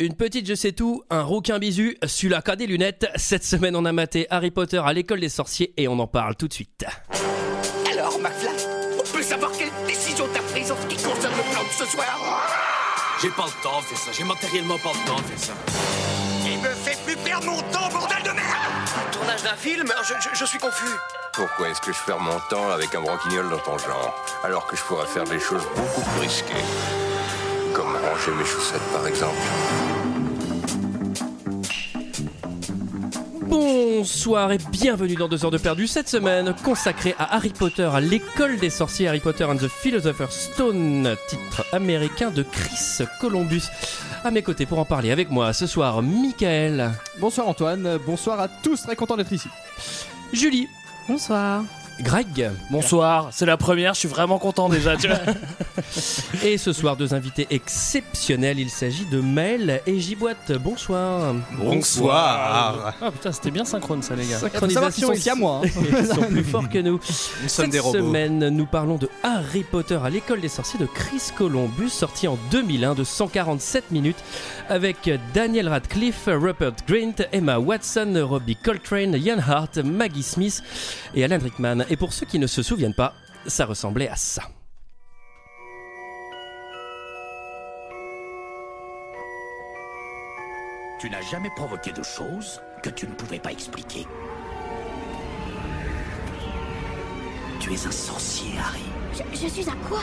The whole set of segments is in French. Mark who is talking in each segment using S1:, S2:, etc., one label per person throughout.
S1: Une petite je sais tout, un rouquin bisu, celui-là qui a des lunettes. Cette semaine, on a maté Harry Potter à l'école des sorciers et on en parle tout de suite.
S2: Alors, McFly, on peut savoir quelle décision t'as prise en ce qui concerne le plan de ce soir
S3: J'ai pas le temps de faire ça, j'ai matériellement pas le temps de faire ça.
S2: Il me fait plus perdre mon temps, bordel de merde
S4: Tournage d'un film Euh, je, je- je suis confus.
S5: Pourquoi est-ce que je perds mon temps avec un branquignol dans ton genre, alors que je pourrais faire des choses beaucoup plus risquées Comme ranger mes chaussettes, par exemple.
S1: Bonsoir et bienvenue dans 2 heures de perdu cette semaine consacrée à Harry Potter, à l'école des sorciers Harry Potter and the Philosopher's Stone, titre américain de Chris Columbus. À mes côtés pour en parler avec moi ce soir, Michael,
S6: Bonsoir Antoine, Euh, bonsoir à tous, très content d'être ici.
S1: Julie,
S7: Bonsoir.
S1: Greg
S8: Bonsoir, c'est la première, je suis vraiment content déjà. Tu vois.
S1: et ce soir deux invités exceptionnels. Il s'agit de Mel et Giboite. Bonsoir.
S8: Bonsoir. Ah putain, c'était bien synchrone ça les gars.
S6: Faut savoir qu'ils sont
S1: ils-
S6: siamois. hein.
S1: ils sont plus forts que nous.
S3: Nous
S1: Cette semaine, nous parlons de Harry Potter à l'école des sorciers de Chris Columbus, sorti en 2001 de 147 minutes, avec Daniel Radcliffe, Rupert Grint, Emma Watson, Robbie Coltrane, Ian Hart, Maggie Smith et Alan Rickman. Et pour ceux qui ne se souviennent pas, ça ressemblait à ça.
S2: Tu n'as jamais provoqué de choses que tu ne pouvais pas expliquer. Tu es un sorcier, Harry.
S9: Je, je suis à quoi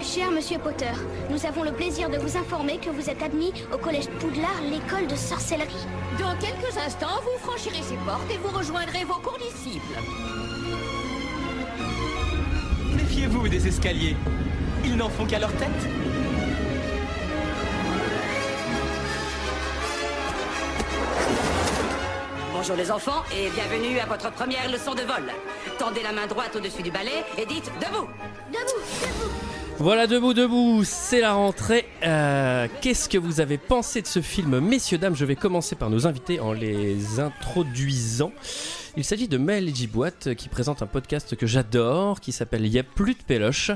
S9: Cher Monsieur Potter, nous avons le plaisir de vous informer que vous êtes admis au Collège Poudlard, l'école de sorcellerie.
S10: Dans quelques instants, vous franchirez ces portes et vous rejoindrez vos condisciples.
S4: Méfiez-vous des escaliers, ils n'en font qu'à leur tête.
S10: Bonjour les enfants et bienvenue à votre première leçon de vol. Tendez la main droite au-dessus du balai et dites debout.
S9: Debout, debout
S1: Voilà, debout, debout, c'est la rentrée. Euh, Qu'est-ce que vous avez pensé de ce film, messieurs, dames Je vais commencer par nos invités en les introduisant. Il s'agit de Maël Djiboite qui présente un podcast que j'adore qui s'appelle Y'a plus de péloche.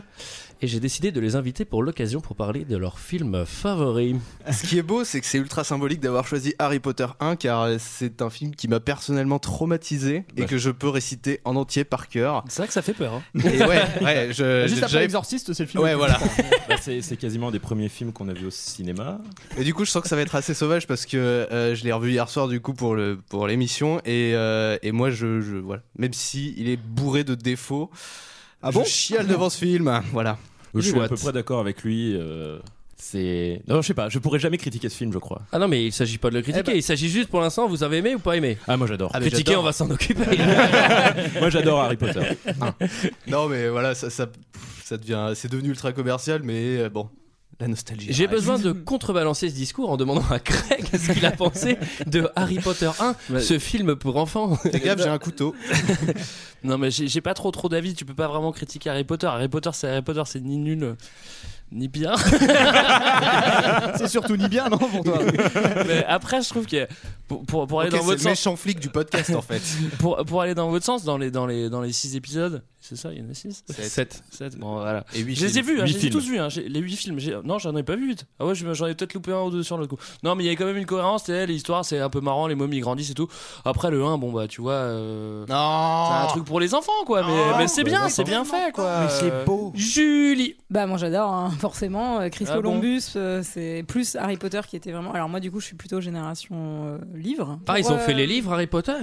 S1: Et j'ai décidé de les inviter pour l'occasion pour parler de leur film favori.
S11: Ce qui est beau, c'est que c'est ultra symbolique d'avoir choisi Harry Potter 1 car c'est un film qui m'a personnellement traumatisé et
S8: Bah.
S11: que je peux réciter en entier par cœur.
S8: C'est vrai que ça fait peur. hein.
S11: Et ouais, ouais, je, j'ai
S6: Juste
S11: déjà
S6: après
S11: eu-
S6: l'exorciste, c'est le film.
S11: Ouais,
S6: le plus
S11: voilà.
S6: fort.
S12: Bah, c'est c'est quasiment des premiers films qu'on a vus au cinéma.
S11: Et du coup, je sens que ça va être assez sauvage parce que euh, je l'ai revu hier soir du coup pour le pour l'émission et, euh, et moi je, je- voilà, même si il est bourré de défauts,
S6: Ah
S11: je
S6: bon
S11: chiale devant ce film, voilà.
S12: Je suis à
S1: Chouette.
S12: peu près d'accord avec lui. euh, c'est non, je sais pas. Je pourrais jamais critiquer ce film, je crois.
S1: Ah non, mais il s'agit pas de le critiquer, il s'agit juste pour l'instant, vous avez aimé ou pas aimé
S12: Ah moi j'adore.
S11: Eh ben- Ah, mais
S1: Critiquer, on
S11: j'adore.
S1: va s'en occuper.
S12: moi j'adore Harry Potter.
S11: Ah. Non mais voilà, ça ça, ça devient c'est devenu ultra commercial mais euh, bon, la nostalgie.
S1: J'ai
S11: reste.
S1: besoin de contrebalancer ce discours en demandant à Craig ce qu'il a pensé de Harry Potter 1,
S8: Ouais.
S1: ce film pour enfants.
S11: Fais gaffe, j'ai un couteau.
S8: Non mais j'ai j'ai pas trop trop d'avis, tu peux pas vraiment critiquer Harry Potter. Harry Potter c'est Harry Potter, c'est ni nul euh, ni bien.
S6: C'est surtout ni bien, non, pour toi
S8: mais après je trouve que pour, pour, pour aller
S11: Ok,
S8: dans
S11: c'est
S8: votre
S11: le
S8: sens,
S11: méchant flic du podcast en fait.
S8: pour, pour aller dans votre sens dans les dans les dans les six épisodes, c'est ça, il y en a six,
S1: Sept.
S8: sept, bon voilà.
S11: Et oui,
S8: Je les ai vus, hein, je
S12: huit
S8: les ai
S12: films.
S8: tous vus, hein, j'ai- les 8 films. j'ai- Non, j'en ai pas vu 8. Ah ouais, je- j'en ai peut-être loupé un ou deux sur le coup. Non, mais il y avait quand même une cohérence, t'sais, l'histoire c'est un peu marrant, les momies grandissent et tout. Après le 1, bon bah tu vois. euh,
S11: Non.
S8: C'est un truc pour les enfants quoi, mais,
S7: Oh,
S8: mais c'est bien, c'est bien fait quoi. Euh,
S6: beau.
S1: Julie
S7: Bah moi j'adore hein, forcément euh, Chris
S8: Ah bon
S7: Columbus, euh, c'est plus Harry Potter qui était vraiment. Alors moi du coup je suis plutôt génération euh, livre.
S1: Ah, ils
S7: Pour,
S1: ont fait
S7: euh,
S1: les livres Harry Potter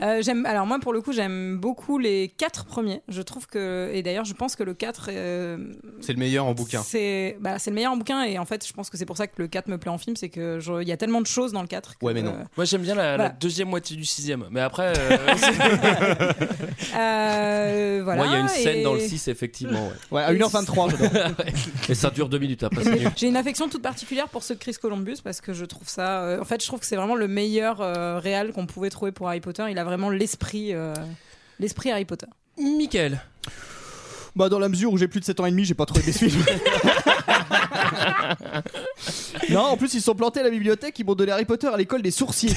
S7: euh, j'aime alors moi pour le coup j'aime beaucoup les quatre premiers. Je trouve que et d'ailleurs je pense que le 4 euh,
S11: C'est le meilleur en bouquin.
S7: C'est bah, c'est le meilleur en bouquin et en fait je pense que c'est pour ça que le 4 me plaît en film, c'est que je- il y a tellement de choses dans le 4. que,
S11: Ouais, mais non.
S7: euh,
S8: Moi j'aime bien la, la
S7: Voilà.
S8: deuxième moitié du sixième, mais après. euh, c'est-
S7: euh, voilà.
S1: Moi, il y a une scène
S7: et-
S1: dans le 6, effectivement. ouais.
S6: Ouais, à 1h23, j'adore.
S1: Et ça dure deux
S8: hein,
S1: minutes hein, après, c'est
S7: Mais
S1: nul.
S7: J'ai une affection toute particulière pour ceux de Chris Columbus parce que je trouve ça. euh, en fait, je trouve que c'est vraiment le meilleur euh, réal qu'on pouvait trouver pour Harry Potter. Il a vraiment l'esprit. euh, L'esprit Harry Potter.
S1: Michael
S6: Bah, dans la mesure où j'ai plus de 7 ans et demi, j'ai pas trouvé des films. Non, en plus, ils se sont plantés à la bibliothèque, ils m'ont donné Harry Potter à l'école des sourciers.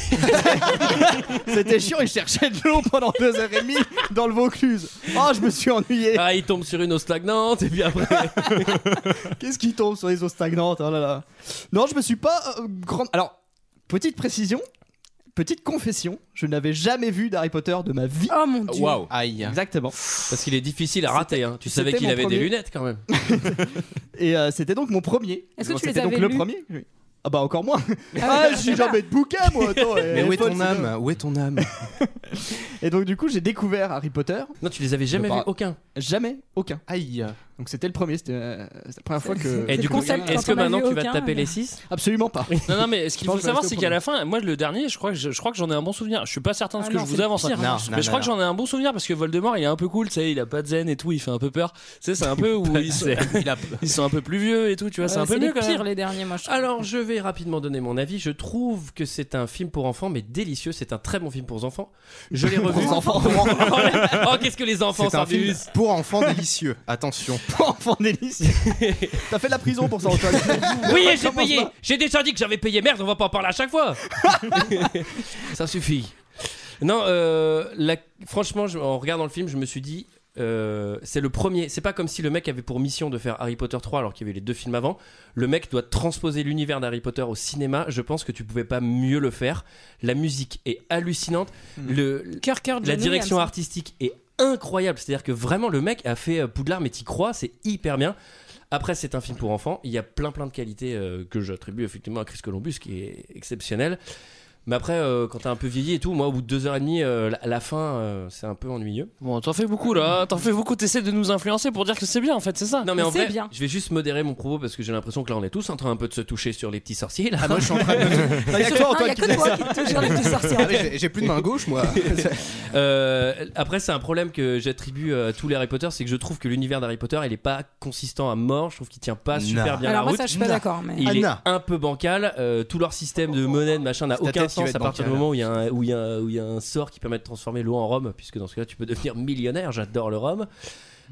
S6: C'était chiant, ils cherchaient de l'eau pendant deux heures et demie dans le Vaucluse. Oh, je me suis ennuyé.
S1: Ah, il tombe sur une eau stagnante et puis après.
S6: Qu'est-ce qui tombe sur les eaux stagnantes oh là là. Non, je me suis pas euh, grand. Alors, petite précision, petite confession, je n'avais jamais vu d'Harry Potter de ma vie.
S7: Oh mon dieu.
S1: Waouh.
S6: Aïe. Exactement.
S1: Parce qu'il est difficile à rater. hein. Tu savais
S6: c'était
S1: qu'il
S6: mon
S1: avait
S6: premier.
S1: des lunettes quand même.
S6: Et euh, c'était donc mon premier.
S7: Est-ce que tu les
S6: C'était donc
S7: avais
S6: le
S7: lus
S6: premier Oui. Ah bah encore moins.
S7: Ah,
S6: Ah,
S7: bah,
S6: j'ai
S7: voilà.
S6: jamais de bouquin moi. Attends,
S11: Mais
S6: elle
S11: où est
S6: folle,
S11: ton
S6: cette
S11: âme
S6: meuf.
S11: Où est ton âme
S6: Et donc du coup, j'ai découvert Harry Potter.
S1: Non, tu les avais jamais
S6: Je
S1: vus
S6: parle-
S1: aucun.
S6: Jamais aucun. Aïe. Donc c'était le premier, c'était euh, c'était la première fois que.
S1: Et du coup, est-ce que maintenant tu vas te taper les 6
S6: Absolument pas.
S8: Non, non, mais ce qu'il
S6: Non,
S8: faut
S6: je vais
S8: savoir,
S6: rester
S8: c'est
S6: au
S8: qu'à la fin, moi, le dernier, je crois que je, je crois que j'en ai un bon souvenir. Je suis pas certain de ce
S7: Ah
S8: que
S7: non,
S8: je
S7: c'est
S8: vous
S7: le
S8: avance.
S7: pire,
S8: maintenant.
S7: hein.
S8: mais je crois que j'en ai un bon souvenir parce que Voldemort, il est un peu cool, tu sais, il a pas de zen et tout, il fait un peu peur. Tu sais, c'est un peu où ils sont, ils sont un peu plus vieux et tout, tu vois, c'est un peu
S7: Euh, les
S8: mieux quand
S7: pires
S8: même.
S7: les derniers, moi je trouve.
S1: Alors, je vais rapidement donner mon avis. Je trouve que c'est un film pour enfants, mais délicieux. C'est un très bon film pour enfants. Je l'ai revu.
S11: Pour enfants.
S1: oh, qu'est-ce que les enfants
S11: C'est un film
S1: s'abusent
S11: pour enfants délicieux. Attention.
S6: Enfant délicieux. T'as fait de la prison pour ça, Antoine. Ah,
S1: Oui, et j'ai payé. J'ai déjà dit que j'avais payé. Merde, on va pas en parler à chaque fois. Ça suffit. Non, euh, la- franchement, je- en regardant le film, je me suis dit, euh, c'est le premier. C'est pas comme si le mec avait pour mission de faire Harry Potter 3 alors qu'il y avait les deux films avant. Le mec doit transposer l'univers d'Harry Potter au cinéma. Je pense que tu pouvais pas mieux le faire. La musique est hallucinante. Le,
S7: Hmm. Cœur, cœur,
S1: la
S7: Johnny
S1: direction
S7: Williams.
S1: artistique est incroyable. C'est-à-dire que vraiment, le mec a fait euh, Poudlard, mais t'y crois, c'est hyper bien. Après, c'est un film pour enfants. Il y a plein, plein de qualités euh, que j'attribue effectivement à Chris Columbus, qui est exceptionnel. Mais après, euh, quand t'as un peu vieilli et tout, moi, au bout de deux heures et demie, euh, la, la fin, euh, c'est un peu ennuyeux.
S8: Bon, t'en fais beaucoup là, t'en fais beaucoup, t'essaies de nous influencer pour dire que c'est bien en fait, c'est ça.
S1: Non, mais, en
S7: c'est
S1: vrai,
S7: bien.
S1: je vais juste modérer mon propos parce que j'ai l'impression que là, on est tous en train un peu de se toucher sur les petits sorciers. Là.
S11: Moi, je suis en train de.
S6: Il y a que toi,
S7: Ah, y
S6: Antoine,
S7: a
S6: qui
S7: que
S6: faisais
S7: toi
S6: ça.
S7: qui te gères les petits sorciers.
S11: Ah oui, j'ai- J'ai plus de main gauche, moi.
S1: Euh, après, c'est un problème que j'attribue euh, à tous les Harry Potter, c'est que je trouve que l'univers d'Harry Potter, il est pas consistant à mort. Je trouve qu'il tient pas super
S11: Non.
S1: bien la
S7: Alors moi
S1: route.
S7: ça je suis pas d'accord mais
S1: Il
S11: Anna.
S1: est un peu bancal. euh, tout leur système de monnaie, de machin, n'a
S11: ta
S1: aucun
S11: tête qui va
S1: sens
S11: être
S1: à partir du
S11: bancale.
S1: moment où il y a un, où il y a un- où il y a un sort qui permet de transformer l'eau en rhum, puisque dans ce cas-là, tu peux devenir millionnaire. J'adore le rhum.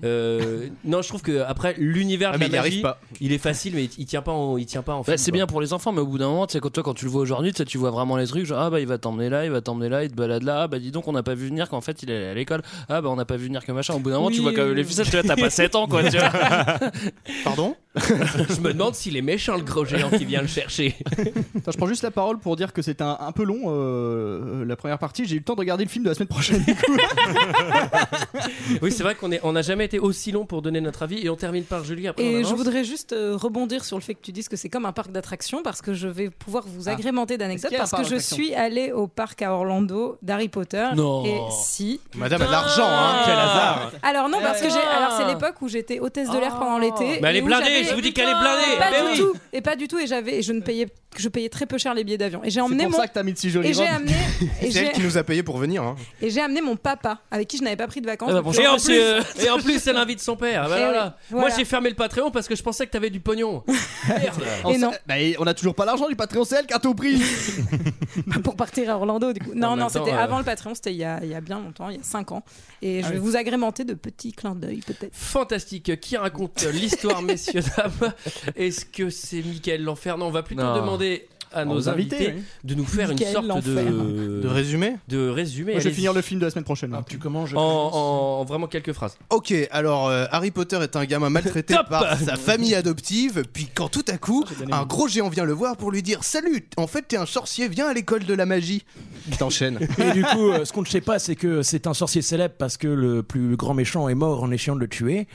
S1: Euh, non, je trouve que après l'univers
S11: Ah,
S1: de
S11: mais
S1: la
S11: il y arrive
S1: magie,
S11: pas.
S1: il est facile, mais il, il tient pas, en, il tient pas en.
S8: Bah,
S1: film,
S8: c'est
S1: quoi.
S8: bien pour les enfants, mais au bout d'un moment, tu sais, quand, toi, quand tu le vois aujourd'hui, tu sais, tu vois vraiment les trucs, genre, ah bah il va t'emmener là, il va t'emmener là, il te balade là, ah bah dis donc, on n'a pas vu venir qu'en fait il est allé à l'école, ah bah on n'a pas vu venir que machin, au bout d'un moment,
S7: Oui,
S8: tu vois que
S7: oui,
S8: les
S7: oui.
S8: ficelles, tu vois, t'as pas 7 ans quoi, tu vois.
S11: Pardon
S1: Je me demande s'il est méchant le gros géant qui vient le chercher.
S6: Attends, je prends juste la parole pour dire que c'était un, un peu long euh, la première partie. J'ai eu le temps de regarder le film de la semaine prochaine.
S1: Oui, c'est vrai qu'on est, on n'a jamais été aussi long pour donner notre avis et on termine par Julie après. on
S7: Et je
S1: avance.
S7: voudrais juste euh, rebondir sur le fait que tu dises que c'est comme un parc d'attractions parce que je vais pouvoir
S8: Ah.
S7: vous agrémenter
S6: Est-ce
S7: d'anecdotes
S6: qu'il y a un
S7: parce que
S6: parc
S7: je
S6: d'attractions
S7: suis allée au parc à Orlando d'Harry Potter
S8: Non.
S7: et si
S11: Madame a de l'argent,
S1: Ah.
S11: hein. Quel hasard.
S7: alors non parce que j'ai alors
S8: Ah.
S7: c'est l'époque où j'étais hôtesse de l'air pendant l'été
S1: Ah. Mais elle
S7: et
S1: est
S7: où
S1: blindée,
S7: j'avais-
S1: je vous dis qu'elle est
S7: et
S1: blindée.
S7: pas
S1: Ben
S7: du
S1: oui.
S7: tout et pas du tout et j'avais et je ne payais je payais très peu cher les billets d'avion et j'ai
S6: C'est
S7: emmené
S6: pour
S7: mon
S6: ça que t'as mis de si jolies
S7: et j'ai
S6: robes.
S7: amené et
S11: C'est
S7: j'ai
S11: elle qui nous a payé pour venir. hein.
S7: et j'ai amené mon papa avec qui je n'avais pas pris de vacances
S8: Ah bah,
S7: depuis
S1: Et
S8: Bonjour,
S1: en, plus,
S8: monsieur.
S1: et en plus, elle invite son père. Ah bah
S7: Eh
S1: voilà.
S7: oui,
S1: Moi,
S7: voilà.
S1: j'ai fermé le Patreon parce que je pensais que t'avais du pognon. Merde.
S7: Et non.
S6: Bah, et on a toujours pas l'argent du Patreon, c'est elle qui a tout pris.
S7: Bah, pour partir à Orlando du coup. Non,
S1: même
S7: non,
S1: temps,
S7: c'était
S1: euh,
S7: avant le Patreon, c'était il, y a- il y a bien longtemps, il y a 5 ans. Et je
S6: Ah
S7: vais
S6: oui.
S7: vous agrémenter de petits clins d'œil peut-être.
S1: Fantastique. Qui raconte l'histoire, messieurs, dames Est-ce que c'est Michael L'Enfer Non, on va plutôt
S8: Non.
S1: demander à nos
S6: Nos
S1: invités,
S6: invités, oui.
S1: de nous faire
S7: Michael
S1: une sorte de,
S11: De résumé
S1: de résumé.
S6: Moi, je vais
S1: Allez-y.
S6: finir le film de la semaine prochaine.
S11: Ah,
S6: moi.
S1: en, en- en vraiment quelques phrases.
S11: Ok, alors euh, Harry Potter est un gamin maltraité
S1: Top
S11: par sa famille adoptive, puis quand tout à coup, un gros géant vient le voir pour lui dire Salut, en fait t'es un sorcier, viens à l'école de la magie. Il t'enchaîne.
S13: Et du coup, euh, ce qu'on ne sait pas, c'est que c'est un sorcier célèbre parce que le plus grand méchant est mort en essayant de le tuer,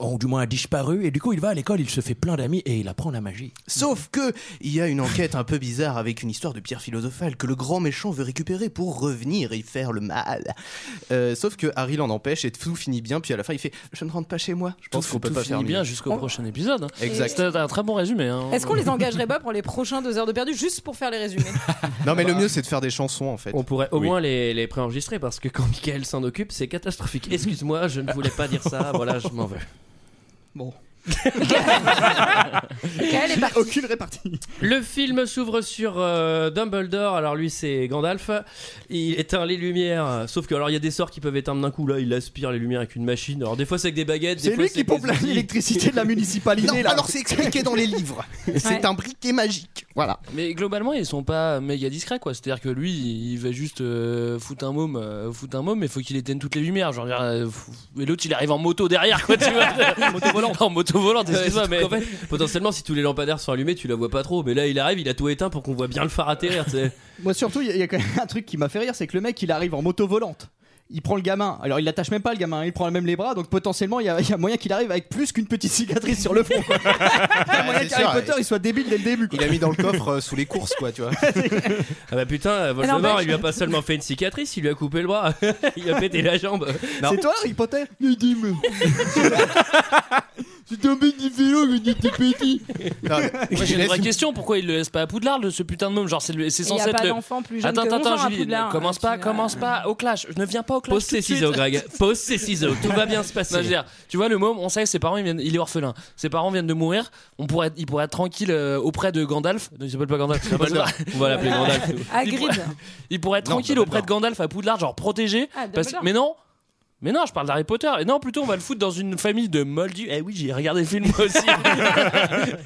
S13: ou du moins a disparu. Et du coup, il va à l'école, il se fait plein d'amis et il apprend la magie.
S11: Sauf que, il y a une enquête un peu bizarre avec une histoire de pierre philosophale que le grand méchant veut récupérer pour revenir et faire le mal. Euh, sauf que Harry l'en empêche et tout finit bien, puis à la fin il fait Je ne rentre pas chez moi. Je pense qu'on peut
S8: tout
S11: pas
S8: finit
S11: faire mieux.
S8: bien jusqu'au
S7: On-
S8: prochain épisode. hein.
S11: Exact.
S8: C'était un très bon résumé.
S6: Oh.
S8: hein.
S7: Est-ce qu'on les engagerait pas pour les prochains deux heures de perdu juste pour faire les résumés
S11: Non, mais le mieux c'est de faire des chansons en fait.
S1: Bah, On pourrait au
S12: Oui.
S1: moins les, les préenregistrer parce que quand Michael s'en occupe, c'est catastrophique. Excuse-moi, je ne voulais pas dire ça. Voilà, je m'en veux.
S6: Bon.
S7: Michael est parti.
S6: Aucune répartie.
S1: Le film s'ouvre sur euh, Dumbledore. Alors lui, c'est Gandalf. Il éteint les lumières. Sauf que alors il y a des sorts qui peuvent éteindre d'un coup. Là, il aspire les lumières avec une machine. Alors des fois c'est avec des baguettes. des
S6: C'est
S1: fois,
S6: lui qui
S1: avec
S6: pompe
S1: des outils.
S6: l'électricité de la municipalité.
S11: Non,
S6: là.
S11: alors c'est expliqué dans les livres. C'est
S1: Ouais.
S11: un briquet magique. Voilà.
S8: Mais globalement, ils sont pas méga discrets, quoi. C'est-à-dire que lui, il va juste euh, foutre un môme, euh, foutre un môme, mais faut qu'il éteigne toutes les lumières. Genre, euh, fou- et l'autre, il arrive en moto derrière, quoi, tu vois. moto volante. En moto volante,
S1: Ouais,
S8: excuse-moi,
S1: surtout
S8: mais.
S1: qu'en fait, potentiellement, si tous les lampadaires sont allumés, tu la vois pas trop. Mais là, il arrive, il a tout éteint pour qu'on voit bien le phare atterrir. tu sais.
S6: Moi surtout, il y, a- il y a quand même un truc qui m'a fait rire, c'est que le mec il arrive en moto volante. Il prend le gamin, alors il l'attache même pas le gamin, il prend même les bras, donc potentiellement il y a, il y a moyen qu'il arrive avec plus qu'une petite cicatrice sur le front. quoi. il y a moyen
S11: c'est
S6: qu'Harry
S11: sûr,
S6: Potter il soit débile dès le début. quoi.
S11: Il a mis dans le coffre euh, sous les courses, quoi, tu vois.
S1: Ah bah putain, euh,
S6: Alors,
S1: Voldemort,
S6: bah,
S1: il lui a pas seulement fait une cicatrice, il lui a coupé le bras, il lui a pété la jambe.
S6: C'est toi Harry Potter Mais dis-moi J'ai tombé du vélo quand j'étais petit
S8: Moi, j'ai une vraie question. Pourquoi il le laisse pas à Poudlard, le- ce putain de môme Genre, c'est le- c'est
S7: Il y
S8: censé
S7: a
S8: être
S7: pas
S8: le-
S7: d'enfant plus jeune
S8: Attends,
S7: que vous,
S8: attends,
S7: genre, à
S8: Julie,
S7: Poudlard,
S8: commence
S7: euh,
S8: pas,
S7: tu vas-
S8: commence pas au clash. Je ne viens pas au clash.
S1: Pose
S8: tout de
S1: tes
S8: suite.
S1: ciseaux, Greg. Pose tes ciseaux. Tout va bien se passer.
S8: Non, je veux dire, tu vois, le môme, on sait que ses parents, ils viennent- il est orphelin. Ses parents viennent de mourir. On pourrait, être- il pourrait être tranquille euh, auprès de Gandalf. Non, il s'appelle pas Gandalf. c'est
S1: Dumbledore.
S8: Dumbledore.
S1: On va l'appeler
S8: Voilà.
S1: Gandalf.
S8: Il pourrait,
S7: Hagrid.
S8: il pourrait être tranquille auprès de Gandalf à Poudlard, genre protégé.
S7: Ah,
S8: parce-
S7: Dumbledore.
S8: mais non. Mais non, je parle d'Harry Potter. Et non, plutôt on va le foutre dans une famille de moldus. Eh oui, j'ai regardé le film moi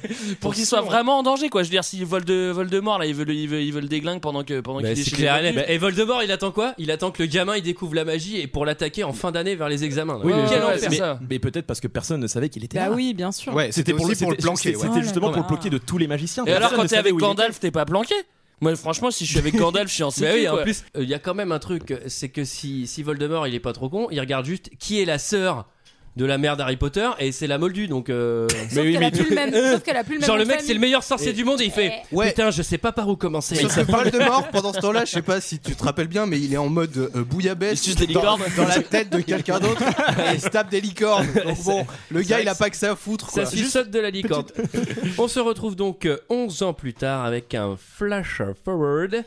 S8: aussi. pour qu'il soit vraiment en danger, quoi. Je veux dire, s'il vole de Voldemort, là, il veut, le- il veut, il veut le déglingue pendant que pendant
S1: Bah,
S8: qu'il est
S1: c'est
S8: chez
S1: clair et
S8: les
S1: net.
S8: Moldus.
S1: Bah, et Voldemort, il attend quoi Il attend que le gamin il découvre la magie et pour l'attaquer en fin d'année vers les examens. là.
S12: Oui, mais,
S1: Quel
S12: ouais,
S1: enfer
S12: mais-
S1: ça
S12: mais peut-être parce que personne ne savait qu'il était
S7: Bah
S12: là.
S7: oui, bien sûr.
S12: c'était pour,
S11: aussi pour
S12: c'était-
S11: le planquer,
S12: C'était
S7: ouais.
S12: justement
S7: Oh
S12: pour
S7: là
S12: le planquer de tous les magiciens.
S8: Et alors,
S12: Personne
S8: quand
S12: ne
S8: t'es
S12: savait
S8: avec
S12: où il était.
S8: Gandalf, t'es pas planqué Moi, franchement, si je suis avec Gandalf, je suis en
S1: Mais
S8: sécu,
S1: Bah oui, en
S8: quoi.
S1: plus, il y a quand même un truc, euh, c'est que si, si Voldemort il est pas trop con, il regarde juste qui est la sœur de la mère d'Harry Potter et c'est la Moldue donc. euh,
S7: Sauf qu'elle a plus le même- sauf qu'elle a plus le même.
S1: Genre
S7: nom
S1: le
S7: de
S1: mec
S7: famille.
S1: c'est le meilleur sorcier du monde et il fait putain je sais pas par où commencer.
S11: Sauf que Voldemort, pendant ce temps-là, je sais pas si tu te rappelles bien, mais il est en mode euh, bouillabaisse
S8: Il suce des
S11: dans,
S8: licornes.
S11: dans la tête de quelqu'un d'autre et il se tape des licornes. Donc bon, le gars, il a pas que ça à foutre.
S1: Ça
S11: Quoi.
S1: suit saute de la licorne. On se retrouve donc euh, 11 ans plus tard avec un flash forward.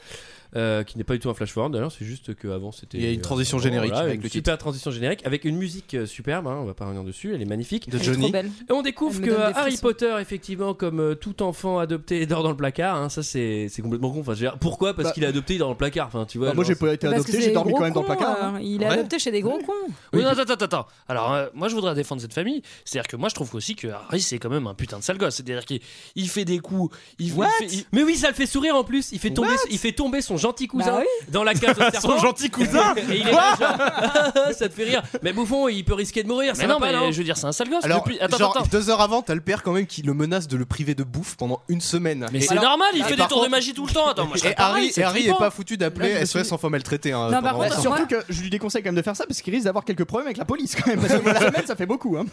S1: euh, qui n'est pas du tout un flash forward d'ailleurs, c'est juste qu'avant c'était.
S11: Il y a une transition
S1: euh,
S11: générique avec
S1: une
S11: le
S1: super transition générique avec une musique euh, superbe, hein, on va pas revenir dessus, elle est magnifique.
S11: De
S7: Elle est trop belle.
S1: Et on découvre
S7: Elle me
S1: que euh,
S7: donne des
S1: Harry
S7: frissons.
S1: Potter, effectivement, comme euh, tout enfant adopté, dort dans le placard. hein, ça, c'est c'est complètement con. Enfin, je veux dire, pourquoi Parce
S6: Bah-
S1: qu'il est adopté, il dort dans le placard. Enfin, tu vois.
S6: Bah, Moi j'ai
S1: genre,
S6: pas été
S7: Parce que
S6: adopté,
S7: c'est
S6: j'ai
S7: des
S6: dormi
S7: gros
S6: quand même dans le
S7: cons,
S6: placard. hein.
S7: euh, Il est
S11: Ouais.
S7: adopté chez des gros cons.
S8: Oui, non, attends, attends, attends. Alors, euh, moi, je voudrais défendre cette famille. C'est-à-dire que moi, je trouve aussi que Harry, c'est quand même un putain de sale gosse. C'est-à-dire qu'il il fait des coups. Il, il
S1: What
S8: fait- il-
S1: Mais oui, ça le fait sourire en plus. Il fait tomber, il fait tomber son gentil cousin
S7: Bah
S1: dans la cage de serpent.
S12: Son gentil cousin
S1: Et il est là, genre, ça te fait rire. Mais bouffon, il peut risquer de mourir.
S8: Mais
S1: ça
S8: non,
S1: va
S8: mais
S1: pas, non
S8: je veux dire, c'est un sale gosse.
S11: Alors,
S8: Depuis- Attends,
S11: genre,
S8: attends.
S11: deux heures avant, t'as le père quand même qui le menace de le priver de bouffe pendant une semaine.
S8: Mais
S11: Et-
S8: c'est normal, il
S11: et
S8: fait des
S11: par
S8: tours de
S11: contre-
S8: magie tout le temps. Attends, moi, je
S11: Et
S8: serais pareil,
S11: Harry,
S8: c'est
S11: Harry est
S8: flippant.
S11: pas foutu
S6: Là,
S11: d'appeler
S6: je me
S11: SOS enfant maltraité. hein,
S7: Non, par
S11: pendant-
S7: contre,
S11: Ouais.
S6: Surtout
S7: Moi-
S6: que je lui déconseille quand même de faire ça parce qu'il risque d'avoir quelques problèmes avec la police quand même. Parce que voilà, semaine, ça fait beaucoup. Hein.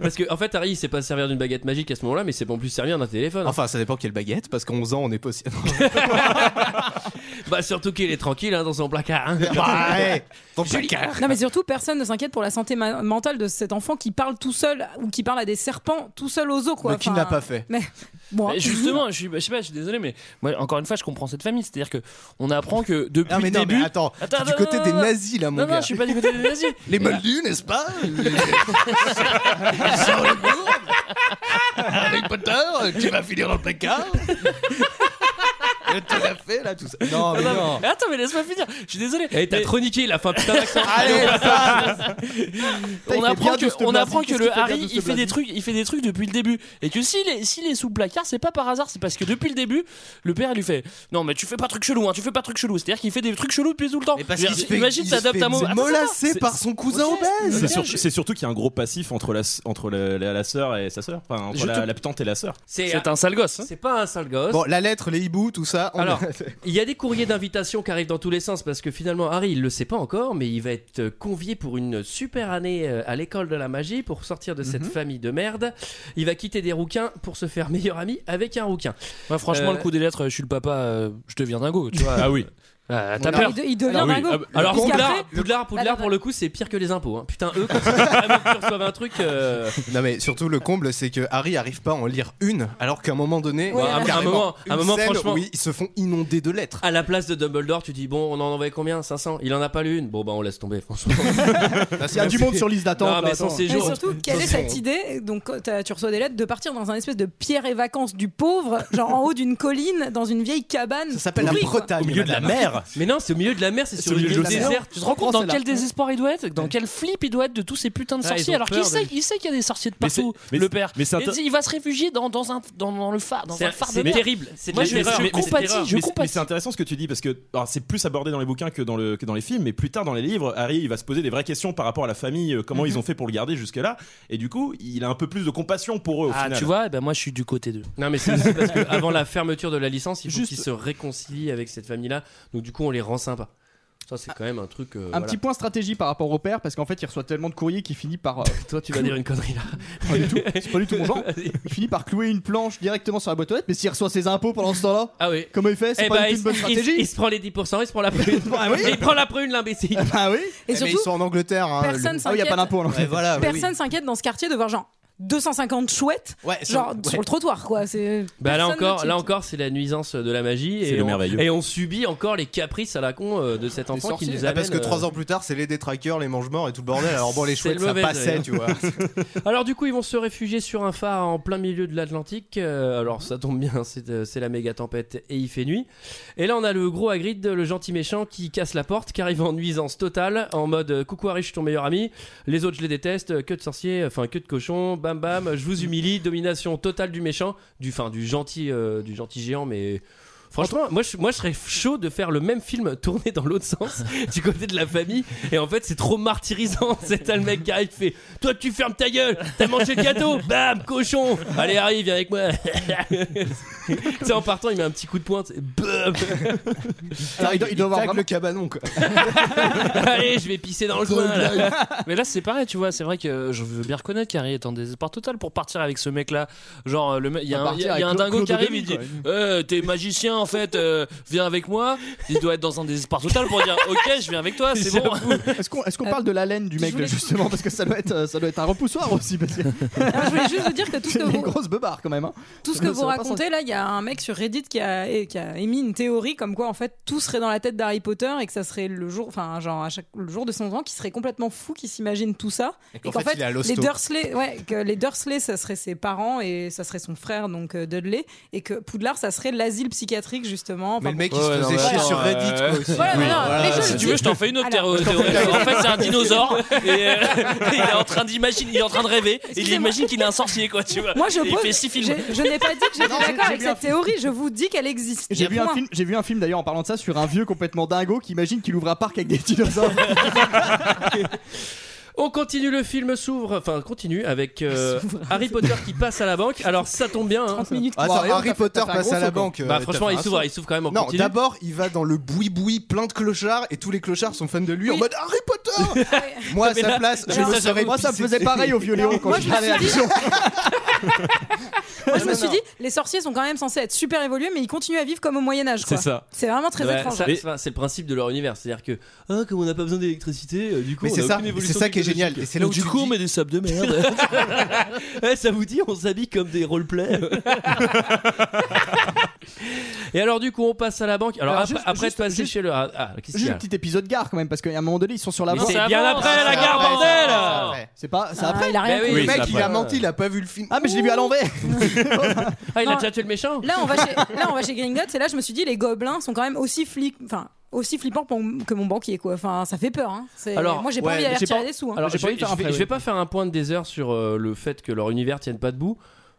S1: Parce que en fait, Harry, il sait pas se servir d'une baguette magique à ce moment-là, mais c'est bon plus servir d'un téléphone.
S11: Enfin, ça dépend quelle baguette, parce qu'à 11 ans, on est pas aussi.
S1: Bah surtout qu'il est tranquille hein, dans son placard. hein.
S11: Bah, ouais, ton placard.
S7: Non mais surtout personne ne s'inquiète pour la santé ma- mentale de cet enfant qui parle tout seul ou qui parle à des serpents tout seul aux eaux quoi.
S11: Mais qui ne
S7: Enfin,
S11: l'a pas fait.
S7: Mais bon.
S8: Mais justement, je, suis, bah, je sais pas, je suis désolé, mais moi, encore une fois, je comprends cette famille. C'est-à-dire que on apprend que depuis
S11: Non, mais
S8: le
S11: non,
S8: début.
S11: mais attends, t'es du
S8: attends,
S11: côté
S8: non,
S11: des
S8: non,
S11: nazis là, mon
S8: Non,
S11: gars.
S8: non, je suis pas du côté des nazis.
S11: Les moldus, n'est-ce pas Harry Potter, tu vas finir dans le placard Tout à fait, là, tout ça. Non, Oh, mais
S8: Non, non,
S11: non. Eh,
S8: mais Attends, mais laisse-moi finir. Je suis désolé.
S1: Et Eh, t'as
S8: Mais-
S1: trop niqué la fin putain d'accent.
S11: Allez, ça
S8: on
S6: Il fait bien
S8: apprend que,
S6: de se
S8: on
S6: blaser,
S8: apprend que
S6: qu'est-ce
S8: le
S6: qu'il fait bien de
S8: Harry
S6: se
S8: il fait
S6: blaser
S8: des trucs il fait des trucs depuis le début et que s'il est s'il est sous le placard c'est pas par hasard c'est parce que depuis le début le père il lui fait non mais tu fais pas truc chelou hein, tu fais pas truc chelou c'est à dire qu'il fait des trucs chelous depuis tout le temps
S11: Mais parce
S8: Je veux
S11: qu'il
S8: dire,
S11: se fait,
S8: imagine
S11: il se
S8: t'adoptes
S11: fait
S8: un mot Attends,
S11: mollasser
S8: attends,
S11: par son cousin
S8: Ok.
S11: obèse.
S12: C'est
S8: Bien,
S12: sur-
S8: je-
S12: c'est surtout qu'il y a un gros passif entre la, entre le- la, la sœur et sa sœur, enfin entre
S8: Je
S12: la,
S8: te-
S12: la tante et la sœur.
S1: C'est
S8: c'est un sale gosse hein.
S1: c'est pas un sale gosse.
S11: Bon, la lettre, les hiboux, tout ça. on-
S1: Alors, il y a des courriers d'invitation qui arrivent dans tous les sens parce que finalement, Harry, il le sait pas encore, mais il va être euh, convié pour une super année euh, à l'école de la magie pour sortir de
S11: Mhm.
S1: cette famille de merde. Il va quitter des rouquins pour se faire meilleur ami avec un rouquin.
S8: Ouais, franchement
S1: Euh,
S8: le coup des lettres je suis le papa euh, je deviens dingo tu vois
S12: Ah oui.
S1: Ah,
S7: t'as Non, peur. il de- il devient dingo.
S1: ah bah, Alors
S7: Parce
S1: Poudlard,
S7: qu'après-
S1: Poudlard, Poudlard,
S7: Bah,
S1: pour le coup, c'est pire que les impôts. hein. Putain, eux, quand ils vraiment qu'ils reçoivent un truc. euh,
S11: Non mais surtout le comble c'est que Harry arrive pas à en lire une alors qu'à un moment donné
S1: Ouais, Ah, à un
S11: carrément,
S1: moment- à un
S11: une
S1: moment,
S11: scène
S1: franchement-
S11: où ils se font inonder de lettres.
S1: À la place de Dumbledore, tu dis bon, on en envoyait combien 500 Il en a pas lu une. Bon bah on laisse tomber, franchement.
S6: Il y a du monde sur liste d'attente,
S1: Non
S6: là,
S1: mais sans
S6: attends.
S1: ces
S7: Mais
S1: jours.
S7: surtout, quelle est cette idée Donc, quand t'as- tu reçois des lettres de partir dans un espèce de pierre et vacances du pauvre, genre en haut d'une colline, dans une vieille cabane. Ça
S1: Au milieu de la mer. Mais non, c'est au milieu de la mer, c'est sur une île déserte.
S8: Tu te rends compte dans quel désespoir il doit être Dans quel flip il doit être de tous ces putains de
S1: Ah, ils
S8: sorciers
S1: ont
S8: Alors
S1: peur
S8: qu'il
S1: de-
S8: sait il sait qu'il y a des sorciers de
S12: Mais c'est-
S8: partout,
S12: mais
S8: le
S12: c'est-
S8: père.
S12: mais c'est
S8: Et
S12: inter-
S8: Il va se réfugier dans, dans, un, dans, dans le phare, dans un phare de
S1: c'est
S8: mer.
S1: terrible, c'est de
S8: Moi
S1: la
S8: je, je,
S1: terreur, mais c'est de
S8: compatis,
S1: l'erreur.
S8: je
S12: mais, mais
S8: compatis.
S12: c'est intéressant ce que tu dis parce que alors, c'est plus abordé dans les bouquins que dans, le, que dans les films, mais plus tard dans les livres, Harry il va se poser des vraies questions par rapport à la famille, euh, comment
S8: Mhm.
S12: ils ont fait pour le garder jusque-là, et du coup il a un peu plus de compassion pour eux au
S8: Ah,
S12: final.
S8: tu vois, eh ben moi je suis du côté d'eux.
S1: Non mais c'est aussi parce que avant la fermeture de la licence, il faut qu'ils se réconcilient avec cette famille-là. Donc du coup, on les rend sympas. Ça c'est quand même un truc. euh,
S6: Un
S1: voilà.
S6: petit point stratégie par rapport au père, parce qu'en fait, il reçoit tellement de courriers qu'il finit par. euh,
S1: Toi, tu vas dire une connerie là.
S6: Pas du tout, c'est pas du tout mon genre. Il finit par clouer une planche directement sur la boîte aux lettres, mais s'il reçoit ses impôts pendant ce temps-là,
S1: Ah oui.
S6: comment il fait C'est
S1: Eh bah,
S6: pas du tout
S1: il,
S6: une bonne
S1: il-
S6: stratégie.
S1: il se prend les 10%, il se prend la prune.
S6: Ah oui.
S1: Et il prend la prune, l'imbécile. Eh,
S6: Ah oui.
S7: Et surtout,
S11: ils sont en Angleterre. hein,
S7: personne
S11: le-
S7: s'inquiète. Ah oui, y a pas d'impôt,
S11: Ouais, voilà, oui, oui.
S7: Personne s'inquiète dans ce quartier de voir genre 250 chouettes,
S11: c'est-
S7: genre
S11: ouais.
S7: sur le trottoir, quoi. C'est.
S1: Bah là
S7: personne
S1: encore,
S7: ne
S1: là
S7: tilte.
S1: encore, c'est la nuisance de la magie
S12: C'est
S1: et
S12: le
S1: on,
S12: merveilleux.
S1: et on subit encore les caprices à la con euh, de cet enfant qui nous amène.
S11: Ah, parce que trois
S1: euh,
S11: ans plus tard, c'est les détraqueurs, les mange-morts et tout le bordel. Alors bon, les
S1: C'est
S11: chouettes,
S1: le
S11: ça
S1: mauvais
S11: passait,
S1: œil.
S11: tu vois.
S1: Alors du coup, ils vont se réfugier sur un phare en plein milieu de l'Atlantique. Euh, alors ça tombe bien, c'est euh, c'est la méga tempête et il fait nuit. Et là, on a le gros Hagrid, le gentil méchant, qui casse la porte, qui arrive en nuisance totale, en mode euh, coucou Harry, je suis ton meilleur ami. Les autres, je les déteste. euh, Que de sorciers, enfin que de cochons. Bam bam, je vous humilie. Domination totale du méchant, du fin du gentil, euh, du gentil géant, mais. Franchement, moi je, moi je serais chaud de faire le même film tourné dans l'autre sens, du côté de la famille. Et en fait, c'est trop martyrisant. C'est t'as le mec qui arrive, qui fait Toi, tu fermes ta gueule, t'as mangé le gâteau, bam, cochon Allez, arrive, viens avec moi. tu sais, en partant, il met un petit coup de pointe. c'est Bam
S11: Alors, il doit, il doit avoir
S1: tacle
S11: le cabanon, quoi.
S1: Allez, je vais pisser dans le coin. là.
S8: Mais là, c'est pareil, tu vois. C'est vrai que euh, je veux bien reconnaître qu'Harry est en désespoir total pour partir avec ce mec-là. Genre, euh, le mec- il y a
S11: Pas
S8: un, il y a-
S11: partir
S8: il y a un
S11: avec
S8: dingo
S11: Claude
S8: qui arrive, il
S11: Denis,
S8: dit
S11: quoi.
S1: Eh,
S8: Euh, T'es magicien en fait, euh, viens avec moi. Il doit être dans un désespoir total pour dire Ok, je viens avec toi, c'est bon.
S6: Est-ce qu'on est-ce qu'on parle de la laine du mec là, justement parce que ça doit être euh, ça doit être un repoussoir aussi parce que
S7: Ah, je voulais juste vous dire que tout ce
S6: c'est
S7: que vous,
S6: une grosse beubare quand même. hein.
S7: tout ce
S6: Ça
S7: que
S6: doit- ça
S7: vous
S6: doit pas
S7: racontez, là, il y a un mec sur Reddit qui a, et- qui a émis une théorie comme quoi, en fait, tout serait dans la tête d'Harry Potter et que ça serait le jour, enfin, genre, à chaque, le jour de son ans, qui serait complètement fou, qui s'imagine tout ça.
S11: Et qu'en fait, il est à l'hosto.
S7: les Dursley, ouais, que les Dursley, ça serait ses parents et ça serait son frère, donc euh, Dudley, et que Poudlard, ça serait l'asile psychiatrique, justement.
S11: Mais
S7: Enfin,
S11: le mec,
S7: bon.
S11: il se faisait chier sur Reddit, quoi. Aussi.
S7: Voilà,
S11: Oui,
S7: voilà,
S11: voilà.
S7: mais je
S8: Si
S7: le
S8: tu
S7: dis.
S8: veux, je t'en fais une autre
S7: Alors-
S8: théorie. théorie. En fait, c'est un dinosaure et euh, il est en train d'imaginer, il est en train de rêver. Et il
S7: Excusez-moi.
S8: imagine qu'il est un sorcier, quoi, tu vois.
S7: Moi, je
S8: Et il fait
S7: pose.
S8: six films.
S7: j'ai- Je n'ai pas dit que j'étais
S6: Non, j'ai-
S7: d'accord
S6: j'ai
S7: avec
S6: bien
S7: cette
S6: fait.
S7: théorie. Je vous dis qu'elle existe.
S6: J'ai vu, un
S7: Point.
S6: film, j'ai vu un film d'ailleurs en parlant de ça sur un vieux complètement dingo qui imagine qu'il ouvre un parc avec des dinosaures.
S1: On continue, le film s'ouvre, enfin continue avec euh, Harry Potter qui passe à la banque. Alors ça tombe bien. hein.
S7: 30 minutes.
S11: Attends,
S7: Bon,
S11: Harry
S7: t'as fait-
S11: Potter
S7: t'as fait un
S11: passe
S7: gros
S11: à la
S7: saut, quoi.
S11: banque. euh,
S1: Bah,
S11: t'as
S1: franchement,
S11: fait
S1: il
S11: un
S1: s'ouvre,
S11: saut.
S1: il s'ouvre quand même en
S11: Non,
S1: continu.
S11: d'abord, il va dans le boui-boui plein de clochards et tous les clochards sont fans de lui en mode Harry Potter Moi, à
S1: Mais
S11: sa
S1: là-
S11: place,
S1: mais
S11: je
S1: ça,
S11: me
S1: ça
S11: serais
S1: fait-
S6: Moi ça me faisait pareil au vieux Léon quand
S7: Moi,
S6: je
S7: je me
S6: parlais à
S7: suis dit-
S6: l'action.
S7: Moi, je me suis dit, les sorciers sont quand même censés être super évolués, mais ils continuent à vivre comme au Moyen-Âge.
S12: C'est ça.
S7: C'est vraiment très
S1: Ouais,
S7: étrange.
S1: ça, enfin, c'est le principe de leur univers, c'est-à-dire que ah, comme on n'a pas besoin d'électricité, euh, du coup
S11: Mais
S1: on
S11: c'est
S1: a
S11: ça,
S1: aucune
S11: c'est
S1: évolution
S11: ça qui est
S1: technologique.
S11: génial. Et c'est là où
S8: du
S11: tu
S8: coup, on
S11: te dis,
S8: met des sables de merde.
S1: Eh, ça vous dit, on s'habille comme des roleplay Et alors du coup, on passe à la banque. Alors,
S6: Alors,
S1: après,
S6: juste-
S1: après
S6: juste-
S1: de passer
S6: juste-
S1: chez le ah, ah, qu'est-ce qu'il y
S6: Juste
S1: a
S6: un petit épisode gare quand même parce qu'à un moment donné ils sont sur la
S1: Mais
S6: voie.
S1: c'est bien
S8: avance,
S1: après la
S8: ça
S1: gare,
S8: avance.
S1: bordel
S6: C'est pas c'est
S7: Ah,
S6: après.
S7: il a rien
S1: Bah oui.
S7: compris.
S11: le mec,
S12: c'est
S11: il a
S12: après.
S11: menti, il a pas vu le film.
S6: Ah mais je l'ai vu à l'envers.
S1: Ah, il a
S7: Non.
S1: déjà tué le méchant
S7: Là, on va chez, là, on va chez Gringotts et là, je me suis dit, les gobelins sont quand même aussi flics. Enfin, aussi flippants pour- que mon banquier quoi enfin ça fait peur hein. C'est-
S1: Alors,
S7: moi j'ai
S11: ouais,
S7: pas envie d'aller
S6: j'ai
S7: retirer
S6: pas-
S7: des sous hein.
S1: Alors,
S6: J'ai
S1: je,
S6: pas
S1: vais,
S6: envie de faire
S1: je
S6: un
S1: vais-
S6: prêt,
S1: je vais pas faire un point de désert sur euh, le fait que leur univers tienne pas debout.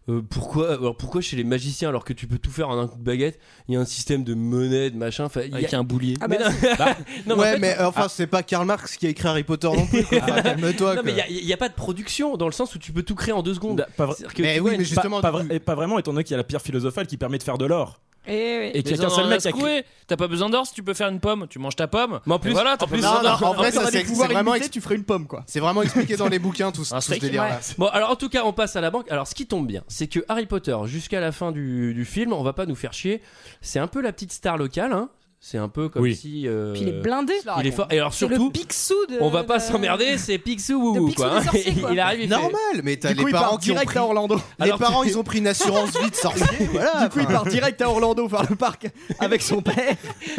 S1: Euh, pourquoi, alors pourquoi chez les magiciens, alors que tu peux tout faire en un coup de baguette, il y a un système de monnaie, de machin enfin, il y a-
S8: Avec un boulier.
S7: Ah
S1: Mais
S7: bah,
S1: non, non, mais en
S11: ouais,
S1: fait,
S11: mais euh,
S6: Ah.
S11: enfin, c'est pas Karl Marx qui a écrit Harry Potter non plus. quoi. Enfin, Calme-toi.
S1: non, mais il
S11: quoi.
S1: y a- il y a, pas de production dans le sens où tu peux tout créer en deux secondes.
S12: Bah, Pas vrai-
S1: C'est-à-dire que
S11: Mais
S1: tu
S11: oui,
S1: vois,
S11: mais
S1: une-
S12: Pas-
S11: justement,
S12: pas, vrai- et pas vraiment, étant donné qu'il y a la pierre philosophale qui permet de faire de l'or.
S7: eh oui.
S12: Et qu'il y a
S8: Quelqu'un
S12: qu'un seul mec qui a créé-
S8: T'as pas besoin d'or si tu peux faire une pomme. Tu manges ta pomme.
S1: Mais en plus-
S8: Et voilà, t'as pas
S1: plus,
S8: besoin
S11: non, non,
S8: d'or.
S11: en
S6: T'aurais
S11: vrai,
S6: des
S11: ça c'est c'est
S6: pouvoirs
S11: vraiment,
S6: illimités, tu ferais une pomme quoi.
S11: ex- c'est vraiment expliqué dans les bouquins tout, ce-
S8: Un
S11: tout ce
S8: steak,
S11: délire là.
S1: Bon, alors en tout cas, on passe à la banque. Alors, ce qui tombe bien, c'est que Harry Potter, jusqu'à la fin du, du film, on va pas nous faire chier. C'est un peu la petite star locale, hein. C'est un peu comme
S8: Oui.
S1: si. euh,
S7: Puis il est blindé.
S1: Il est fort. Et alors
S7: C'est le
S1: surtout,
S7: Picsou de-
S1: on va pas
S7: de-
S1: s'emmerder, c'est Picsou
S7: de
S1: Wouhou
S7: Picsou
S1: quoi.
S7: des sorciers, quoi.
S1: Il arrive. il fait-
S11: hein. Normal, mais t'as
S1: Du
S11: les
S1: coup, il part
S11: parents qui ont
S1: direct
S11: pris...
S1: à Orlando.
S11: Les
S1: Alors-
S11: parents, ils ont pris une assurance vie de sorcier. voilà,
S6: du coup, il part direct à Orlando faire le parc avec son père.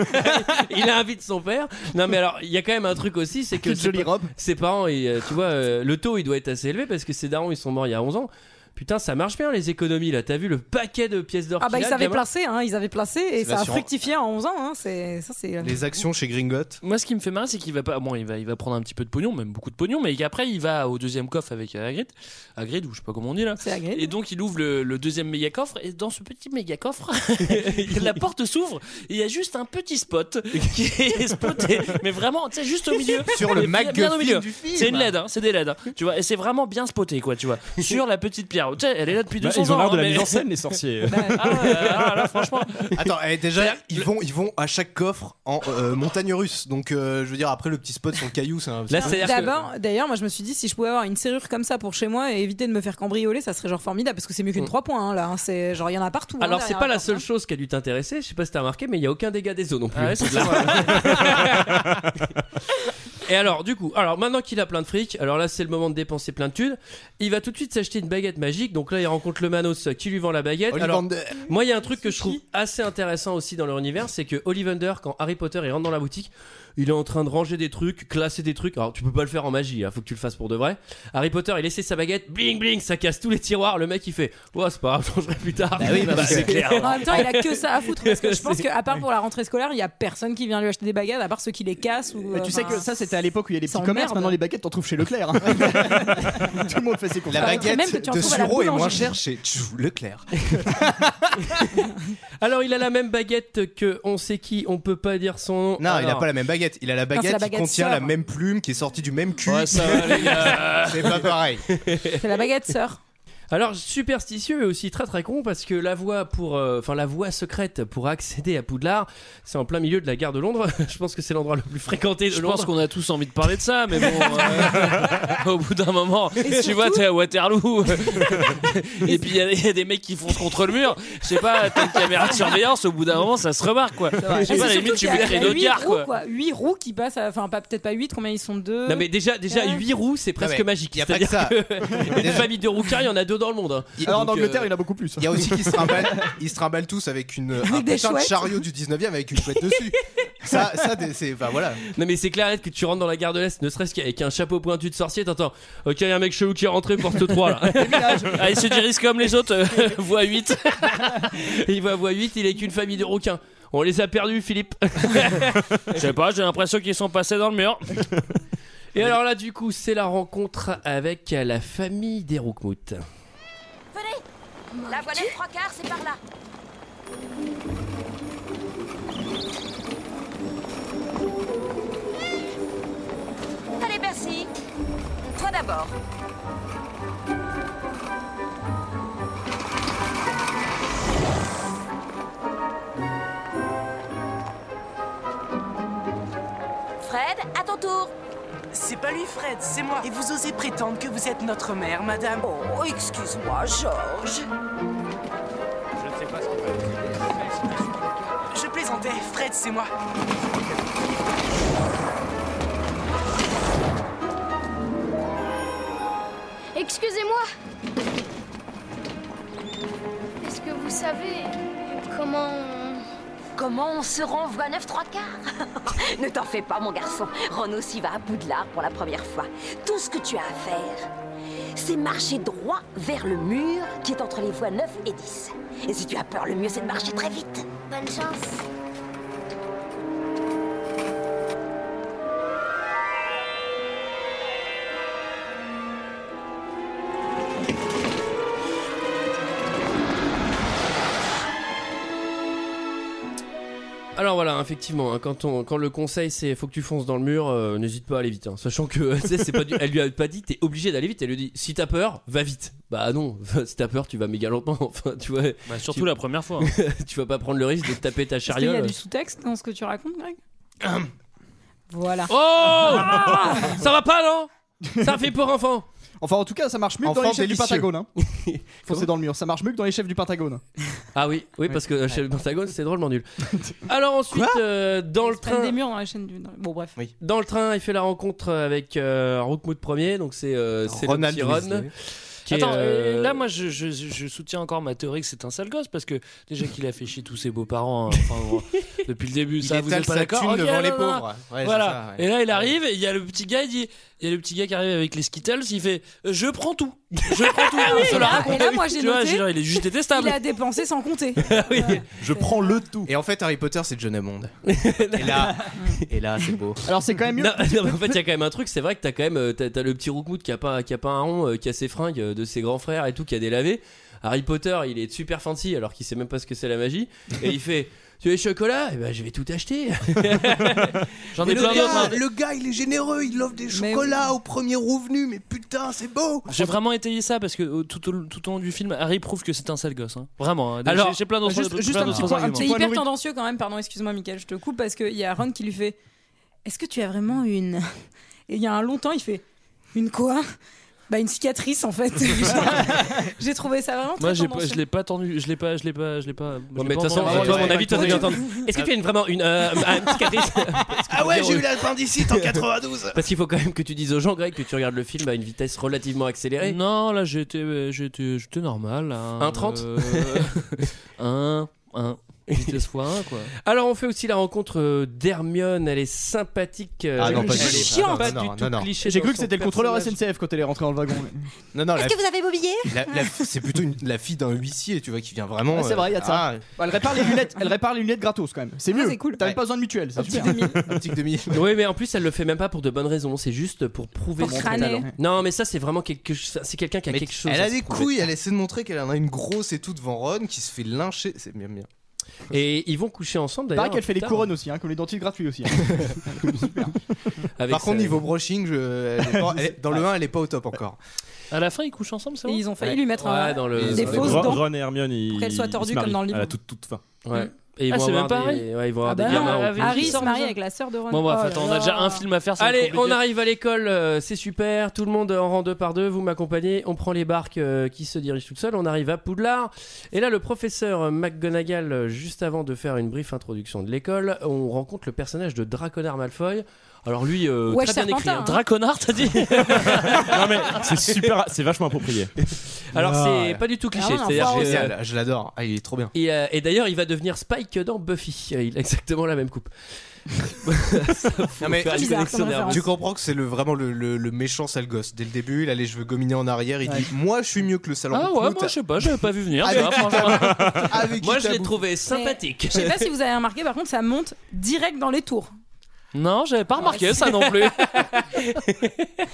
S1: il invite son père. Non, mais alors, il y a quand même un truc aussi, c'est que
S6: Quelle
S1: ses
S6: jolie
S1: pa- ses parents, et, euh, tu vois, euh, le taux, il doit être assez élevé parce que ses darons, ils sont morts il y a 11 ans. Putain, ça marche bien les économies là. T'as vu le paquet de pièces d'or
S7: Ah bah
S1: qu'il
S7: ils
S1: a,
S7: savaient
S1: gamin
S7: placer, hein, ils avaient placé et
S1: C'est
S7: ça a
S1: l'assurance.
S7: fructifié en 11 ans. Hein, c'est ça c'est.
S11: actions chez Gringotte.
S8: Moi, ce qui me fait marrer, c'est qu'il va pas. Bon, il va, il va prendre un petit peu de pognon, même beaucoup de pognon, mais qu'après, il va au deuxième coffre avec euh, Hagrid. Hagrid, ou je sais pas comment on dit là. Et donc, il ouvre le, le deuxième méga coffre, et dans ce petit méga coffre, la porte s'ouvre, et il y a juste un petit spot qui est spoté, mais vraiment, tu sais, juste au milieu.
S11: Sur le
S8: Mais bien- bien au
S11: MacGuffin
S8: milieu.
S11: du film.
S8: C'est une LED, hein, c'est des LED, hein, tu vois, et c'est vraiment bien spoté, quoi, tu vois, sur la petite pierre. Tu sais, elle est là depuis
S12: Bah,
S8: 200 ans.
S12: ils ont l'air de
S8: hein,
S12: la
S8: mais-
S12: mise en scène, les
S1: euh,
S12: sorciers.
S1: Ah,
S11: Attends, eh, déjà, ils vont, ils vont à chaque coffre en euh, montagne russe. Donc, euh, je veux dire, après le petit spot sur le caillou, c'est un.
S7: D'abord, d'ailleurs, moi je me suis dit si je pouvais avoir une serrure comme ça pour chez moi et éviter de me faire cambrioler, ça serait genre formidable parce que c'est mieux qu'une 3 points hein, là. hein, c'est genre il y en a partout. hein,
S1: Alors, c'est
S7: derrière
S1: pas
S7: la
S1: la seule chose qui a dû t'intéresser. Je sais pas si t'as remarqué, mais il y a aucun dégât des eaux non plus.
S8: Ah ouais, c'est ça.
S1: Et alors, du coup, alors maintenant qu'il a plein de fric, alors là c'est le moment de dépenser plein de thunes. Il va tout de suite s'acheter une baguette magique. Donc là, il rencontre le Manos euh, qui lui vend la baguette.
S11: Ollivander.
S1: Alors, moi, il y a un truc que je trouve assez intéressant aussi dans leur univers, c'est que Ollivander, quand Harry Potter il rentre dans la boutique, il est en train de ranger des trucs, classer des trucs. Alors, tu peux pas le faire en magie, hein, faut que tu le fasses pour de vrai. Harry Potter, il essaie sa baguette, bling bling, ça casse tous les tiroirs. Le mec, il fait, ouais, c'est pas grave, je rangerai plus
S8: Bah
S1: tard.
S11: oui, parce que-
S7: En même temps, il a que ça à foutre parce que je pense
S1: ben, C'est-
S7: qu'à part pour la rentrée scolaire, il y a personne qui vient lui acheter des baguettes à part ceux qui les cassent ou. euh,
S6: Mais tu sais que ça, c'était à l'époque où il y a les petits
S7: s'emmerde.
S6: commerces. Maintenant, les baguettes, t'en trouves chez Leclerc. hein. Tout le monde fait ses courses.
S11: La baguette
S7: même que tu en
S11: de
S7: trouves à la
S11: Sureau est moins
S7: boulangerie.
S11: chère chez Tchou, Leclerc.
S1: Alors, il a la même baguette que on sait qui, on peut pas dire son nom.
S11: Non, il a
S1: Alors-
S11: pas la même baguette. Il a la
S1: c'est
S11: baguette,
S1: la baguette
S11: qui contient
S1: sœur.
S11: la même plume qui est sortie du même cul.
S1: Ouais, ça va, les gars.
S11: c'est pas pareil.
S7: C'est la baguette sœur.
S1: Alors superstitieux et aussi très très con parce que la voie pour, euh, enfin la voie secrète pour accéder à Poudlard, c'est en plein milieu de la gare de Londres. Je pense que c'est l'endroit le plus fréquenté de
S8: Je
S1: Londres.
S8: pense qu'on a tous envie de parler de ça, mais bon, euh, au bout d'un moment, tu vois, t'es à Waterloo, et puis il y a- il y, a des mecs qui foncent contre le mur. Je sais pas, t'as une caméra de surveillance, au bout d'un moment, ça se remarque, quoi. Je sais pas, à la limite, tu veux créer d'autres gares, quoi.
S7: 8 roues qui passent, à- enfin pas- peut-être pas 8, combien ils sont deux
S1: Non mais déjà déjà
S7: Ouais.
S1: 8 roues c'est
S11: Ah
S1: presque
S11: ouais,
S1: magique.
S11: y a pas
S1: C'est-à-dire
S11: que ça.
S1: que une famille de rouquins, il y en a deux dans le monde. hein.
S6: Alors, en
S1: Donc, euh,
S6: Angleterre, il y en a beaucoup plus.
S11: Il y a Ah, aussi qui se trimballent, ils se trimballent tous avec une un
S6: des
S11: putain de
S6: chouettes.
S11: chariot du 19 e avec une chouette dessus. ça, ça, des- c'est bah voilà.
S1: Non mais c'est clair que tu rentres dans la gare de l'Est, ne serait-ce qu'avec un chapeau pointu de sorcier, t'entends Ok, il y a un mec chelou qui est rentré, porte 3 là.
S8: Ah, il se dirige comme les autres, euh, voie 8.
S1: il va à voie 8, il est qu'une famille de rouquins. On les a perdus, Philippe.
S8: Je sais pas, j'ai l'impression qu'ils sont passés dans le mur.
S1: Et alors là, du coup, c'est la rencontre avec euh, la famille des Roukmout.
S10: Venez La voilette trois quarts, c'est par là. Allez, merci. Toi d'abord. Fred, à ton tour.
S14: C'est pas lui, Fred, c'est moi. Et vous osez prétendre que vous êtes notre mère, madame
S10: Oh, excuse-moi, Georges.
S14: Je ne sais pas ce Je plaisantais, Fred, c'est moi.
S9: Excusez-moi Est-ce que vous savez comment...
S10: Comment on se rend voie 9 3 quarts Ne t'en fais pas, mon garçon. Ron aussi va à Poudlard pour la première fois. Tout ce que tu as à faire, c'est marcher droit vers le mur qui est entre les voies 9 et 10. Et si tu as peur, le mieux, c'est de marcher très vite.
S9: Bonne chance
S1: Alors voilà, effectivement, hein, quand, on, quand le conseil c'est faut que tu fonces dans le mur, euh, n'hésite pas à aller vite. hein. sachant que tu sais, c'est pas du- elle lui a pas dit t'es obligé d'aller vite, elle lui dit si t'as peur, va vite. Bah non, si t'as peur, tu vas méga lentement. Enfin, tu vois.
S8: Bah, surtout
S1: tu-
S8: la première fois. hein.
S1: tu vas pas prendre le risque de te taper ta
S7: Est-ce qu'il y a
S1: chariole.
S7: du sous-texte dans ce que tu racontes, Greg Voilà. Ah
S1: Oh Ça va pas non Ça fait pour enfant
S6: Enfin, en tout cas, ça marche mieux que dans
S1: Enfant
S6: les chefs du
S1: délicieux.
S6: Pentagone. Hein. Foncez dans le mur. Ça marche mieux que dans les chefs du Pentagone.
S1: Ah oui, oui, parce que euh, chez le Pentagone, c'est drôlement nul. Alors ensuite, euh, dans le
S7: Prennent
S1: train.
S7: des murs dans la chaîne du. dans- Bon, bref.
S1: Dans le train, il fait la rencontre avec euh, Rookmout premier, donc c'est euh, c'est le
S11: Ronald
S1: petit Ron,
S11: Weasley.
S1: qui est, euh,
S8: Attends, euh, là, moi, je, je- je soutiens encore ma théorie que c'est un sale gosse parce que déjà qu'il a fait chier tous ses beaux-parents hein, enfin, bon, depuis le début, ça, vous
S11: étale
S8: êtes pas
S11: sa
S8: d'accord
S11: thune
S8: Ok,
S11: devant
S8: non,
S11: les
S8: non,
S11: pauvres.
S8: non.
S11: Ouais,
S8: Voilà.
S11: c'est ça, ouais.
S8: Et là, il arrive et il y a le petit gars, il dit, il y a le petit gars qui arrive avec les Skittles, il fait, euh, je prends tout, je prends tout.
S7: Ah oui,
S8: Je
S7: et
S8: la
S7: là-
S8: raconte.
S7: et là, moi, j'ai
S8: Tu vois,
S7: noté-
S8: genre, il est juste détestable.
S7: Il a dépensé sans compter.
S11: Je prends le tout. Et en fait, Harry Potter, c'est John Hammond. et là, et là, c'est beau.
S6: Alors c'est quand même mieux.
S1: Non, non, mais en fait, il y a quand même un truc, c'est vrai que t'as quand même euh, t'as, t'as le petit Rookmout qui a pas qui a pas un rond, euh, qui a ses fringues euh, de ses grands frères et tout, qui a des lavés. Harry Potter, il est super fancy alors qu'il sait même pas ce que c'est la magie et il fait tu veux des chocolats Eh ben je vais tout acheter. J'en ai plein
S11: Mais le,
S1: d'autres.
S11: gars,
S1: hein.
S11: le gars, il est généreux, il offre des chocolats au premier revenu, mais putain, c'est beau.
S8: J'ai vraiment étayé ça parce que euh, tout au, tout au long du film, Harry prouve que c'est un sale gosse. hein. Vraiment. hein.
S1: Alors,
S8: J'ai- j'ai plein d'autres
S1: juste-
S8: plein
S1: juste un
S8: d'autres
S1: petit point- un
S8: arguments.
S1: petit
S7: C'est hyper tendancieux quand même, pardon, excuse-moi Michael, je te coupe parce qu'il y a Ron qui lui fait Est-ce que tu as vraiment une. Et il y a un long temps, il fait Une quoi Bah une cicatrice en fait. j'ai trouvé ça vraiment très
S8: Moi, j'ai pas-
S7: tendancieux.
S8: je l'ai pas tendu, je l'ai pas, je l'ai pas, je l'ai pas. je l'ai
S1: mais de
S8: pas
S1: toute façon,
S8: entendu.
S1: toi, à mon avis, toi, t'as dû entendre. Est-ce que tu as une- vraiment une euh, un cicatrice
S11: Ah ouais, j'ai eu
S1: la
S11: l'appendicite en 92.
S1: Parce qu'il faut quand même que tu dises aux gens, Greg, que tu regardes le film à une vitesse relativement accélérée.
S8: Euh, Non, là euh, j'étais j'étais j'étais normal. hein.
S1: 1,30?
S8: Euh, Un 1 vitesse fois 1 quoi.
S1: Alors on fait aussi la rencontre euh, d'Hermione, elle est sympathique. euh,
S11: Ah non, pas du
S1: elle est
S11: tout.
S1: chiante.
S11: Non,
S1: Pas
S11: non,
S1: du
S11: non,
S1: tout
S11: non.
S1: cliché
S6: J'ai
S1: dans
S6: cru que
S1: son
S6: c'était le contrôleur
S1: personnage.
S6: SNCF quand elle est rentrée dans le wagon.
S11: Non, non, la-
S10: Est-ce que vous avez vos billets
S11: la- la- c'est plutôt une- la fille d'un huissier, tu vois, qui vient vraiment.
S6: Ah, c'est
S11: euh,
S6: vrai, il y a de ça.
S11: ah,
S6: Bah, elle répare les lunettes. Elle répare les lunettes gratos quand même. C'est mieux.
S7: c'est cool.
S6: T'as même pas besoin de mutuelle. C'est super.
S1: Oui, mais en plus, elle le fait même pas pour de bonnes raisons. C'est juste pour prouver
S11: Pour
S1: son
S11: crâner.
S1: talent. Non, mais ça, c'est vraiment quelque chose. C'est quelqu'un qui a quelque chose.
S11: Elle
S1: à
S11: a
S1: se
S11: des
S1: prouver.
S11: couilles, elle essaie de montrer qu'elle en a une grosse et tout devant Ron qui se fait lyncher. C'est bien, bien.
S1: Et ils vont coucher ensemble d'ailleurs.
S6: Pareil qu'elle fait
S1: plus
S6: les
S1: tard.
S6: couronnes aussi, hein, comme les dentistes gratuits aussi. hein.
S1: Avec
S11: Par contre,
S1: sa-
S11: niveau brushing, je- elle est pas- elle est- dans le 1, elle est pas au top encore.
S8: À la fin, ils couchent ensemble, ça.
S7: Et ils ont failli lui mettre un-
S1: Ouais, dans le-
S7: des
S1: dans
S7: fausses
S12: Ron,
S7: dents.
S12: Ron et Hermione, ils.
S7: qu'elle soit
S12: ils se
S7: tordue
S12: marient
S7: comme dans le livre. Mm.
S12: À la toute, toute fin.
S1: Ouais. Et ils
S8: Ah,
S1: vont
S8: c'est
S1: avoir
S8: même pareil.
S1: des, ouais, ils vont avoir
S8: Ah
S1: des
S8: bah non,
S1: gamins
S8: avec-
S1: autour.
S7: Harry se
S8: Sans
S7: marie
S8: ça.
S7: avec la sœur de Ron.
S8: Bon, bref,
S7: Oh
S8: attends,
S7: là
S8: on a déjà
S7: là.
S8: un film à faire. ça va
S1: Allez,
S8: être
S1: on
S8: compliqué.
S1: arrive à l'école, euh, c'est super, tout le monde en rang deux par deux, vous m'accompagnez, on prend les barques euh, qui se dirigent toutes seules, on arrive à Poudlard, et là le professeur euh, McGonagall, euh, juste avant de faire une briefe introduction de l'école, on rencontre le personnage de Draconard Malfoy, alors lui, euh,
S7: Wesh,
S1: très bien écrit,
S7: Serpentin,
S1: hein.
S7: hein.
S8: Draconard, t'as dit
S12: Non, mais c'est super, c'est vachement approprié.
S1: alors c'est
S11: Voilà.
S1: pas du tout cliché,
S11: Ah,
S1: c'est-à-dire que,
S11: génial, je l'adore. Ah, il est trop bien.
S1: Et, euh, et d'ailleurs, il va devenir Spike dans Buffy. Euh, Il a exactement la même coupe. Ça, faut
S11: Non, mais
S1: faire une connexion nerveuse.
S11: tu comprends que c'est le, vraiment le, le- le méchant sale gosse. Dès le début, il a les cheveux gominés en arrière. Il dit Moi, je suis mieux que le salon.
S8: Ah ouais, moi je sais pas, j'avais pas vu venir.
S11: Avec-
S8: ça, franchement.
S1: Moi, je l'ai trouvé sympathique.
S7: Je sais pas si vous avez remarqué, par contre, ça monte direct dans les tours.
S8: Non, j'avais pas remarqué
S7: Ouais, c'est-
S8: ça non plus.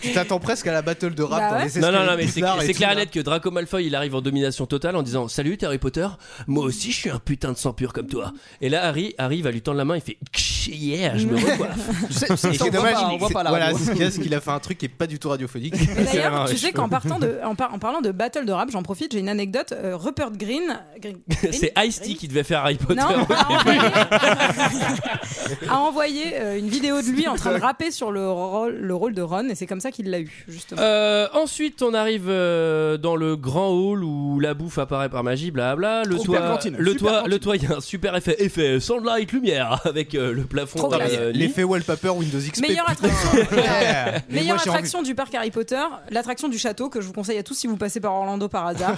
S11: Tu t'attends presque à la battle de rap
S7: Bah
S11: dans
S7: ouais.
S11: les
S1: Non, non, non,
S11: escaliers
S1: mais
S11: de
S1: c'est
S11: Poudlard et
S1: c'est
S11: tout,
S1: clair et
S11: là.
S1: net que Draco Malfoy il arrive en domination totale en disant Salut, t'es Harry Potter Moi aussi, je suis un putain de sang pur comme toi. Et là, Harry arrive à lui tendre la main, il fait Ksh, Yeah, je me recoiffe.
S11: Et
S6: ça, on
S11: c'est
S6: voit
S11: dommage,
S6: pas, on voit
S11: c'est-
S6: pas la
S11: voilà,
S6: radio.
S11: c'est ce qu'il y a, c'est qu'il a fait un truc qui est pas du tout radiophonique.
S7: Et D'ailleurs, tu sais qu'en partant de, en, par- en parlant de battle de rap, j'en profite, j'ai une anecdote. euh, Rupert Green, Green-
S1: C'est Ice-T qui devait faire Harry Potter.
S7: Non,
S1: au
S7: a
S1: début.
S7: envoyé, a envoyé, euh, une vidéo de lui en train de rapper sur le rôle, le rôle de Ron, et c'est comme ça qu'il l'a eu, justement.
S1: Euh, ensuite, on arrive euh, dans le grand hall où la bouffe apparaît par magie, blabla. Le
S6: Super
S1: toit,
S6: cantine,
S1: le
S6: super
S1: toit, le toit, il y a un super effet, effet sunlight lumière avec euh, le plafond.
S7: Trop
S1: euh,
S7: classe.
S1: nu.
S11: L'effet wallpaper Windows XP.
S7: Meilleure
S11: putain.
S7: attraction, euh,
S11: Ouais. Mais
S7: meilleure
S11: moi, j'ai envie-
S7: attraction du parc Harry Potter, l'attraction du château que je vous conseille à tous si vous passez par Orlando par hasard.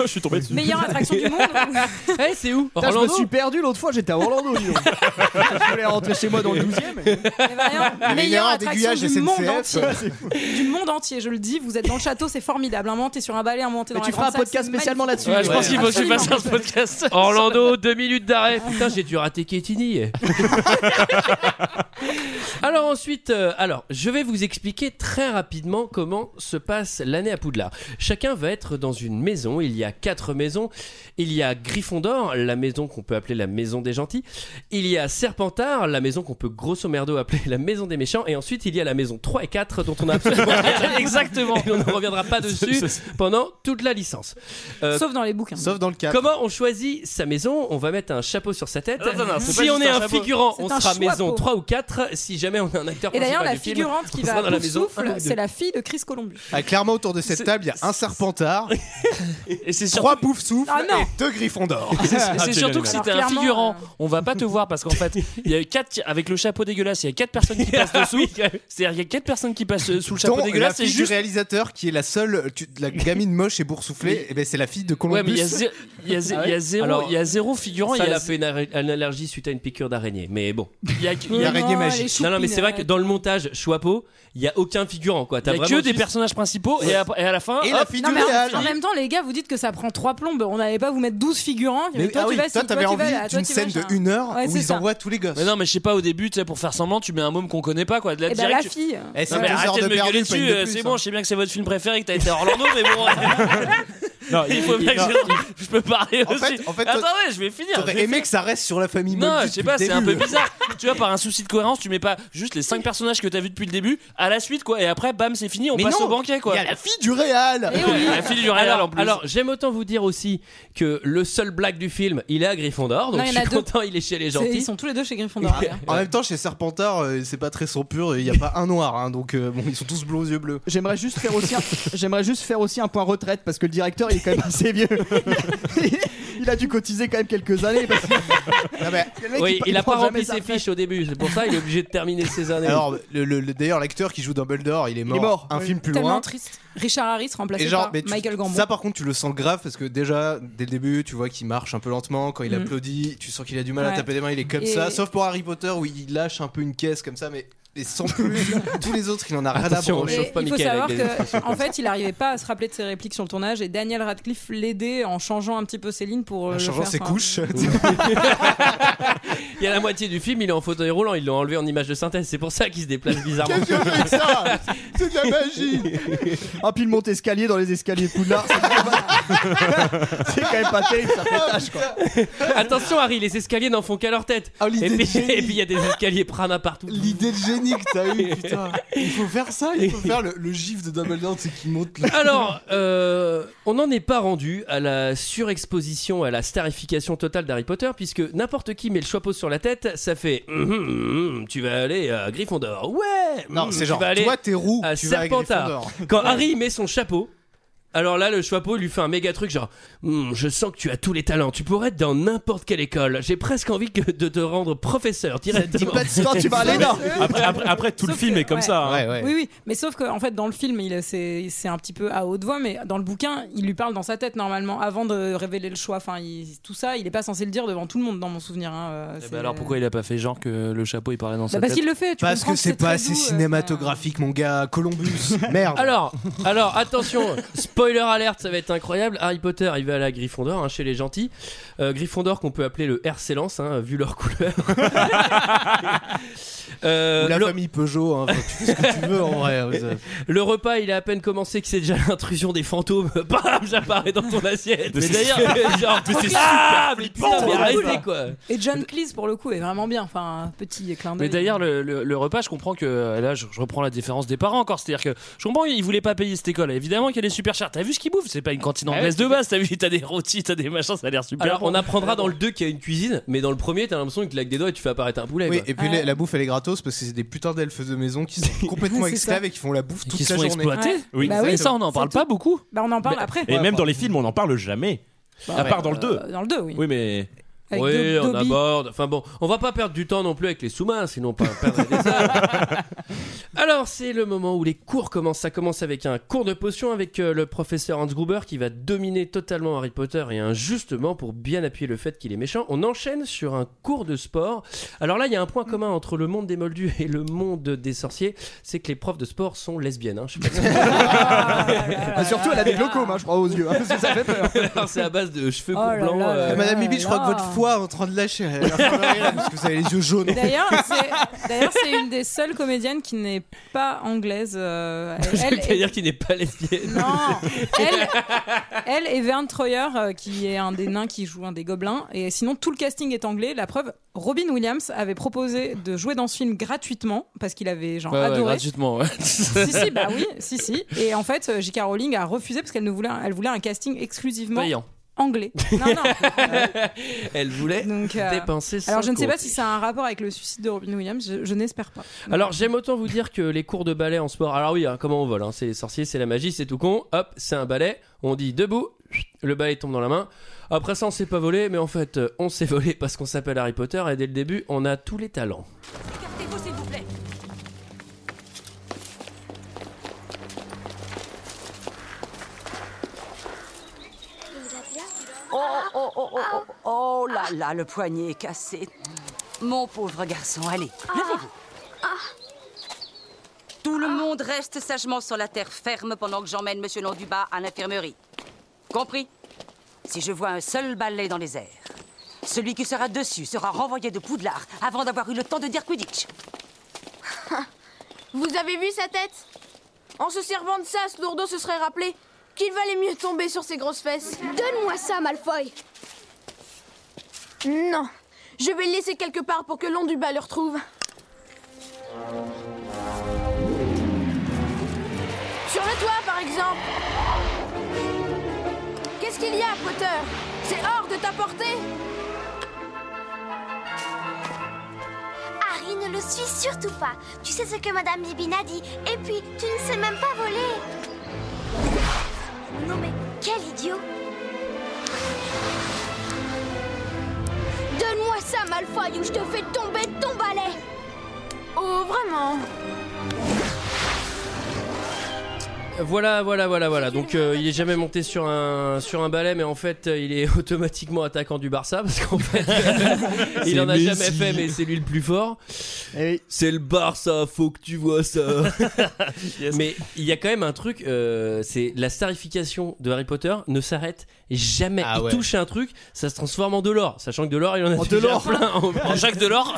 S12: Je suis tombé dessus.
S7: meilleure attraction du monde.
S1: Eh, c'est où
S6: Putain, je me
S1: Orlando
S6: suis perdu l'autre fois, j'étais à Orlando. dis donc. je voulais rentrer chez moi dans le 12
S7: meilleure attraction
S6: d'aiguillage
S7: du monde
S6: SNCF.
S7: entier. du monde entier, je le dis. Vous êtes dans le château, c'est formidable. Un moment, t'es sur un balai, un moment, t'es
S6: Mais
S7: dans
S6: tu
S7: la
S6: feras un
S7: grande salle,
S6: podcast
S7: c'est
S6: spécialement
S7: magnifique.
S8: Ouais, je pense qu'il faut que je
S7: Absolument.
S8: fasse un podcast.
S1: Orlando, deux minutes d'arrêt. Putain, j'ai dû rater Kétini. alors ensuite, euh, alors je vais vous expliquer très rapidement comment se passe l'année à Poudlard. Chacun va être dans une maison. Il y a quatre maisons. Il y a Gryffondor, la maison qu'on peut appeler la maison des gentils. Il y a Serpentard, la maison qu'on peut grosso merdo appeler la maison des méchants. Et ensuite, il y a la maison 3 et 4 dont on a absolument rien.
S8: Exactement.
S1: Et on ne reviendra pas dessus pendant toute la licence. Euh,
S7: Sauf dans les bouquins.
S11: Sauf dans le cas.
S1: Comment on choisit sa maison On va mettre un chapeau sur sa tête.
S8: Non, non, non, c'est pas
S1: si
S8: juste
S1: on est
S8: un
S1: un
S8: chapeau.
S1: figurant,
S7: C'est
S1: on
S7: un
S1: sera
S7: chapeau.
S1: maison 3 ou 4. 4. Si jamais on a un acteur
S7: Et d'ailleurs,
S1: principal
S7: la
S1: du film,
S7: figurante qui
S1: on sera
S7: va
S1: dans la
S7: Pouf
S1: maison.
S7: Souffle,
S1: un ou deux.
S7: c'est la fille de Chris Columbus.
S11: Ah, clairement, autour de cette table, il y a un serpentard, trois poufs souffles
S7: Ah, non.
S11: et deux griffons d'or.
S8: C'est- C'est surtout que si t'es un
S7: Alors, clairement, euh,
S8: figurant, on va pas te voir parce qu'en fait, il y a quatre avec le chapeau dégueulasse, il y a quatre personnes qui passent
S7: Ah
S8: dessous. C'est-à-dire il y a quatre personnes qui passent euh, sous le chapeau
S11: Dont la
S8: dégueulasse. C'est
S11: fille du
S8: juste.
S11: réalisateur qui est la seule, tu- la gamine moche et boursouflée, et ben c'est la fille de Columbus. Ah
S8: Ouais, mais il y a zé- il y a zé- Ah il y a zéro-
S1: Alors,
S8: il y a zéro figurant.
S1: Ça,
S8: il y
S1: elle
S8: a
S1: a fait une, ar- une allergie suite à une piqûre d'araignée, mais bon.
S8: Il y a,
S1: y a
S8: araignée magique.
S1: Non, non, mais c'est vrai que dans le montage, Choipeau, il y a aucun figurant, quoi. T'as
S8: Il y a que
S1: vraiment
S8: des
S1: juste-
S8: personnages principaux et à, et à la fin. hop,
S7: Ah, Non, mais en- en, même temps, les gars, vous dites que ça prend trois plombes. On n'allait pas vous mettre 12 figurants. Il y avait
S8: Mais-
S7: toi,
S8: ah
S7: tu
S8: oui,
S7: vas
S8: toi,
S7: ci, toi,
S8: t'avais
S7: tu
S8: envie
S7: vas là, toi,
S11: d'une
S7: tu vas
S11: scène de
S7: là.
S11: une heure
S7: Ouais,
S11: où
S7: c'est
S11: ils
S7: ça.
S11: envoient tous les gosses.
S8: Mais non, mais je sais pas, au début, tu sais, pour faire semblant, tu mets un môme qu'on connaît pas, quoi. De la,
S7: Eh ben,
S8: direct,
S7: la
S8: tu-
S7: fille.
S8: Eh,
S11: c'est
S8: non, mais
S11: 12 heures
S8: arrêtez
S11: de
S8: de me gueuler
S11: perdu, pas une
S8: dessus,
S11: de
S8: euh,
S11: plus,
S8: c'est
S11: hein.
S8: bon, je sais bien que c'est votre film préféré, que t'as été à Orlando, mais bon.
S12: Non,
S8: il faut bien que je, je peux parler
S11: En
S8: aussi.
S11: fait- en fait, toi-
S8: Attendez, je vais finir. je
S11: T'aurais
S8: vais
S11: aimé que ça reste sur la famille
S8: Non,
S11: Moldy
S8: je sais
S11: depuis
S8: pas,
S11: le
S8: c'est un peu
S11: début.
S8: bizarre. tu vois, par un souci de cohérence, tu mets pas juste les 5 personnages que t'as vu depuis le début à la suite, quoi. Et après, bam, c'est fini, on
S11: Mais
S8: passe
S11: non,
S8: au banquet, quoi.
S11: Il y a la fille du Réal
S7: Eh
S8: La fille du Real,
S1: alors,
S8: en plus.
S1: alors, j'aime autant vous dire aussi que le seul blague du film, il est à Gryffondor, donc
S7: Non, il y
S1: je
S7: en
S1: suis
S7: a deux.
S1: content, il est chez les
S7: C'est- Ils
S1: gentils.
S7: sont tous les deux chez Gryffondor. d'ailleurs.
S11: En même temps, chez Serpentard, euh, c'est pas très sang pur, il n'y a pas un noir, hein, donc euh, bon, ils sont tous bleus aux yeux bleus.
S6: J'aimerais juste faire aussi un, j'aimerais juste faire aussi un point retraite parce que le directeur il est quand même assez vieux. il a dû cotiser quand même quelques années. parce que-
S11: Ah bah,
S6: Le mec,
S1: Oui,
S6: il-
S1: il a pas
S6: il prend
S1: rempli
S6: jamais sa
S1: ses fiches au début, c'est pour ça il est obligé de terminer ses années.
S11: Alors, le- le- le- d'ailleurs, l'acteur qui joue Dumbledore, il est mort.
S1: est mort,
S11: un
S1: oui.
S11: film plus
S7: Tellement
S11: loin.
S7: triste. Richard Harris remplacé
S11: Et genre, mais
S7: par
S11: tu-
S7: Bah, Michael Gambon.
S11: ça par contre tu le sens grave parce que déjà dès le début tu vois qu'il marche un peu lentement quand il
S7: Mm.
S11: applaudit tu sens qu'il a du mal à
S7: Ouais.
S11: taper des mains il est comme
S7: Et-
S11: ça sauf pour Harry Potter où il lâche un peu une caisse comme ça mais mais sans plus tous les autres il en a rien à
S1: Attention,
S11: branler.
S1: on chauffe pas
S7: Il faut
S1: Michael
S7: savoir
S1: avec des expressions
S7: que, en fait, il n'arrivait pas à se rappeler de ses répliques sur le tournage et Daniel Radcliffe l'aidait en changeant un petit peu ses lignes pour. euh,
S11: En
S7: le
S11: changeant
S7: faire,
S11: ses
S7: enfin,
S11: couches
S1: Il y a la moitié du film, il est en fauteuil roulant, ils l'ont enlevé en image de synthèse, c'est pour ça qu'il se déplace bizarrement.
S6: C'est de la magie Ah, puis le monte escalier dans les escaliers de Poudlard, c'est quand même- c'est quand même pas terrible, ça fait tâche quoi.
S1: Attention Harry, les escaliers n'en font qu'à leur tête.
S11: Ah, l'idée
S1: et
S11: de
S1: puis
S11: génie.
S1: et puis il y a des escaliers prana partout.
S11: L'idée de génie que t'as eu, putain. Il faut faire ça, il faut faire le, le gif de Dumbledore, c'est qui monte le...
S1: Alors, euh, on n'en est pas rendu à la surexposition, à la starification totale d'Harry Potter, puisque n'importe qui met le chapeau sur la tête, ça fait Hum, hum, hum, tu vas aller à Gryffondor, ouais.
S11: Non,
S1: hum,
S11: c'est
S1: tu
S11: genre,
S1: vas aller
S11: toi, t'es roux,
S1: à
S11: tu vas à
S1: Serpentard.
S11: Gryffondor.
S1: Quand Harry met son chapeau. Alors là, le chapeau lui fait un méga truc genre Hum, Je sens que tu as tous les talents, tu pourrais être dans n'importe quelle école. J'ai presque envie que de te rendre professeur directement.
S11: pas de histoire, tu vas aller là.
S12: Après, après- après, tout le
S7: Sauf
S12: film
S7: que-
S12: est comme
S7: ouais.
S12: ça. hein.
S7: Oui, oui, mais sauf que en fait, dans le film, il est- c'est c'est un petit peu à haute voix, mais dans le bouquin, il lui parle dans sa tête normalement avant de révéler le choix. Enfin, il- tout ça, il est pas censé le dire devant tout le monde, dans mon souvenir. hein, euh,
S8: Eh
S7: c'est-
S8: ben alors pourquoi il a pas fait genre que le chapeau il parlait dans
S7: Bah,
S8: sa
S7: Parce
S8: tête
S7: qu'il le fait. Tu
S11: Parce
S7: comprends
S11: que c'est pas
S7: très
S11: assez
S7: doux, euh,
S11: cinématographique, mon gars. Columbus, merde.
S1: Alors, alors attention, spoiler alerte, ça va être incroyable. Harry Potter, il va aller à Gryffondor, hein, chez les gentils. Euh, Gryffondor qu'on peut appeler le RC Lance, hein, vu leur couleur. Euh,
S11: Ou la
S1: le,
S11: famille Peugeot, hein, enfin, tu fais ce que tu veux en vrai. vous, euh.
S1: le repas, il a à peine commencé que c'est déjà l'intrusion des fantômes. Bam, j'apparais dans ton assiette. Mais d'ailleurs, genre, ah, mais putain, mais arrêtez quoi.
S7: Et John Cleese pour le coup est vraiment bien. Enfin, un petit clin d'œil.
S8: Mais d'ailleurs, le, le- le repas, je comprends que euh, là, je, je reprends la différence des parents encore. C'est-à-dire que je comprends, ils voulaient pas payer cette école. Évidemment qu'elle est super chère. T'as vu ce qu'ils bouffent C'est pas une cantine
S11: Ah
S8: anglaise de base. T'as vu, t'as des rôtis, t'as des machins, ça a l'air super.
S1: Alors,
S8: bon.
S1: on apprendra dans le 2 qu'il y a une cuisine, mais dans le premier, t'as l'impression qu'il claque des doigts et tu fais apparaître un poulet.
S11: Oui,
S1: quoi.
S11: et puis la, la bouffe elle est gratos parce que c'est des putains d'elfes de maison qui sont complètement
S7: C'est ça.
S11: esclaves et qui font la bouffe toute
S8: qui
S11: la
S8: sont
S11: journée.
S8: exploités.
S7: Ouais.
S12: Oui.
S7: Bah oui,
S8: Et ça, on n'en
S7: c'est
S8: parle
S7: tout.
S8: pas beaucoup.
S7: Bah, on en parle après.
S12: Et même dans les films, on n'en parle jamais. à part dans le 2.
S7: Euh, Dans le 2, oui.
S12: Oui, mais.
S7: Avec
S1: oui,
S7: Do-
S1: on
S7: Dobby.
S1: aborde. Enfin bon, on va pas perdre du temps non plus avec les sous-marins, sinon on peut perdre des heures. Alors, c'est le moment où les cours commencent. Ça commence avec un cours de potion avec euh, le professeur Hans Gruber qui va dominer totalement Harry Potter et injustement pour bien appuyer le fait qu'il est méchant. On enchaîne sur un cours de sport. Alors là, il y a un point commun entre le monde des moldus et le monde des sorciers, c'est que les profs de sport sont lesbiennes. hein. Je sais pas si-
S6: Ah, surtout, elle a des glaucomes, hein, je crois, aux yeux. hein, parce que ça fait peur.
S1: Alors, c'est à base de cheveux
S7: Oh
S1: courts
S7: là
S1: blancs.
S7: là
S1: euh,
S11: Eh, Madame Bibi, je crois que votre foie est en train de lâcher. Elle a l'air de rire, parce que vous avez les yeux jaunes.
S7: D'ailleurs, c'est d'ailleurs, c'est une des seules comédiennes qui n'est pas anglaise. euh, elle,
S1: Je veux dire qu'il n'est pas lesbienne.
S7: Non, elle, elle et Vern Troyer, euh, qui est un des nains qui joue un des gobelins. Et sinon, tout le casting est anglais. La preuve, Robin Williams avait proposé de jouer dans ce film gratuitement parce qu'il avait genre
S8: Ouais, ouais,
S7: adoré.
S8: gratuitement. ouais.
S7: si bah si, bah oui, si si. Et en fait, euh, J.K. Rowling a refusé parce qu'elle ne voulait, elle voulait un casting exclusivement
S8: Payant.
S7: anglais. Non, non.
S1: Elle voulait
S7: Donc, euh,
S1: dépenser son
S7: Alors je ne sais
S1: cours.
S7: pas si ça a un rapport avec le suicide de Robin Williams, je, je n'espère pas.
S1: Alors j'aime autant vous dire que les cours de ballet en sport. Alors oui, hein, comment on vole hein, C'est les sorciers, c'est la magie, c'est tout con. Hop, c'est un ballet. On dit debout, le ballet tombe dans la main. Après ça, on s'est pas volé, mais en fait, euh, on s'est volé parce qu'on s'appelle Harry Potter et dès le début, on a tous les talents.
S15: Écartez-vous, s'il vous plaît.
S10: Oh, oh, oh, oh, oh, oh là là, le poignet est cassé. Mon pauvre garçon, allez, levez-vous. Tout le monde reste sagement sur la terre ferme pendant que j'emmène Monsieur Londuba à l'infirmerie. Compris Si je vois un seul balai dans les airs, celui qui sera dessus sera renvoyé de Poudlard avant d'avoir eu le temps de dire Quidditch.
S16: Vous avez vu sa tête En se servant de ça, ce lourdeau se serait rappelé qu'il valait mieux tomber sur ses grosses fesses. Donne-moi ça, Malfoy Non, je vais le laisser quelque part pour que Londuba le retrouve. Sur le toit, par exemple Qu'est-ce qu'il y a, Potter C'est hors de ta portée
S9: Harry, ne le suis surtout pas. Tu sais ce que Madame Bibina dit. Et puis, tu ne sais même pas voler. Non mais, quel idiot
S16: Donne-moi ça, Malfoy, ou je te fais tomber de ton balai Oh, vraiment
S1: Voilà, voilà, voilà, voilà. Donc euh, il est jamais monté sur un sur un balai, mais en fait euh, il est automatiquement attaquant du Barça parce qu'en fait il en a
S17: Messi.
S1: jamais fait, mais c'est lui le plus fort. Eh C'est le Barça, faut que tu vois ça. Mais il y a quand même un truc, euh, c'est la starification de Harry Potter ne s'arrête jamais. il
S8: ouais.
S1: touche un truc, ça se transforme en de l'or, sachant que de l'or il en a
S8: En
S1: déjà
S8: Delors.
S1: plein.
S8: En Jacques Delors.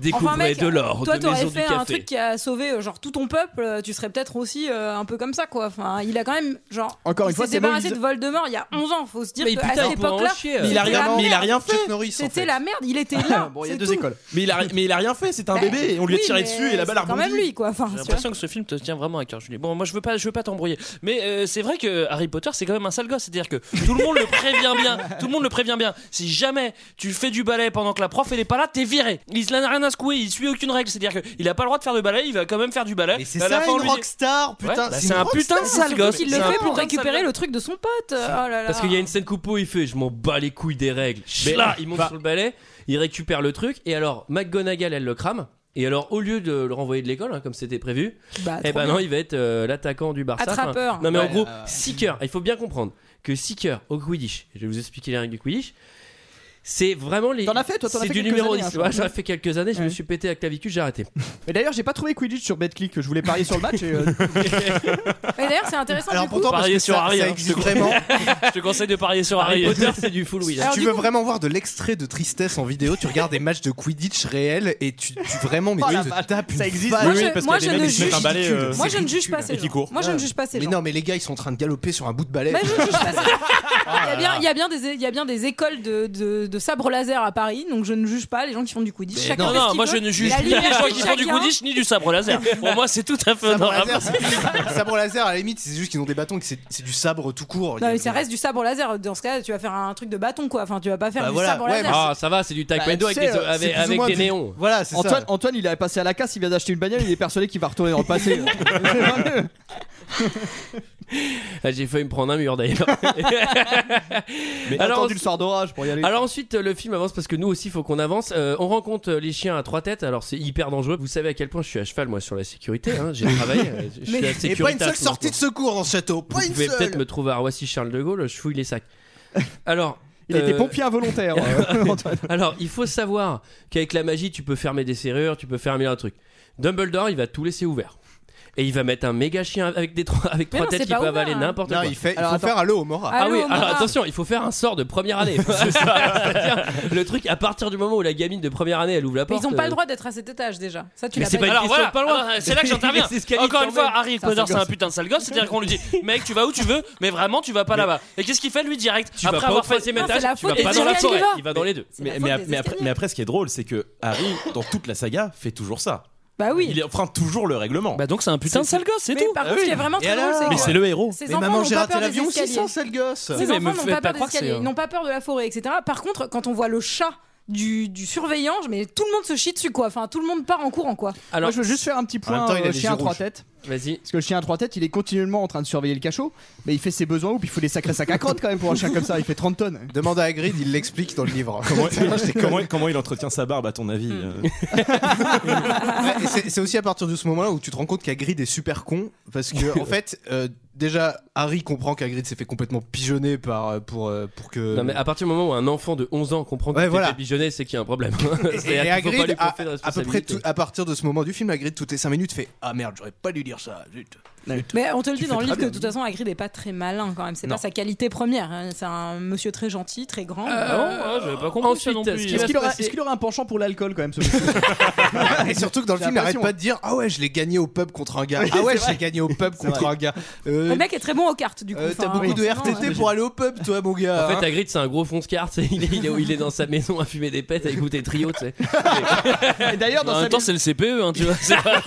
S1: Découvrez
S7: Enfin, mec,
S1: de l'or.
S7: Toi,
S1: de maison
S7: t'aurais
S1: du
S7: fait un
S1: café.
S7: truc qui a sauvé euh, genre tout ton peuple. euh, Tu serais peut-être aussi euh, un peu comme ça, quoi. Enfin, il a quand même genre.
S6: Encore une
S7: il
S6: fois,
S7: s'est
S6: c'est
S7: débarrassé
S6: Moïse.
S7: de Voldemort il y a 11 ans. Faut se dire
S6: Mais
S7: que
S6: putain,
S7: à cette
S6: il pourrait en
S7: époque-là,
S6: chier, euh.
S12: Mais il a
S7: c'était
S12: rien-
S7: la
S12: mais il a
S7: merde.
S12: rien fait. Chuck Norris, en
S7: C'était
S12: fait.
S7: la merde. Il était là.
S6: Bon, il y a
S7: c'est
S6: deux
S7: tout.
S6: écoles.
S12: Mais il, a, mais il a rien fait, c'était un
S7: Bah,
S12: bébé et on lui a
S7: oui,
S12: tiré
S7: mais
S12: dessus et la balle a
S7: c'est quand
S12: rebondi.
S7: même lui, quoi. Enfin,
S8: J'ai
S7: tu vois.
S8: l'impression que ce film te tient vraiment à cœur, Julie. Bon, moi je veux pas, je veux pas t'embrouiller, mais euh, c'est vrai que Harry Potter c'est quand même un sale gosse, c'est-à-dire que tout le monde le prévient bien, tout le monde le prévient bien. Si jamais tu fais du ballet pendant que la prof elle est pas là, t'es viré. Il n'a rien à secouer, il suit aucune règle, c'est-à-dire qu'il a pas le droit de faire de ballet, il va quand même faire du ballet. Bah, Mais
S11: C'est ça une rockstar, putain.
S8: c'est,
S11: une
S8: un
S11: rockstar.
S8: putain de sale gosse.
S7: Il le
S8: C'est un
S7: fait pour
S8: putain de sale
S7: récupérer le truc de son pote. euh, Oh là là.
S1: Parce qu'il y a une scène coupe où il fait je m'en bats les couilles des règles.
S8: Mais-
S1: là, il monte
S8: Bah-
S1: sur le balai, il récupère le truc et alors McGonagall elle le crame. Et alors au lieu de le renvoyer de l'école hein, comme c'était prévu,
S8: Bah,
S1: eh
S8: trop
S1: ben
S8: bien.
S1: non, il va être euh, l'attaquant du Barça.
S8: Attrapeur.
S1: non mais en
S8: Ouais,
S1: gros,
S8: ouais, ouais.
S1: Seeker, il faut bien comprendre que Seeker au Quidditch, je vais vous expliquer les règles du Quidditch. C'est vraiment les.
S6: T'en as fait, toi, t'en as
S1: C'est
S6: fait
S1: du
S6: quelques
S1: numéro
S6: années, hein,
S1: 10.
S6: je crois.
S1: Ouais, J'en ai fait quelques années, je me suis pété la clavicule, j'ai arrêté.
S6: Mais d'ailleurs, j'ai pas trouvé Quidditch sur BetClick. Je voulais parier sur le match. Et, euh,
S7: Mais d'ailleurs, c'est intéressant.
S6: Alors
S7: Ah, du coup,
S6: pourtant, parce
S8: Parier
S6: que
S8: sur
S6: ça-
S8: Harry,
S6: ça
S8: hein, je te
S6: existe
S8: conseille-
S6: vraiment.
S8: Je te conseille de parier sur Harry.
S11: Harry Potter,
S1: c'est du full
S11: Si tu veux vraiment voir de l'extrait de tristesse en vidéo, tu regardes des matchs de Quidditch réels et tu, tu vraiment mais
S6: Oh
S11: tu
S6: la
S11: te
S6: vache,
S11: tapes une
S6: ça existe.
S11: balle.
S6: Moi, Oui, oui, je- parce moi, qu'il y a je des mecs ne qui se mettent un juge-
S7: balai, euh, moi, je ne juge pas ces Et qui gens. courent. Moi, je ne juge pas ces
S11: mais
S7: gens.
S11: non, mais les gars, ils sont en train de galoper sur un bout de balai.
S7: Mais je ne juge pas ces gens. Il y a bien- il y, a bien des, il y a bien des écoles de, de, de sabre laser à Paris, donc je ne juge pas les gens qui font du Quidditch.
S8: Mais
S7: Chacun
S8: non,
S7: fait ce
S8: non,
S7: qu'il
S8: moi
S7: veut.
S8: je ne juge
S7: La
S8: ni les
S7: liberté
S8: gens
S7: de
S8: qui font du
S7: chacun.
S8: Quidditch ni du sabre laser. Pour moi, c'est tout à fait
S11: Sabre
S8: honorable.
S11: laser, c'est- sabre laser, à la limite, c'est juste qu'ils ont des bâtons et que c'est c'est du sabre tout court.
S7: Non, mais ça reste du sabre laser. Dans ce cas, tu vas faire un truc de bâton, quoi. Enfin, tu vas pas faire
S11: Bah
S7: du
S11: voilà,
S7: sabre
S11: ouais,
S7: laser.
S11: bah,
S1: Ah, ça va, c'est du
S6: Bah,
S1: taekwondo avec
S6: tu sais,
S1: des-
S6: euh, c'est
S1: avec-
S6: plus ou
S1: avec
S6: moins
S1: des
S6: du-
S1: néons.
S11: Voilà, c'est ça.
S6: Antoine, Antoine, il avait passé à la casse, il vient d'acheter une bagnole, il est persuadé qu'il va retourner dans le passé.
S1: Ah, J'ai failli me prendre un mur d'ailleurs.
S6: Mais
S1: Alors,
S6: alors, tu le sort d'orage pour y aller.
S1: Alors ensuite, le film avance parce que nous aussi, faut qu'on avance. Euh, on rencontre euh, les chiens à trois têtes. Alors c'est hyper dangereux. Vous savez à quel point je suis à cheval moi sur la sécurité. hein. J'ai travaillé. euh, je suis à
S11: et pas une
S1: sécuritasse,
S11: seule sortie de
S1: maintenant.
S11: secours dans ce château. Pas
S1: Vous
S11: une
S1: pouvez peut-être
S11: seule.
S1: me trouver à Roissy Charles de Gaulle. Je fouille les sacs. Alors.
S6: Il était
S1: euh,
S6: pompier involontaire, euh, Antoine.
S1: Alors, il faut savoir qu'avec la magie, tu peux fermer des serrures, tu peux fermer un truc. Dumbledore, il va tout laisser ouvert. Et il va mettre un méga chien avec des trois, avec
S11: Mais
S1: trois
S11: non, c'est
S1: têtes qui
S11: pas
S1: peut
S11: ouvert,
S1: avaler
S11: hein.
S1: n'importe
S11: Non,
S1: quoi.
S11: il fait- il Alors, faut attends. faire à l'eau au Mora. À
S1: Ah
S11: l'eau
S1: oui,
S11: au
S1: alors,
S11: Mora.
S1: attention, il faut faire un sort de première année. C'est ça. C'est-à-dire, le truc, à partir du moment où la gamine de première année, elle ouvre la
S7: Mais
S1: porte.
S7: ils ont pas
S1: euh,
S7: le droit d'être à cet étage déjà. Ça, tu
S1: Mais
S7: l'as
S1: c'est
S7: dit.
S1: pas une
S8: Alors
S1: question
S8: voilà,
S1: de pas loin.
S8: alors, c'est là que j'interviens.
S1: Les escaliers
S8: Encore
S1: de
S8: une fois,
S1: Cornell.
S8: Harry
S1: C'est un
S8: Potter,
S1: sale
S8: c'est un
S1: gosse.
S8: putain de sale gosse. C'est-à-dire qu'on lui dit, mec, tu vas où tu veux, mais vraiment, tu vas pas là-bas. Et qu'est-ce qu'il fait, lui, direct
S1: Tu
S8: Après
S1: vas pas
S8: avoir
S1: au
S8: fait
S1: troisième Non, étage, c'est la tu faute vas pas des dans la escaliers. forêt, il va dans les deux. C'est la
S12: Mais,
S1: faute
S12: mais,
S1: des
S12: mais après, mais après, ce qui est drôle, c'est que Harry, dans toute la saga, fait toujours ça.
S7: Bah oui.
S12: Il enfreint toujours le règlement.
S8: Bah donc c'est un putain de sale gosse, c'est tout.
S7: Par contre, ce qui est vraiment très drôle, c'est
S12: Mais
S7: que
S12: c'est le héros.
S7: ces enfants n'ont pas peur des escaliers. Ces
S8: Oui, mais me
S7: enfants n'ont
S8: faites
S7: pas peur des
S8: croire que c'est
S7: escaliers,
S8: un-
S7: ils n'ont pas peur de la forêt, etc. Par contre, quand on voit le chat du, du surveillant, je- mais tout le monde se chie dessus, quoi. Enfin, tout le monde part en courant, quoi.
S6: Moi, je veux juste faire un petit point euh, chien à trois têtes.
S1: Vas-y.
S6: Parce que le chien à trois têtes, il est continuellement en train de surveiller le cachot, mais il fait ses besoins ou puis il faut des sacrés sacs à crottes quand même pour un chien comme ça, il fait 30 tonnes.
S11: Demande à Hagrid, il l'explique dans le livre.
S12: Comment, comment- comment il entretient sa barbe, à ton avis euh
S11: Ouais, et c'est c'est aussi à partir de ce moment-là où tu te rends compte qu'Agrid est super con parce que en fait euh, déjà Harry comprend qu'Agrid s'est fait complètement pigeonner par euh, pour euh, pour que
S1: Non mais à partir du moment où un enfant de 11 ans comprend que
S11: Ouais,
S1: tu
S11: voilà.
S1: t'es pigeonné, c'est qu'il y a un problème.
S11: et, et
S1: C'est-à-dire qu'il faut pas
S11: Hagrid
S1: lui
S11: à,
S1: confier de
S11: à peu près
S1: responsabilité.
S11: tout- à partir de ce moment du film Hagrid toutes les 5 minutes fait ah merde j'aurais pas dû dire ça zut.
S7: Mais on te le
S11: Tu
S7: dit dans le
S11: fais très
S7: livre que
S11: bien.
S7: de toute façon, Hagrid n'est pas très malin quand même. C'est
S11: Non.
S7: pas sa qualité première. hein. C'est un monsieur très gentil, très grand.
S8: Ah bon, ouais, j'avais pas compris ça non
S1: Euh, ensuite,
S8: plus.
S1: ce qui
S6: Est-ce
S1: va
S6: qu'il
S1: se
S6: aura,
S1: passer-
S6: est-ce qu'il aura un penchant pour l'alcool quand même ce
S11: et surtout que dans le
S6: J'ai
S11: film il arrête
S6: l'impression.
S11: pas de dire ah ouais je l'ai gagné au pub contre un gars
S6: Oui,
S11: ah
S6: c'est
S11: ouais je
S6: vrai.
S11: l'ai gagné au pub
S6: C'est
S11: contre
S6: vrai.
S11: un gars Euh,
S8: Ah,
S7: Le mec est très bon aux cartes, du coup.
S11: euh, t'as
S7: Enfin,
S11: beaucoup de
S7: forcément,
S11: RTT
S7: ouais.
S11: pour aller au pub toi mon gars
S1: En
S11: hein.
S1: fait, Hagrid, c'est un gros fonce-carte. c'est- Il est, il, est, il est dans sa maison à fumer des pètes, à écouter Trio, tu sais.
S6: Et d'ailleurs,
S1: Bah,
S6: dans
S8: En
S6: sa
S8: même temps,
S6: ville-
S8: c'est le CPE,
S1: E,
S8: hein, tu vois. c'est pas-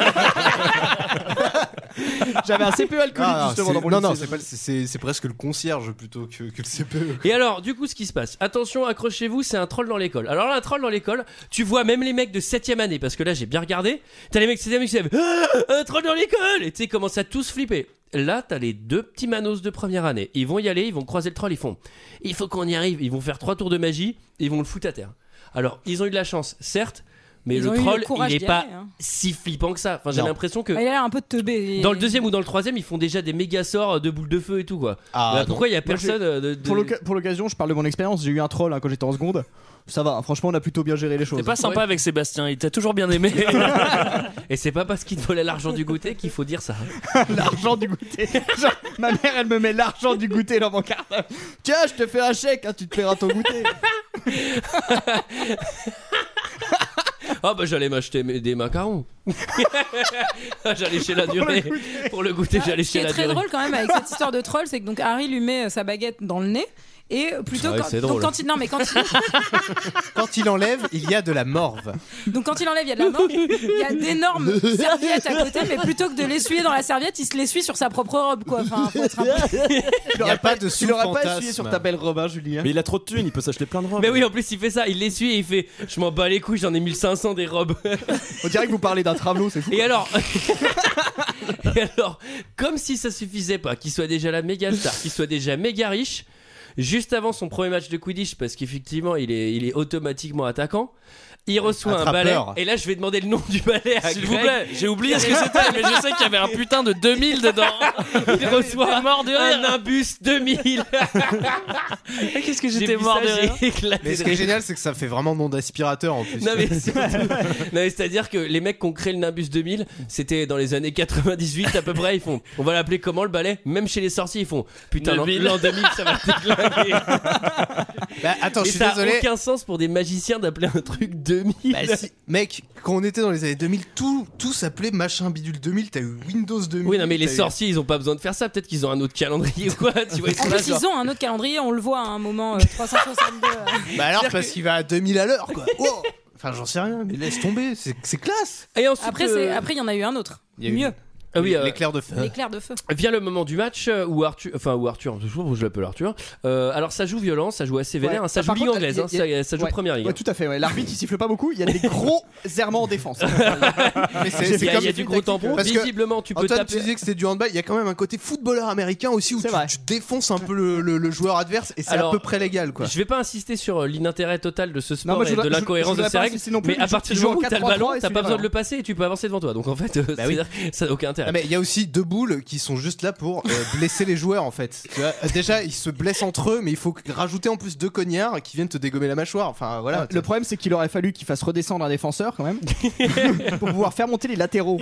S6: J'avais un CPE alcoolique
S11: Ah,
S6: justement
S11: c'est-
S6: dans mon
S11: non, non,
S6: lycée.
S11: c'est pas- c'est- c'est c'est presque le concierge plutôt que, que le CPE.
S1: Et alors, du coup, ce qui se passe, attention, accrochez-vous, c'est un troll dans l'école. Alors là, un troll dans l'école, tu vois même les mecs de 7ème année, parce que là, j'ai bien regardé, t'as les mecs de 7ème qui se lèvent, Ah, un troll dans l'école Et tu sais, commencent à tous flipper. Là, t'as les deux petits manos de première année. Ils vont y aller, ils vont croiser le troll, ils font, il faut qu'on y arrive, ils vont faire trois tours de magie, et ils vont le foutre à terre. Alors, ils ont eu de la chance, certes, mais
S7: Ils ont
S1: le
S7: eu le
S1: troll,
S7: courage
S1: il est
S7: d'y
S1: pas
S7: aller, hein.
S1: si flippant que ça. Enfin, j'ai
S11: Non.
S1: l'impression que.
S7: Ah, Il a l'air un peu teubé.
S1: Dans le deuxième ou dans le troisième, ils font déjà des méga sorts de boules de feu et tout quoi.
S11: Ah,
S1: Bah,
S11: non.
S1: pourquoi il y a
S6: Moi, j'ai-
S1: personne euh, de, de-
S6: Pour l'oc- pour l'occasion, je parle de mon expérience. J'ai eu un troll hein, quand j'étais en seconde. Ça va, franchement, on a plutôt bien géré les choses.
S8: T'es pas sympa avec Sébastien, il t'a toujours bien aimé.
S1: Et c'est pas parce qu'il te volait l'argent du goûter qu'il faut dire ça.
S6: l'argent du goûter. Genre, ma mère, elle me met l'argent du goûter dans mon carte. Tiens, je te fais un chèque, hein, tu te paieras ton goûter.
S1: Ah bah j'allais m'acheter mes- des macarons. j'allais chez la durée. Pour le goûter, j'allais
S7: Ce qui
S1: chez
S7: est
S1: la
S7: très
S1: durée.
S7: drôle quand même avec cette histoire de troll, c'est que donc Harry lui met euh, sa baguette dans le nez et euh, plutôt
S11: C'est vrai que
S7: quand,
S11: c'est
S7: donc
S11: drôle.
S7: quand il non mais quand il,
S11: Quand il enlève, il y a de la morve.
S7: donc quand il enlève il y a de la morgue, il y a d'énormes serviettes à côté, mais plutôt que de l'essuyer dans la serviette, il se l'essuie sur sa propre robe quoi. Enfin, faut être un peu-
S11: Il n'y a pas de
S6: tu l'auras pas
S11: sous-fantasme.
S6: essuyé sur ta belle robe, hein, Julien.
S12: Mais il a trop de thunes, il peut s'acheter plein de robes.
S1: Mais oui, en plus il fait ça, il l'essuie et il fait Je m'en bats les couilles, j'en ai 1500 des robes.
S6: On dirait que vous parlez d'un travelot, c'est fou.
S1: Et alors, et alors, comme si ça suffisait pas, qu'il soit déjà la méga star, qu'il soit déjà méga riche, juste avant son premier match de Quidditch, parce qu'effectivement il est, il est automatiquement attaquant, il reçoit un balai.
S11: Attrapeur.
S1: Et là, je vais demander le nom du balai à
S8: S'il
S1: Greg.
S8: vous plaît, j'ai oublié ce que c'était, mais je sais qu'il y avait un putain de 2000 dedans.
S1: Il reçoit
S8: mort de
S1: un
S8: rire.
S1: imbus 2000.
S8: Qu'est-ce que
S1: J'ai
S8: j'étais
S1: vu
S8: mort
S1: ça,
S8: de
S1: j'ai
S8: rire.
S1: éclaté
S11: Mais ce
S1: de
S11: qui est
S1: rire.
S11: génial, c'est que ça fait vraiment nom d'aspirateur en plus.
S1: Non mais, surtout- non, mais c'est-à-dire que les mecs qui ont créé le Nimbus 2000, c'était dans les années 98 à peu près, ils font on va l'appeler comment le balai Même chez les sorciers, ils font putain l'an
S8: 2000.
S1: l'an 2000 ça va déglinguer.
S11: Bah, attends,
S1: Mais
S11: je suis
S1: ça
S11: désolé.
S1: a aucun sens pour des magiciens d'appeler un truc 2000.
S11: Bah, si- Mec, quand on était dans les années 2000, tout, tout s'appelait machin bidule 2000. T'as eu Windows 2000.
S1: Oui, non, mais les
S11: t'as eu-
S1: sorciers, ils ont pas besoin de faire ça. Peut-être qu'ils ont un autre calendrier ou quoi. Tu vois, ils
S7: En
S1: sont là,
S7: plus,
S1: genre,
S7: ils ont un autre calendrier, on le voit à un moment euh, 362. euh.
S11: Bah alors, parce qu'il va à 2000 à l'heure, quoi. Oh enfin, j'en sais rien, mais laisse tomber, c'est c'est classe.
S1: Et ensuite,
S7: Après,
S1: euh,
S7: c'est- après, il y en a eu un autre.
S11: Il y a eu-
S7: Mieux.
S1: ah oui, euh,
S11: L'éclair de feu.
S7: L'éclair de feu.
S1: Vient le moment du match euh, où Arthur, enfin où Arthur, je sais pas pourquoi je l'appelle Arthur. euh, alors ça joue violent, ça joue assez vénère,
S6: Ouais.
S1: hein, ça
S6: Bah,
S1: joue
S6: par
S1: ligue
S6: contre,
S1: anglaise,
S6: y a-
S1: hein,
S6: y a-
S1: ça, ça joue
S6: ouais.
S1: première ligue.
S6: Ouais, tout à fait, ouais. l'arbitre il siffle pas beaucoup, il y a des gros errements en défense.
S11: Mais c'est-
S1: Il y a-
S11: c'est
S1: il y a
S11: comme-
S1: du gros tampon,
S11: Parce que-
S1: visiblement tu peux
S11: Antoine,
S1: taper.
S11: tu disais que c'était du handball. Il y a quand même un côté footballeur américain aussi où tu,
S6: vrai.
S11: tu défonces un peu le, le- le joueur adverse et c'est à
S1: Alors,
S11: peu près légal quoi.
S1: Je vais pas insister sur euh, l'inintérêt total de ce
S6: Non,
S1: sport
S6: moi,
S1: et
S6: je voudrais-
S1: de
S6: je-
S1: l'incohérence
S6: je
S1: de
S6: voudrais
S1: ses
S6: pas
S1: règles,
S6: insister non plus,
S1: mais à
S6: je-
S1: partir
S6: je
S1: du
S6: joue
S1: moment où
S6: en
S1: t'as le
S6: 4-3-3
S1: ballon,
S6: et
S1: t'as
S6: c'est
S1: pas besoin
S6: voilà.
S1: de le passer et tu peux avancer devant toi. Donc en fait, euh,
S11: Bah oui.
S1: c'est-à-dire, ça n'a aucun intérêt.
S11: Ah, mais il y a aussi deux boules qui sont juste là pour euh, blesser les joueurs en fait. Tu vois, euh, déjà ils se blessent entre eux, mais il faut que- rajouter en plus deux cognards qui viennent te dégommer la mâchoire. Enfin voilà.
S6: Ah, le problème c'est qu'il aurait fallu qu'il fasse redescendre un défenseur quand même pour pouvoir faire monter les latéraux.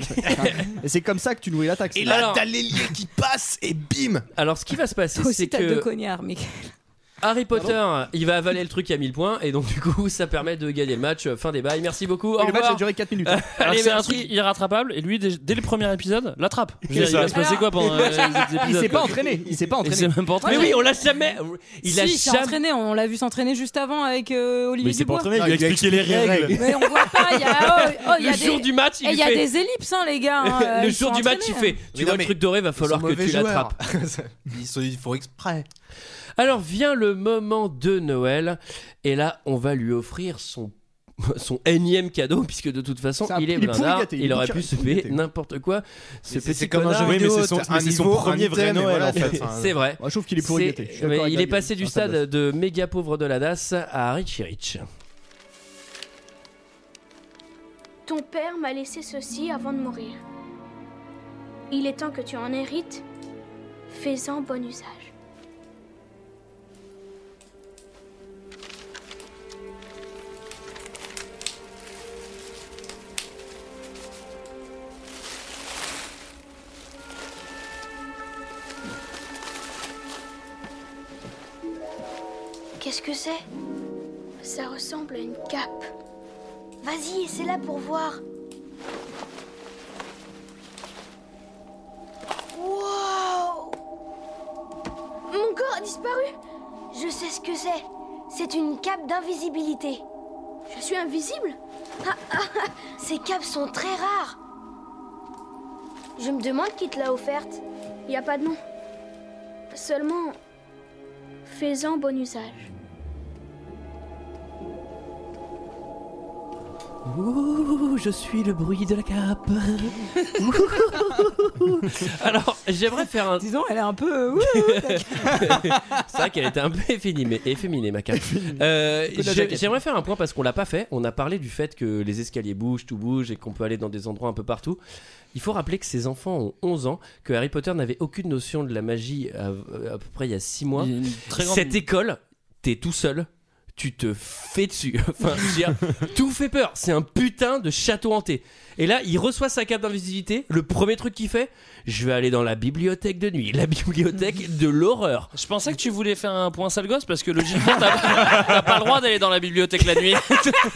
S6: et c'est comme ça que tu nourris l'attaque.
S11: Et
S6: c'est-
S11: là
S1: Alors-
S11: t'as l'ailier qui passe et bim.
S1: Alors ce qui va se passer,
S7: Toi
S1: c'est
S7: aussi, t'as deux
S1: que
S7: cognards, mec.
S1: Harry Potter, il va avaler le truc à 1000 points et donc du coup ça permet de gagner le match. euh, Fin des bails. Merci beaucoup. au
S6: le match
S1: revoir.
S6: a duré 4 minutes.
S8: Alors que c'est un truc irrattrapable et lui dès, dès le premier épisode l'attrape. Je veux dire,
S6: C'est
S8: Il
S6: ça.
S8: va se passer quoi pendant euh, les épisodes,
S6: Il s'est
S8: quoi.
S6: pas entraîné. Il s'est pas
S8: Il
S6: entraîné.
S8: s'est même pas entraîné.
S7: Mais oui, on
S1: l'a jamais.
S7: si, il s'est entraîné, on l'a vu s'entraîner juste avant avec euh, Olivier
S12: Mais il s'est pas
S7: Dubois.
S12: entraîné, il lui a expliqué les règles.
S7: Mais on voit pas, il y a, oh, oh, il y a
S1: Le
S7: des...
S1: jour du match, il
S7: Et il y a
S1: fait-
S7: des ellipses, hein, les gars. hein, euh,
S1: le
S7: ils
S1: jour
S7: sont
S1: du match, il
S7: entraînés,
S1: fait
S7: hein.
S1: Tu vois le truc doré, va falloir que tu l'attrapes.
S11: ils, sont- ils font exprès.
S1: Alors vient le moment de Noël et là on va lui offrir son son énième cadeau puisque de toute façon il est
S11: il est pourri
S1: blindard,
S11: gâté, il
S1: il,
S11: est
S1: aurait
S11: pourri
S1: pu se payer n'importe quoi. Ce
S11: c'est- c'est
S1: petit
S11: comme un
S1: connard.
S11: jeu Oui, mais vidéo, c'est son- t'as mais un c'est son niveau, premier un vrai item, et Noël, voilà, en fait. c'est-
S1: C'est vrai.
S6: Moi, je trouve qu'il est pourri
S1: C'est-
S6: gâté. Je suis d'accord
S1: mais
S6: avec
S1: il est
S6: Gabi.
S1: passé du
S6: Ah, ça
S1: stade de méga pauvre de la DAS à Richie Rich.
S9: Ton père m'a laissé ceci avant de mourir. Il est temps que tu en hérites. Fais-en bon usage.
S17: Qu'est-ce que c'est
S9: Ça ressemble à une cape.
S17: Vas-y, essaie-la pour voir.
S9: Wow
S17: Mon corps a disparu Je sais ce que c'est. C'est une cape d'invisibilité. Je suis invisible Ah, Ces capes sont très rares.
S9: Je me demande qui te l'a offerte. Y a pas de nom. Seulement, fais-en bon usage.
S1: Ouh, je suis le bruit de la cape. Alors, j'aimerais faire un.
S7: Disons, elle est un peu. euh, ouh,
S1: C'est vrai qu'elle était un peu efféminée, mais efféminée ma carte. Euh,
S6: Coup de la
S1: j'ai-
S6: jaquette.
S1: J'aimerais faire un point parce qu'on l'a pas fait. On a parlé du fait que les escaliers bougent, tout bouge et qu'on peut aller dans des endroits un peu partout. Il faut rappeler que ces enfants ont 11 ans, que Harry Potter n'avait aucune notion de la magie à, à peu près il y a 6 mois.
S8: Il y a une très grande-
S1: Cette école, t'es tout seul. Tu te fais dessus. Enfin, je veux dire, tout fait peur. C'est un putain de château hanté. Et là, il reçoit sa cape d'invisibilité. Le premier truc qu'il fait, je vais aller dans la bibliothèque de nuit, la bibliothèque de l'horreur.
S8: Je pensais que tu voulais faire un point sale gosse parce que logiquement t'as t'as pas le droit d'aller dans la bibliothèque la nuit.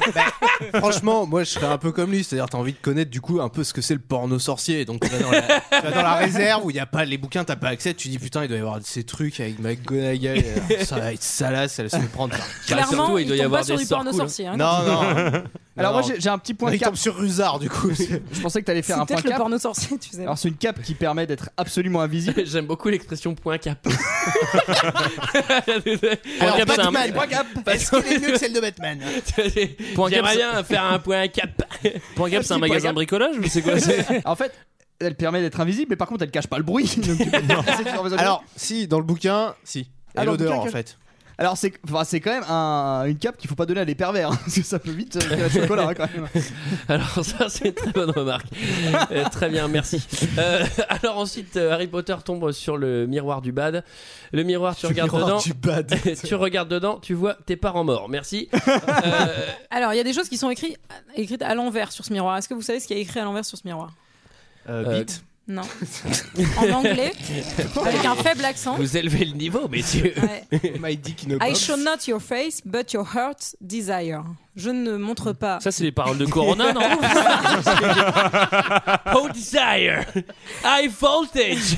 S11: Franchement, moi je serais un peu comme lui, c'est-à-dire t'as envie de connaître du coup un peu ce que c'est le porno sorcier, donc tu vas dans la, tu vas dans la réserve où il y a pas les bouquins, t'as pas accès, tu dis putain il doit y avoir ces trucs avec McGonagall, euh, ça va être salace, elle se fait prendre. par-
S7: Clairement, Surtout, il doit il y tombe avoir pas sur des du sorts porno cool. sorcier, hein,
S11: non, non.
S7: quand même.
S6: Alors moi
S11: Non.
S6: j'ai j'ai un petit point
S11: Mais il
S6: cap.
S11: tombe sur Rusard du coup.
S6: Je pensais que t'allais faire
S7: C'est
S6: un point
S7: peut-être le
S6: cap.
S7: porno sorcier, tu sais.
S6: Alors c'est une cape qui permet d'être absolument invisible.
S1: J'aime beaucoup l'expression point cap.
S11: Alors,
S1: Point cap, c'est un-
S11: Batman, point cap. Est-ce qu'il est mieux que celle de Batman
S1: Point
S8: cap,
S1: J'aimerais
S8: c'est-
S1: bien faire un point cap.
S8: Point Gap, c'est un magasin de bricolage ou c'est quoi c'est-
S6: En fait, elle permet d'être invisible, mais par contre elle cache pas le bruit. Donc, tu peux pas passer sur les objets.
S11: Alors, si, dans le bouquin, si. Et
S6: Ah, dans le
S11: l'odeur
S6: bouquin,
S11: en
S6: que-
S11: fait.
S6: Alors c'est enfin, c'est quand même un- une cape qu'il faut pas donner à des pervers hein, parce que ça peut vite euh, faire le chocolat hein, quand même.
S1: Alors ça c'est une très bonne remarque. Euh, très bien, merci. Euh, alors ensuite euh, Harry Potter tombe sur le miroir du bad. Le miroir tu regardes
S11: miroir
S1: dedans.
S11: du bad.
S1: tu regardes dedans, tu vois tes parents morts. Merci.
S7: Alors, il y a des choses qui sont écrites, écrites à l'envers sur ce miroir. Est-ce que vous savez ce qu'il y a écrit à l'envers sur ce miroir
S1: Euh,
S7: Non. en anglais, avec un faible accent.
S1: Vous élevez le niveau, messieurs.
S11: My dick
S7: I show not your face, but your heart's desire. Je ne montre pas.
S8: Ça c'est les paroles de Corona non
S1: Oh desire, high voltage.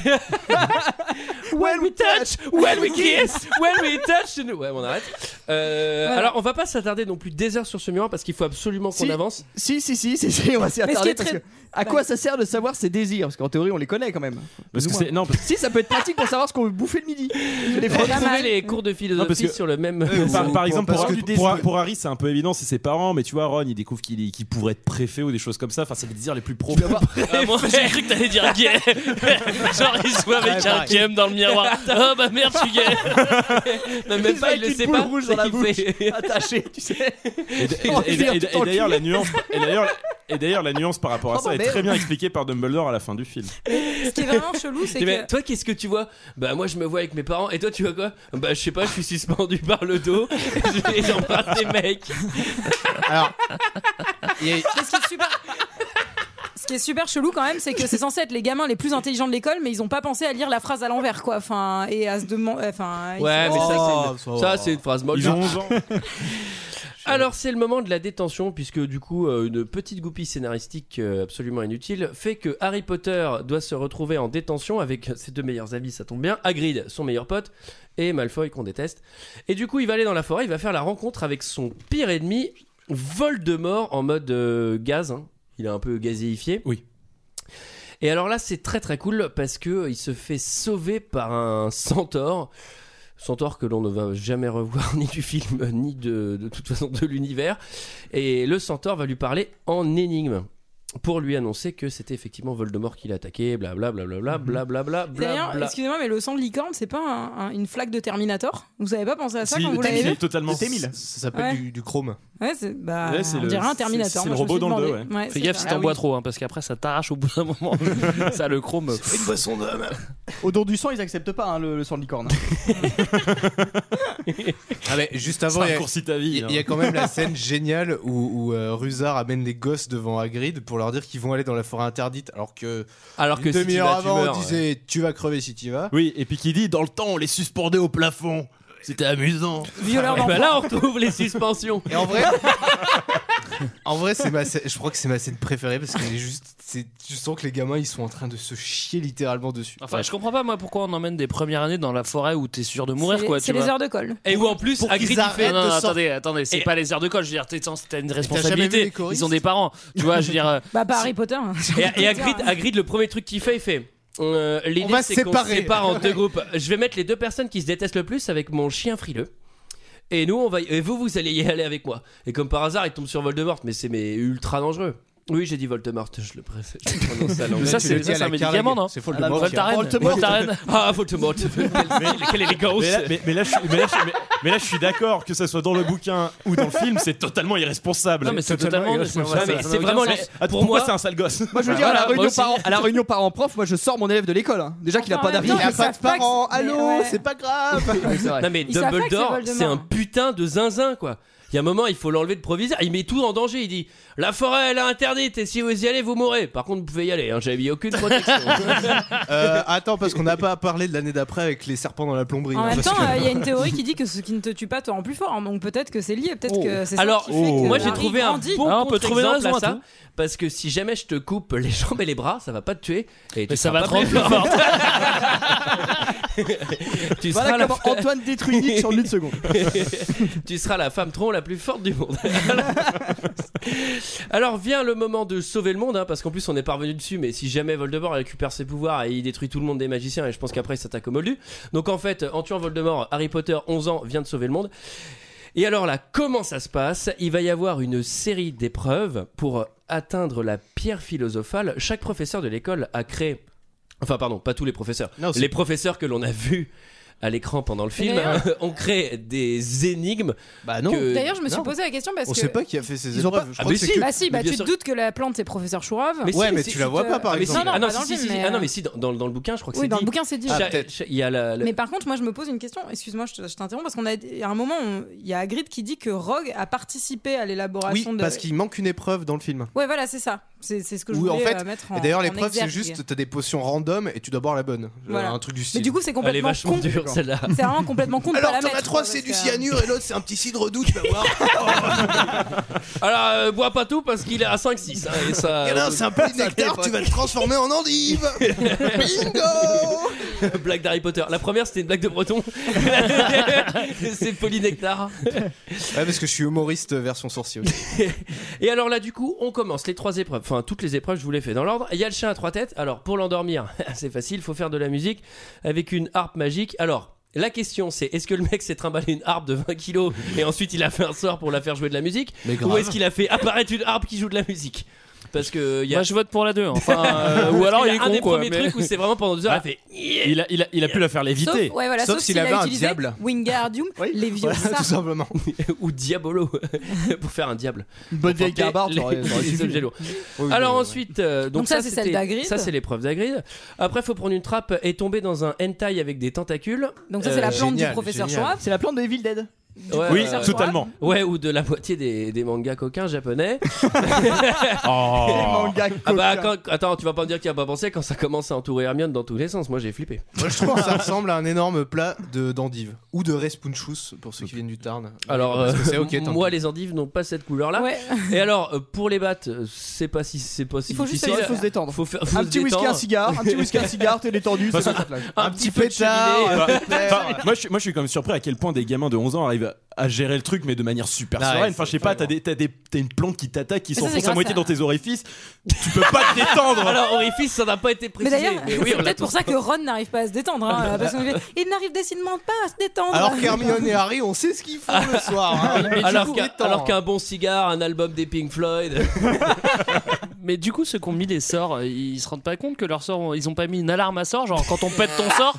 S1: when we touch, when we kiss, when we touch. Ouais, on arrête. Euh,
S7: Voilà.
S1: Alors on va pas s'attarder non plus des heures sur ce miroir parce qu'il faut absolument qu'on avance.
S6: Si si si si, si, on va s'y
S1: Mais ce qui
S6: attarder
S1: est
S6: parce
S1: très-
S6: que à quoi ça sert de savoir ses désirs parce qu'en théorie on les connaît quand même.
S12: Parce que
S6: Plus ou
S12: c'est-
S6: moins.
S12: non, parce-
S6: Si ça peut être pratique pour savoir ce qu'on veut bouffer le midi.
S1: Les
S6: Les
S1: trouver les cours de
S12: Non, parce
S1: philosophie
S12: que- euh,
S1: sur le même. euh,
S12: par, par exemple, pour,
S1: Parce que-
S12: pour- pour Harry, c'est un peu évident, c'est ses parents, mais tu vois, Ron, il découvre qu'il est- qu'il pourrait être préfet ou des choses comme ça. Enfin, c'est les désirs les plus profonds.
S8: Ah, moi, j'ai cru que t'allais dire gay. Genre il se voit avec
S12: Ouais,
S8: un
S12: pareil.
S8: game dans le miroir.
S1: Ah,
S8: Oh bah merde, je suis gay.
S1: Non, même pas, il le sait pas.
S6: rouge dans la
S1: il
S6: bouche,
S1: fait-
S6: attaché, tu sais.
S12: Et d- et- et- et- et- et d'ailleurs, la nuance, et d'ailleurs, et d'ailleurs, la nuance par rapport à
S1: Oh,
S12: ça
S1: bah,
S12: est
S1: merde.
S12: très bien expliquée par Dumbledore à la fin du film.
S7: Ce qui est vraiment chelou,
S12: eh
S7: c'est
S1: Mais
S12: ben,
S7: que.
S1: toi, qu'est-ce que tu vois Bah, moi, je me vois avec mes parents. Et toi, tu vois quoi Bah, je sais pas, je suis suspendu par le dos. Et J'embrasse des mecs.
S11: Alors,
S7: Mais ce qui est super. Ce qui est super chelou quand même, c'est que c'est censé être les gamins les plus intelligents de l'école, mais ils ont pas pensé à lire la phrase à l'envers, quoi. Enfin, et à se demander. Enfin, ils
S1: Ouais,
S7: sont-
S1: mais ça,
S7: Oh,
S1: c'est une, ça, c'est une phrase molle.
S18: Ils ont 11 ans.
S1: Alors, c'est le moment de la détention, puisque du coup, euh, une petite goupille scénaristique euh, absolument inutile fait que Harry Potter doit se retrouver en détention avec ses deux meilleurs amis, ça tombe bien, Hagrid, son meilleur pote, et Malfoy, qu'on déteste. Et du coup, il va aller dans la forêt, il va faire la rencontre avec son pire ennemi, Voldemort, en mode euh, gaz. hein. Il est un peu gazéifié. Oui. Et alors là, c'est très très cool parce que euh, il se fait sauver par un centaure. Centaure que l'on ne va jamais revoir ni du film ni de, de toute façon de l'univers. Et le centaure va lui parler en énigme pour lui annoncer que c'était effectivement Voldemort qui l'a attaqué, blablabla, blablabla, blablabla.
S7: D'ailleurs, excusez-moi, mais le sang de licorne, c'est pas un- un- une flaque de Terminator Vous avez pas pensé à ça quand vous l'avez vu
S12: totalement.
S11: Ça s'appelle
S7: Ouais.
S11: du, du chrome.
S7: Ouais, c'est bah,
S8: Ouais, c'est
S7: on
S8: le-
S7: dirait un
S8: c'est-
S7: Terminator.
S8: c'est
S7: moi, je
S8: le
S7: me
S8: robot
S7: suis
S8: dans le
S7: demandé.
S8: dos, ouais. Fais
S7: c'est
S8: gaffe
S7: ça.
S8: si t'en
S7: Ah
S8: bois
S7: oui.
S8: trop, hein, parce qu'après ça t'arrache au bout d'un moment. ça le chrome.
S11: Une boisson d'homme.
S6: Au don du sang, ils acceptent pas hein, le, le sang de licorne.
S11: Ah mais juste avant,
S12: Ça
S11: il y a-
S12: raccourcit ta vie,
S11: il y a-
S12: hein.
S11: il y, a quand même la scène géniale où, où, euh, Ruzard amène des gosses devant Hagrid pour leur dire qu'ils vont aller dans la forêt interdite, alors que
S1: alors
S11: une
S12: que si tu
S11: demi-heure
S12: vas, tu
S11: avant
S12: meurs,
S11: on disait tu vas crever si tu y vas.
S12: Oui, et puis qui dit dans le temps, on les suspendait au plafond. C'était amusant.
S11: Violeur
S1: Et ben
S11: d'enfant.
S1: là, on retrouve les suspensions.
S11: Et en vrai, En vrai, c'est ma scè- je crois que c'est ma scène préférée parce que j'ai juste, c'est- tu sens que les gamins ils sont en train de se chier littéralement dessus.
S8: Enfin, je comprends pas moi pourquoi on emmène des premières années dans la forêt où t'es sûr de mourir
S7: C'est-
S8: quoi.
S7: c'est les heures de colle.
S8: Et où en plus
S7: Pour
S8: Hagrid
S7: qu'ils
S8: il
S7: arrêtent
S8: fait. Non, non,
S7: de sortir.
S8: attendez, attendez, c'est
S7: Et-
S8: pas les heures de colle. Je veux dire, t'es- t'as une
S1: jamais vu les
S8: responsabilité.
S1: choristes
S8: Ils ont des parents. Tu vois, je veux dire. euh,
S7: Bah, pas Harry Potter. hein.
S1: Et, et Hagrid, Hagrid, le premier truc qu'il fait, il fait. euh,
S7: On
S1: L'idée,
S7: va
S1: c'est
S7: se
S1: qu'on se
S7: séparer.
S1: sépare en deux groupes. Je vais mettre les deux personnes qui se détestent le plus avec mon chien frileux. Et nous, on va. y- Et vous, vous allez y aller avec moi. Et comme par hasard, il tombe sur Voldemort, mais c'est mais ultra dangereux. Oui, j'ai dit Voldemort. Je le pré- je le prononce à l'anglais.
S8: Ça, c'est- Tu ça, l'as dit à c'est un la Carlingue. médicament, non Ah, C'est Voldemort. Voltaren.
S1: Voldemort.
S8: Voltaren.
S1: Ah, Voldemort. Quelle, quelle élégance.
S12: Mais là, mais- mais là, je, suis- mais là, je suis- mais- mais là, je suis d'accord que ça soit dans le bouquin ou dans le film, c'est totalement irresponsable.
S8: Non, mais c'est totalement-
S12: irresponsable.
S8: ça- ça- ça-
S12: Mais
S8: ça
S12: c'est
S8: n'a
S12: vraiment.
S8: aucun
S12: les-
S8: sens.
S12: Ah,
S8: Pour
S12: Pour moi,
S8: moi-
S12: c'est un sale gosse.
S6: Moi, je veux dire, à la, réunion parents, à la réunion parents-prof, moi, je sors mon élève de l'école. hein. Déjà qu'il a
S11: Enfin,
S6: pas
S11: en même
S6: d'avenir,
S11: temps,
S6: il a
S11: ils
S6: pas de
S11: savent pas que
S6: parents.
S11: c'est-
S6: Allô,
S11: Mais ouais.
S6: c'est pas grave. Ouais, c'est vrai.
S1: Non mais
S6: Ils savent pas que c'est
S1: Dumbledore,
S6: Voldemort.
S1: c'est un putain de zinzin quoi. Il y a un moment, il faut l'enlever de provisoire. Il met tout en danger. Il dit La forêt, elle est interdite, et si vous y allez, vous mourrez. Par contre, vous pouvez y aller. Hein, J'avais aucune protection.
S11: Euh, attends, parce qu'on n'a pas parlé de l'année d'après avec les serpents dans la plomberie.
S7: En
S11: hein,
S7: même
S11: parce
S7: temps,
S11: que-
S7: euh, il y a une théorie qui dit que ce qui ne te tue pas te rend plus fort. hein, Donc peut-être que c'est lié, peut-être
S8: Oh.
S7: que c'est ça
S1: Alors, oh.
S7: qui fait que
S1: moi j'ai
S7: Harry
S1: trouvé un
S7: grandit.
S1: bon
S8: Ah,
S1: contre-exemple à ça. Parce que si jamais je te coupe les jambes et les bras, ça va pas te tuer. Et tu
S8: ça
S1: seras
S8: va te
S1: pas
S8: rendre
S1: plus
S8: plus forte.
S1: tu seras
S6: Voilà
S1: la
S6: comment Antoine détruit Nietzsche en une seconde.
S1: tu seras la femme tronc la plus forte du monde. Alors vient le moment de sauver le monde, hein, parce qu'en plus on est parvenu dessus, mais si jamais Voldemort récupère ses pouvoirs et il détruit tout le monde des magiciens, et je pense qu'après il s'attaque au Moldu. Donc en fait, en tuant Voldemort, Harry Potter, 11 ans, vient de sauver le monde. Et alors là, comment ça se passe Il va y avoir une série d'épreuves pour atteindre la pierre philosophale. Chaque professeur de l'école a créé... Enfin pardon, pas tous les professeurs.
S11: Non, c'est-
S1: les professeurs que l'on a vus à l'écran pendant le film,
S7: D'ailleurs-
S1: on crée des énigmes.
S11: Bah
S7: D'ailleurs, je me suis posé la question parce
S11: On
S7: que.
S11: sait pas qui a fait ces
S1: Ils ont
S11: épreuves.
S1: pas-
S11: je
S1: Ah,
S11: crois
S1: mais
S11: que
S1: si.
S11: c'est que-
S7: Bah si, bah
S1: Mais bien
S7: tu te
S1: sûr.
S7: doutes que la plante c'est professeur Chourave.
S1: si, si, tu te-
S11: par
S1: Ah, mais si.
S7: exemple.
S1: Ah,
S7: Non, non,
S1: non,
S7: pas dans
S1: si,
S7: le film,
S1: si, si.
S7: mais,
S1: Ah, non,
S7: euh,
S1: mais si, dans, dans- dans le bouquin, je crois que
S7: Oui,
S1: c'est
S7: dans le
S1: dit.
S7: bouquin, c'est dit.
S1: Cha-
S7: Ah, peut-être.
S1: cha- Il y a la. la-
S7: Mais par contre, moi je me pose une question, excuse-moi, je, te- je t'interromps, parce qu'on a à un moment, on- il y a Hagrid qui dit que Rogue a participé à
S11: Oui,
S7: l'élaboration de.
S11: parce qu'il manque une épreuve dans le film.
S7: Ouais, voilà, c'est ça. C'est c'est ce que je
S11: Où
S7: voulais
S11: en fait,
S7: euh, mettre en.
S11: et d'ailleurs
S7: en
S11: l'épreuve c'est
S7: exergue.
S11: juste t'as des potions random et tu dois boire la bonne. Euh,
S7: Voilà.
S11: Un truc du
S7: Mais
S11: style.
S7: du coup, c'est complètement Elle est vachement con. dure, celle-là. C'est vraiment complètement con de
S11: Alors
S7: pas la
S11: t'en as
S7: mettre,
S11: trois
S7: quoi,
S11: c'est du
S7: parce que- euh,
S11: cyanure et l'autre c'est un petit cidre doux tu vas voir.
S1: Alors, euh, bois pas tout parce qu'il est à 5-6. hein, et ça.
S11: Il y en a un, c'est un peu du
S1: ça
S11: nectar
S1: dépend.
S11: tu vas le transformer en endive.
S1: blague d'Harry Potter. La première, c'était une blague de breton.
S7: Bah,
S1: c'est polynectar.
S8: euh,
S11: Ouais parce que je suis humoriste version sorcier aussi.
S1: Et alors là, du coup, on commence les trois épreuves. Enfin, toutes les épreuves, je vous les fais dans l'ordre. Il y a le chien à trois têtes. Alors, pour l'endormir, c'est facile, faut faire de la musique avec une harpe magique. Alors. La question c'est est-ce que le mec s'est trimballé une harpe de 20 kilos et ensuite il a fait un sort pour la faire jouer de la musique
S11: Mais grave.
S1: ou est-ce qu'il a fait apparaître une harpe qui joue de la musique Parce que y a...
S8: Moi, je vote pour la 2. Enfin, euh, ou alors il est
S1: un
S8: con,
S1: des
S8: quoi,
S1: premiers
S8: mais-
S1: trucs où c'est vraiment pendant deux heures
S8: Bah,
S1: elle fait
S8: Il a, il a- il a pu la faire
S7: Sauf,
S8: léviter.
S7: ouais, voilà, sauf s'il a, utilisé Wingardium, les vieux.
S11: simplement.
S1: Ou Diabolo, pour faire un diable.
S6: Bonne
S1: vieille
S6: gabarre, t'aurais- t'aurais
S1: les
S6: suffi.
S1: objets lourds.
S6: Oui,
S1: Alors
S6: mais ouais.
S1: ensuite, euh, donc,
S7: Donc ça, c'est celle
S1: c'était-
S7: d'Hagrid.
S1: Ça, c'est l'épreuve d'Agrid. Après, faut prendre une trappe et tomber dans un hentai avec des tentacules. Euh,
S7: Donc ça, c'est la plante du professeur Schwab.
S6: C'est la plante de Evil Dead.
S7: du
S1: Ouais,
S12: Oui,
S1: euh,
S12: totalement.
S1: Ouais, ou de la moitié des, des mangas coquins japonais.
S12: Oh.
S6: Des mangas
S1: Ah bah,
S6: coquins.
S1: quand- attends, tu vas pas me dire qu'il y a pas pensé quand ça commence à entourer Hermione dans tous les sens. Moi, j'ai flippé.
S11: Moi, je trouve que ça ressemble à un énorme plat de d'endives ou de respunchus pour ceux qui viennent du Tarn.
S1: Alors,
S11: Parce que
S1: euh,
S11: c'est ok, tant
S1: moi,
S11: pis.
S1: les endives n'ont pas cette couleur-là. Et alors, euh, pour les battes, euh, c'est pas si c'est pas si
S6: Il faut juste
S1: difficile.
S6: savoir, faut se détendre.
S1: Faut faire- faut
S6: Un
S1: se
S6: petit whisky, un
S1: détendre.
S6: cigare, un petit whisky, un cigare, t'es détendu, c'est
S12: Parce-
S6: bon, ça te lâche.
S1: Un petit peu de
S6: euh,
S1: cheminée.
S12: Bah, enfin, moi, je, suis- moi, je suis quand même surpris à quel point des gamins de 11 ans arrivent à gérer le truc, mais de manière super
S11: Ah ouais,
S12: sereine. Enfin,
S11: c'est
S12: je sais pas, t'as des- t'as des- t'as une plante qui t'attaque, qui
S1: Mais ça, c'est
S12: s'enfonce
S1: grâce
S12: à moitié
S1: à-
S12: dans tes orifices. tu peux pas te détendre.
S1: Alors, orifice, ça n'a pas été
S7: Mais
S1: précisé.
S7: d'ailleurs,
S1: oui,
S7: c'est
S1: on l'a
S7: peut-être pour
S1: tous-
S7: ça que Ron n'arrive pas à se détendre. hein, parce qu'on lui fait, il n'arrive décidément pas à se détendre.
S11: Alors qu'Hermione et Harry, on sait ce qu'ils font le soir. hein. Mais du
S1: alors
S11: coup,
S1: qu'un
S11: étant-
S1: alors qu'un bon cigare, un album des Pink Floyd.
S8: Mais du coup, ceux qui ont mis des sorts, euh, ils se rendent pas compte que leurs sorts, ont- ils ont pas mis une alarme à sort. Genre, quand on pète ton sort,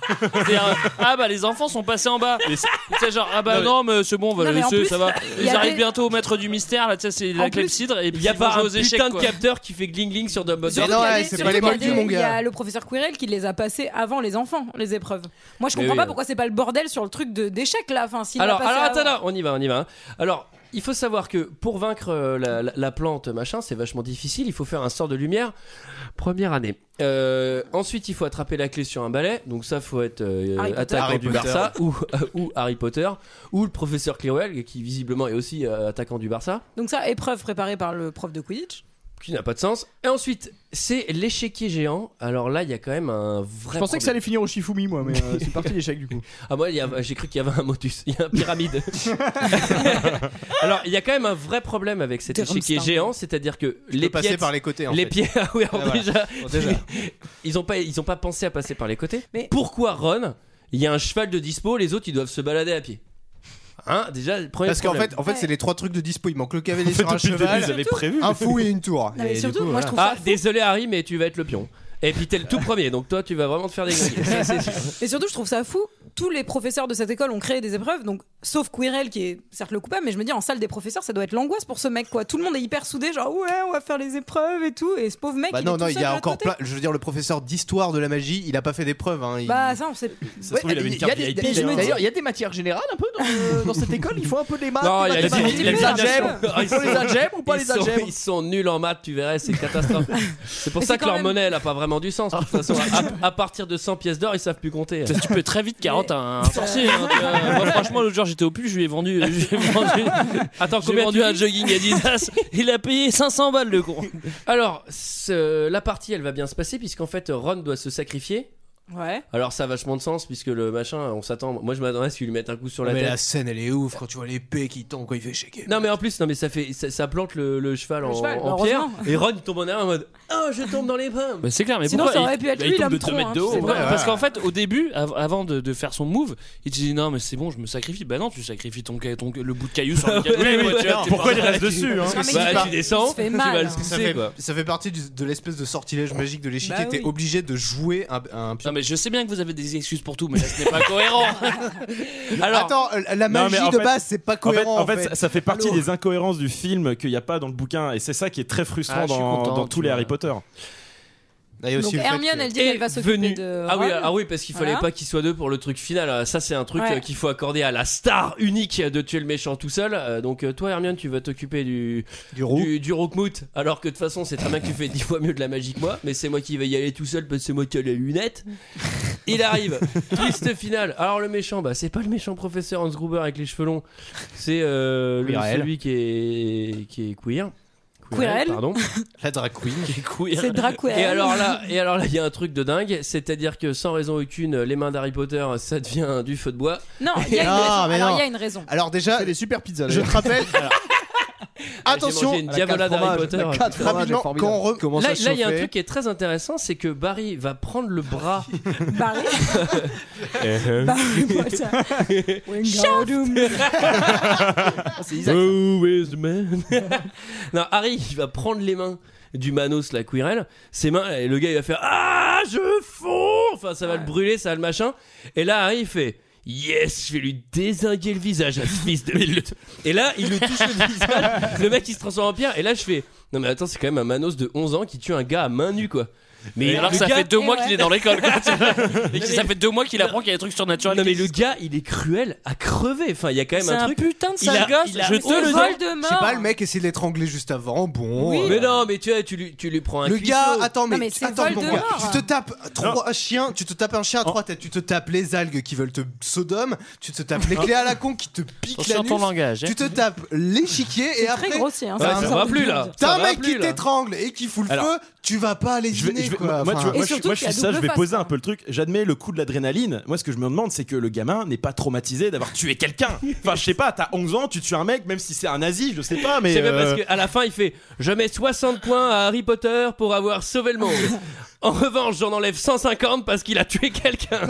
S8: c'est un- ah bah les enfants sont passés en bas.
S12: Mais c'est-
S8: C'est genre, ah bah non,
S1: Non,
S8: mais, c'est bon, on va
S1: Non,
S8: le
S1: mais en
S8: laisser,
S1: plus,
S8: ça va.
S1: il y
S8: Ils
S1: a
S8: arrivent
S1: des-
S8: bientôt au maître du mystère, là, tu sais, c'est
S1: En
S8: la
S1: plus,
S8: clepsydre. Et
S1: Il
S8: puis
S1: n'y a
S8: ils
S1: pas
S8: vont jouer
S1: un
S8: aux échecs,
S1: putain de
S8: quoi.
S1: capteur qui fait gling gling sur Dumbledore.
S8: Surtout qu'il y a
S11: Ah Ouais,
S8: des-
S11: c'est
S8: surtout
S11: pas les
S8: qu'il y a
S11: modes
S8: des-
S11: du
S7: Il y
S11: manga.
S7: a le professeur Quirrell qui les a passés avant les enfants, les épreuves. Moi, je
S1: Mais
S7: comprends
S1: oui,
S7: pas
S1: hein.
S7: pourquoi c'est pas le bordel sur le truc de- d'échec là. Enfin, s'il
S1: Alors,
S7: l'a passé
S1: alors attends,
S7: avant.
S1: attends, on y va, on y va. hein. Alors, il faut savoir que pour vaincre euh, la, la- la plante, machin, c'est vachement difficile. Il faut faire un sort de lumière. Première année. Euh, ensuite, il faut attraper la clé sur un balai. Donc ça, faut être euh,
S8: Harry Potter.
S1: attaquant
S8: Harry
S1: du
S8: Potter.
S1: Barça ou, euh, ou Harry Potter ou le professeur Quirrell qui visiblement est aussi euh, attaquant du Barça,
S7: Donc ça, épreuve préparée par le prof de Quidditch.
S1: qui n'a pas de sens. Et ensuite, c'est l'échiquier géant. Alors là, il y a quand même un vrai.
S6: Je pensais que ça
S1: problème.
S6: allait finir au Shifumi, moi, mais euh, c'est parti l'échec du coup.
S1: Ah moi il y a- j'ai cru qu'il y avait un motus, il y a un pyramide. Alors il y a quand même un vrai problème avec cet
S11: Terramstar.
S1: échiquier géant, c'est-à-dire que
S11: Tu
S1: les
S11: peux passer
S1: pieds
S11: par les côtés, en
S1: les
S11: fait.
S1: pieds, ah oui, alors
S11: Ah, voilà.
S1: déjà,
S11: Bon, déjà.
S1: ils ont pas ils ont pas pensé à passer par les côtés. Pourquoi Ron Il y a un cheval de dispo, les autres ils doivent se balader à pied. Hein Déjà le premier
S11: Parce qu'en
S1: problème.
S11: fait, en fait, c'est les trois trucs de dispo. Il manque le cavalier
S12: En fait,
S11: sur un
S12: depuis le début,
S11: cheval,
S12: ils avaient prévu.
S11: un fou et une tour.
S1: Et
S11: Et
S1: du
S11: du coup, voilà.
S1: ah, désolé Harry mais tu vas être le pion. Et puis t'es le tout premier, donc toi tu vas vraiment te faire des grilles. Ça, c'est sûr.
S7: Et surtout, je trouve ça fou. Tous les professeurs de cette école ont créé des épreuves, donc sauf Quirrell qui est certes le coupable, mais je me dis en salle des professeurs, ça doit être l'angoisse pour ce mec quoi. Tout le monde est hyper soudé, genre ouais, on va faire les épreuves et tout, et ce pauvre mec.
S11: Bah
S7: il
S11: non,
S7: est
S11: non,
S7: tout
S11: il y
S7: seul
S11: a
S7: à
S11: encore
S7: côté.
S11: plein. Je veux dire, le professeur d'histoire de la magie, il a pas fait d'épreuve. Hein. Il-
S7: Bah ça, on sait.
S11: Ça se trouve, il avait une carte
S6: y a des-
S11: VIP,
S6: mais
S11: hein.
S6: D'ailleurs, il y a des matières générales un peu dans, euh, dans cette école. Il faut un peu des maths.
S1: Non,
S6: des
S1: il y a
S6: mathématiques,
S1: des-
S6: les
S1: des
S6: algèbres.
S1: algèbres.
S6: Il faut les algèbres ou pas
S1: Ils
S6: les
S1: sont-
S6: algèbres
S1: Ils sont nuls en maths, tu verrais, c'est catastrophe. C'est pour
S8: Mais
S1: ça
S8: c'est
S1: que
S8: quand
S1: leur
S8: même-
S1: monnaie, elle a pas vraiment du sens. De toute façon, à, à partir de 100 pièces d'or, ils savent plus compter.
S8: Tu peux très vite carotte un un sorcier. hein, tu vois. Moi, franchement, l'autre jour, j'étais au pull, je lui ai vendu. Je lui ai vendu
S1: Attends,
S8: j'ai
S1: combien
S8: vendu
S1: tu
S8: un
S1: dis
S8: jogging Adidas. Il a payé 500 balles, le con.
S1: Alors, ce- la partie, elle va bien se passer, puisqu'en fait, Ron doit se sacrifier.
S7: Ouais.
S1: Alors, ça a vachement de sens, puisque le machin, on s'attend. Moi, je m'attendais à ce qu'il lui mette un coup sur la
S11: mais
S1: tête.
S11: la scène, elle est ouf quand tu vois l'épée qui tombe quand il fait shaker.
S1: Non mais en plus non mais ça fait ça, ça plante le, le cheval, bah, en,
S11: cheval,
S1: en pierre
S11: heureusement.
S1: et Ron il tombe en arrière en mode oh je tombe dans les pommes
S8: Mais Bah, c'est clair, mais
S1: Sinon,
S8: pourquoi bah,
S1: ça aurait pu être lui, l'homme tronc, hein, c'est
S8: C'est
S1: vrai,
S8: vrai,
S1: ouais.
S8: Parce qu'en fait, au début, av- avant de, de faire son move, il te dit non, mais c'est bon, je me sacrifie. Bah non, tu sacrifies ton, ca- ton- le bout de caillou sur le
S1: Oui,
S8: caillou.
S1: oui, oui,
S8: Ouais, tu vois,
S1: non,
S8: t'es
S1: pourquoi
S8: pas-
S1: il reste dessus, hein
S11: Parce que
S1: Bah,
S11: c'est
S1: tu
S11: pas-
S1: descends, Il se fait tu mal, vas le hein.
S11: Ah. ça,
S1: pousser,
S11: fait,
S1: quoi.
S11: ça fait partie du- de l'espèce de sortilège magique de l'échiquier.
S8: Bah
S11: T'es
S8: oui.
S11: obligé de jouer un, un pion.
S8: Non, mais je sais bien que vous avez des excuses pour tout, mais là, ce n'est pas cohérent.
S11: Alors, Attends, euh, la
S12: Non, mais
S11: magie
S12: en
S11: de
S12: fait-
S11: base, c'est pas cohérent.
S12: En fait, ça- ça fait partie
S11: Allô
S12: des incohérences du film qu'il n'y a pas dans le bouquin, et c'est ça qui est très frustrant
S11: Ah, je suis
S12: dans,
S11: content,
S12: dans
S11: tu
S12: tous les
S11: vois.
S12: Harry Potter.
S8: Ah,
S7: Donc Hermione, elle dit qu'elle va s'occuper de.
S1: Ah oui,
S7: Ron.
S1: ah oui, parce qu'il fallait
S7: euh, Voilà.
S1: pas qu'il soit deux pour le truc final. Euh, Ça, c'est un truc
S7: Ouais.
S1: euh, qu'il faut accorder à la star unique de tuer le méchant tout seul. Euh, Donc, euh, toi, Hermione, tu vas t'occuper du
S11: du,
S1: du Rookmout. Alors que de toute façon, c'est très bien que tu fais dix fois mieux de la magie que moi. Mais c'est moi qui vais y aller tout seul parce que c'est moi qui ai les lunettes. Il arrive. Twist final. Alors le méchant, bah c'est pas le méchant professeur Hans Gruber avec les cheveux longs. C'est euh, le-
S11: Quirrell.
S1: celui qui est qui est queer.
S7: Quirrell.
S1: pardon.
S11: La drag queen.
S1: queer.
S7: C'est Dracula.
S1: Et alors là, et alors là, il y a un truc de dingue, c'est-à-dire que sans raison aucune, les mains d'Harry Potter, ça devient du feu de bois.
S7: Non, il y a une
S11: Non,
S7: raison.
S11: mais
S7: Alors,
S11: non.
S7: il y a une raison.
S11: Alors déjà, les
S6: super pizzas.
S11: Je te rappelle. Attention,
S1: J'ai mangé une diavolade d'Harry Potter.
S11: Rapidement, quand on re-
S1: là, là, il y a un truc qui est très intéressant, c'est que Barry va prendre le bras.
S7: Barry.
S1: Barry Oh, Who is the man Non, Harry, il va prendre les mains du Manos, la Quirrell, ses mains, et le gars, il va faire Ah, je fonds Enfin, ça va le brûler, ça va le machin. Et là, Harry, il fait Yes, je vais lui désinguer le visage à ce fils de pute. Et là, il le touche le visage. Le mec, il se transforme en pierre. Et là, je fais Non, mais attends, c'est quand même un Manos de 11 ans qui tue un gars à main nue, quoi.
S8: Mais alors que
S1: le
S8: ça
S1: gars-
S8: fait deux
S1: Et
S8: mois
S1: ouais.
S8: qu'il est dans l'école. quoi, tu vois. Et que ça fait deux mois qu'il apprend qu'il y a des trucs surnaturels.
S1: Non mais le gars, il est cruel à crever. Enfin, il y a quand même
S8: C'est un
S1: truc.
S8: putain de
S1: Il a-
S8: sale gosse,
S1: il a-
S8: je te le dis.
S11: Je sais pas, le mec essaie de l'étrangler juste avant. Bon.
S1: Oui.
S11: euh,
S1: Mais non, mais tu vois, tu lui, tu lui prends un
S11: Le
S1: cuisseau.
S11: gars, attends, mais, attends, mon gars, tu te tapes trois chiens, tu te tapes un chien à
S1: Oh.
S11: trois têtes, tu te tapes les algues qui veulent te sodome, tu te tapes les clés à la con qui te piquent
S8: Attention à
S11: la
S8: ton langage, hein.
S11: tu te tapes l'échiquier
S8: C'est
S11: et
S8: très
S11: après.
S8: grossier, hein,
S11: t'as
S8: ça
S11: un-
S8: va Ça va plus, là.
S11: T'as
S8: Ça
S11: un
S8: va
S11: mec
S8: plus,
S11: qui
S8: là.
S11: t'étrangle et qui fout le
S12: Alors,
S11: feu, tu vas pas aller
S12: Je vais-
S11: dîner
S12: je vais-
S11: quoi.
S12: moi, tu vois,
S11: Enfin,
S12: moi, je, suis- moi, je suis ça, je vais poser un peu le truc. J'admets le coup de l'adrénaline. Moi, ce que je me demande, c'est que le gamin n'est pas traumatisé d'avoir tué quelqu'un. Enfin, je sais pas, t'as 11 ans, tu tues un mec, même si c'est un nazi, je sais pas, mais.
S1: C'est même
S12: euh,
S1: parce qu'à la fin, il fait Je mets 60 points à Harry Potter pour avoir sauvé le monde. En revanche, j'en enlève 150 parce qu'il a tué quelqu'un.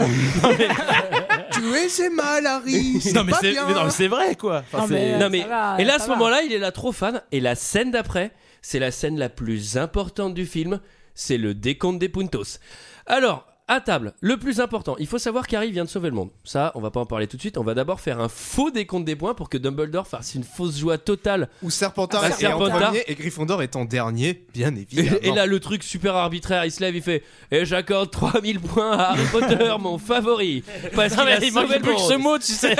S11: Tuer c'est mal, Harry. c'est
S1: Non, mais
S11: pas
S1: c'est-
S11: bien. hein.
S1: mais non, mais c'est
S12: vrai quoi.
S1: Non, mais,
S11: ça va,
S1: et là, à
S11: ça
S1: ce
S11: va.
S1: moment-là, il est là trop fan. Et la scène d'après, c'est la scène la plus importante du film. C'est le décompte des puntos. Alors, à table, le plus important, il faut savoir qu'Harry vient de sauver le monde. Ça, on va pas en parler tout de suite. On va d'abord faire un faux décompte des points pour que Dumbledore fasse une fausse joie totale.
S11: Ou Serpentard
S1: à
S11: est en premier et Gryffondor est en dernier, bien évidemment.
S1: Et, et là, le truc super arbitraire, il se lève, il fait Et j'accorde 3000 points à Harry Potter, mon favori. Parce
S8: Non,
S1: qu'il
S8: mais
S1: a
S8: il manque
S1: sauvé le
S8: plus
S1: monde.
S8: que ce mot, tu sais.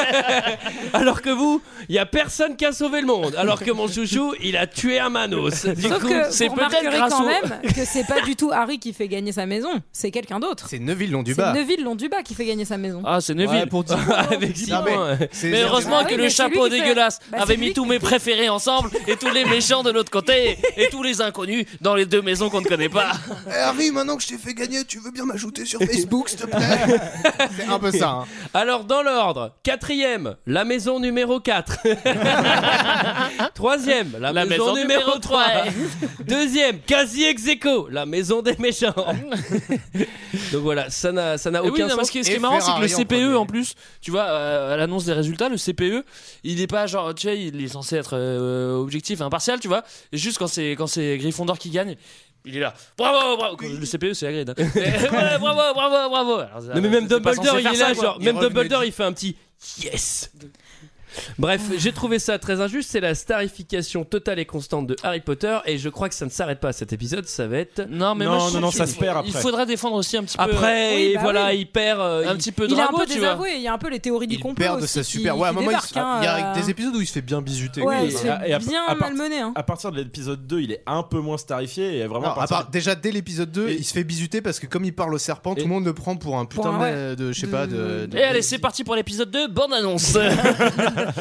S1: alors que vous, il y a personne qui a sauvé le monde. Alors que mon chouchou, il a tué un manos. Du
S7: Sauf
S1: coup,
S7: que
S1: c'est
S7: vous
S1: peut-être
S7: remarquerez
S1: grâce
S7: quand
S1: au-
S7: même que c'est pas du tout Harry qui fait gagner sa maison, c'est quelqu'un d'autre.
S11: C'est Neville
S7: C'est
S11: Londubat.
S7: Neville Londubat qui fait gagner sa maison.
S8: Ah, c'est Neville.
S11: Ouais, pour dix
S8: Avec six
S11: Non, mais
S8: points.
S11: c'est-
S8: Mais, heureusement
S7: Ah oui,
S8: que
S7: mais
S8: le
S7: c'est
S8: chapeau
S7: lui qui fait-
S8: dégueulasse
S7: Bah, c'est
S8: avait
S7: lui
S8: mis tous mes préférés ensemble et tous les méchants de l'autre côté et tous les inconnus dans les deux maisons qu'on ne connaît pas.
S11: Eh, Harry, maintenant que je t'ai fait gagner, tu veux bien m'ajouter sur Facebook, s'il te plaît C'est un peu ça. hein.
S1: Alors, dans l'ordre, quatrième, la maison numéro 4. Troisième, la,
S8: La
S1: maison,
S8: maison
S1: numéro 3.
S8: numéro trois.
S1: Deuxième, quasi ex aequo, la maison des méchants. Donc voilà, ça n'a ça n'a
S8: Et
S1: Bah, aucun
S8: Eh oui, non,
S1: sens.
S8: mais ce qui est, ce qui est marrant, c'est que le CPE en plus, tu vois, euh, à l'annonce des résultats, le CPE, il est pas genre, tu sais, il est censé être euh, objectif, impartial, tu vois. Et juste quand c'est quand c'est Gryffondor qui gagne, il est là, bravo, bravo. Le CPE, c'est Hagrid. hein. Et voilà, bravo, bravo, bravo. Alors, ça-
S1: Non, mais même
S8: c'est pas
S1: Dumbledore,
S8: censé
S1: il
S8: faire
S1: est
S8: ça,
S1: là,
S8: quoi.
S1: genre, même Dumbledore, il fait un petit yes. Bref, j'ai trouvé ça très injuste. C'est la starification totale et constante de Harry Potter, et je crois que ça ne s'arrête pas. Cet épisode, ça va être.
S8: Non, mais moi, je trouve qu'il- Il faudrait défendre aussi un petit peu.
S1: Après,
S8: Oui,
S1: et
S8: bah
S1: voilà,
S8: oui.
S1: il perd. euh,
S8: Un petit peu
S7: Il est un
S8: Drago,
S7: peu
S8: tu vois.
S7: désavoué, il y a un peu les théories du complot.
S11: Père de sa
S7: aussi qui-
S11: super. Ouais, à un
S7: qui
S11: moment, il, se-
S7: débarquent, hein,
S11: il y a
S7: euh,
S11: des épisodes où il se fait bien bisuter.
S7: Ouais,
S11: Oui,
S7: il se fait bien malmené, hein.
S12: À partir de l'épisode 2, il est un peu moins starifié et vraiment.
S11: Non,
S12: à
S11: à
S12: partir
S11: part- déjà dès l'épisode 2, il se fait bisuter parce que comme il parle au serpent, tout le monde le prend pour un putain
S8: Pour un-
S11: de, de- je sais pas de. de-
S8: Et Eh, allez, c'est parti pour l'épisode 2, bande annonce.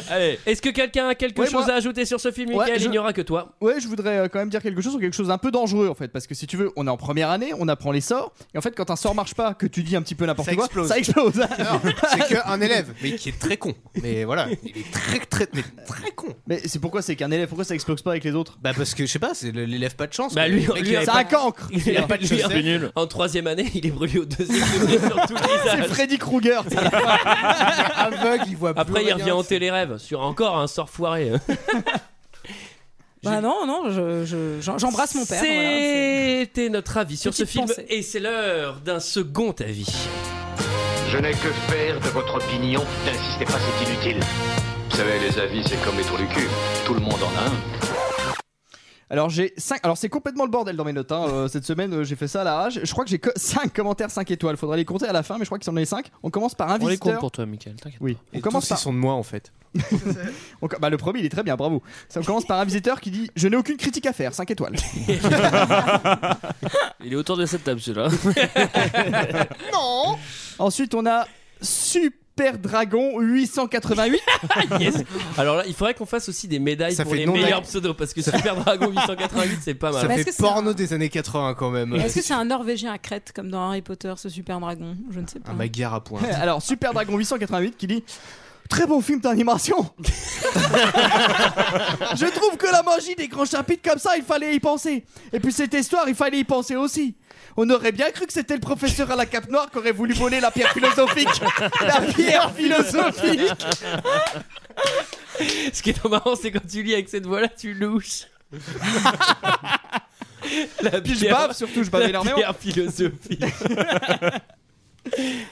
S1: Allez. Est-ce que quelqu'un a quelque
S6: Ouais,
S1: chose
S6: moi-
S1: à ajouter sur ce film,
S6: Ouais,
S1: Michael
S6: je-
S1: Il n'y aura que toi.
S6: Ouais, je voudrais euh, quand même dire quelque chose, ou quelque chose un peu dangereux en fait, parce que si tu veux, on est en première année, on apprend les sorts, et en fait, quand un sort marche pas, que tu dis un petit peu n'importe
S11: Ça
S6: quoi,
S11: explose.
S6: ça explose.
S11: Non, c'est qu'un élève, mais qui est très con. Mais voilà, il est très très mais très con.
S6: Mais c'est pourquoi c'est qu'un élève, pourquoi ça explose pas avec les autres
S11: Bah parce que je sais pas, c'est le- l'élève pas de chance.
S1: Bah
S6: Ah,
S11: quoi.
S1: lui,
S11: Le mec,
S1: lui
S11: il avait
S1: a
S11: pas
S1: pas de-
S11: de- il
S1: Il a
S11: avait
S1: pas de
S11: chaussette.
S1: lui. En troisième année, il est brûlé au deuxième degré sur tout le visage.
S6: C'est Freddy Krueger, t'es aveugle, il voit plus
S1: Après, il
S6: rien.
S1: revient hanter les rêves sur encore un sort foiré. hein.
S7: Bah non, non, je- je- j'en- j'embrasse mon père. voilà,
S1: C'était notre avis sur ce
S7: Petite
S1: film
S7: pensée.
S1: et c'est l'heure d'un second avis.
S2: Je n'ai que faire de votre opinion. N'insistez pas, c'est inutile.
S18: Vous savez, les avis, c'est comme les trous du cul. Tout le monde en a un.
S6: Alors j'ai 5 Alors c'est complètement le bordel dans mes notes. hein. Euh, cette semaine euh, j'ai fait ça à la rage. Je crois que j'ai 5 commentaires 5 étoiles. Faudrait les compter à la fin, mais je crois qu'ils en ont 5. On commence par un
S8: On les
S6: visiteur.
S8: compte pour toi, Michael, t'inquiète.
S6: Oui. On
S11: Et
S6: commence
S11: tous,
S6: par...
S11: ils sont de moi en fait.
S6: on co- Bah, le premier il est très bien, bravo. Ça on commence par un visiteur qui dit je n'ai aucune critique à faire 5 étoiles.
S8: Il est autour de cette table, celui-là.
S6: non. Ensuite on a Super Dragon 888.
S1: Yes. Alors là, il faudrait qu'on fasse aussi des médailles
S11: Ça
S1: pour
S11: fait
S1: les
S11: non
S1: meilleurs
S11: d'ac-
S1: pseudos parce que Super Dragon 888, c'est pas mal.
S11: Ça fait porno des années 80 quand même.
S7: c'est- Est-ce que c'est un Norvégien à Crète comme dans Harry Potter, ce super dragon Je ne sais pas.
S11: Un bagarre Ah, à point. Bah,
S6: Alors Super Dragon 888 qui dit Très bon film d'animation Je trouve que la magie des grands chapitres comme ça, il fallait y penser. Et puis cette histoire, il fallait y penser aussi. On aurait bien cru que c'était le professeur à la cape noire qui aurait voulu voler la pierre philosophique. la pierre philosophique
S1: Ce qui est trop marrant, c'est quand tu lis avec cette voix-là, tu louches. la
S6: Puis je bave, surtout, je bave
S1: la
S6: énormément.
S1: Pierre philosophique.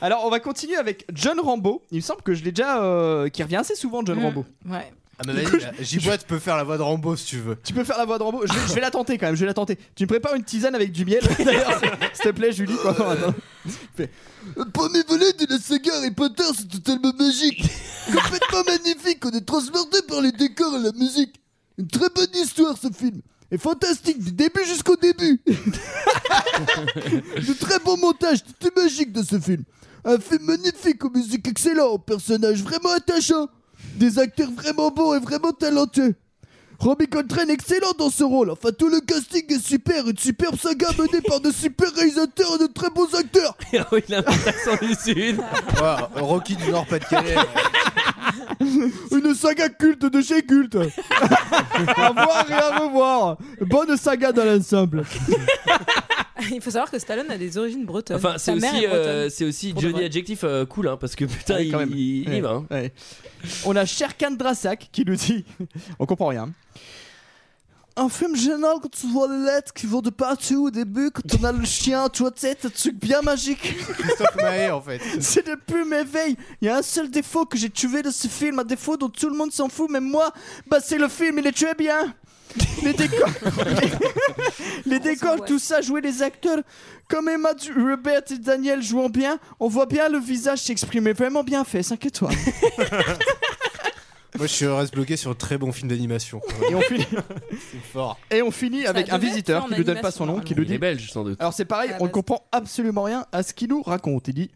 S6: Alors on va continuer avec John Rambo. Il me semble que je l'ai déjà... euh, qui revient assez souvent, John Rambo.
S7: Ouais.
S11: Mm. Ah, mais vas-y, là, Giboite peut faire la voix de Rambo si tu veux.
S6: Tu peux faire la voix de Rambo je vais, je vais la tenter quand même, je vais la tenter. Tu me prépares une tisane avec du miel d'ailleurs, s'il te plaît, Julie. Quoi. Non, attends.
S19: Le premier volet de la saga Harry Potter, c'est totalement magique. Complètement magnifique, on est transporté par les décors et la musique. Une très bonne histoire ce film. Et fantastique du début jusqu'au début. De très bon montage, tout est magique de ce film. Un film magnifique aux musiques excellentes, aux personnages vraiment attachants, des acteurs vraiment beaux et vraiment talentueux. Robbie Coltrane excellent dans ce rôle, enfin tout le casting est super, une superbe saga menée par de super réalisateurs et de très bons acteurs.
S1: Il a un petit accent du sud.
S11: Rocky du Nord-Pas-de-Calais.
S6: Une saga culte de chez culte. à voir et à revoir. Bonne saga dans l'ensemble.
S7: Il faut savoir que Stallone a des origines bretonnes.
S1: Enfin, c'est
S7: Sa mère
S1: aussi,
S7: est bretonne.
S1: euh, c'est aussi
S7: Pour de
S1: Johnny
S7: vrai.
S1: Adjectif euh, cool, hein, parce que putain,
S6: Ouais,
S1: il,
S6: Ah quand même.
S1: il y
S6: Ouais,
S1: va. hein.
S6: ouais. On a Sherkan Drasak qui nous dit On comprend rien.
S19: Un film génial quand tu vois les lettres qui vont de partout au début, quand on a le chien à toi tête, un truc bien magique.
S11: Christophe Maé en fait.
S19: C'est de plus merveille. Il y a un seul défaut que j'ai tué de ce film, un défaut dont tout le monde s'en fout, même moi. Bah c'est le film, il est tué bien.
S6: Les décors, les, les décors, tout ça, jouer les acteurs. Comme Emma, du- Robert et Daniel jouant bien, on voit bien le visage s'exprimer. Vraiment bien fait, 5 étoiles.
S11: Moi, je suis reste bloqué sur un très bon film d'animation.
S6: Et on finit,
S11: C'est fort.
S6: et on finit avec un visiteur qui ne donne pas son nom, qui nous
S1: Il est
S6: dit
S1: belge, sans doute.
S6: Alors c'est pareil, on ne comprend absolument rien à ce qu'il nous raconte. Il dit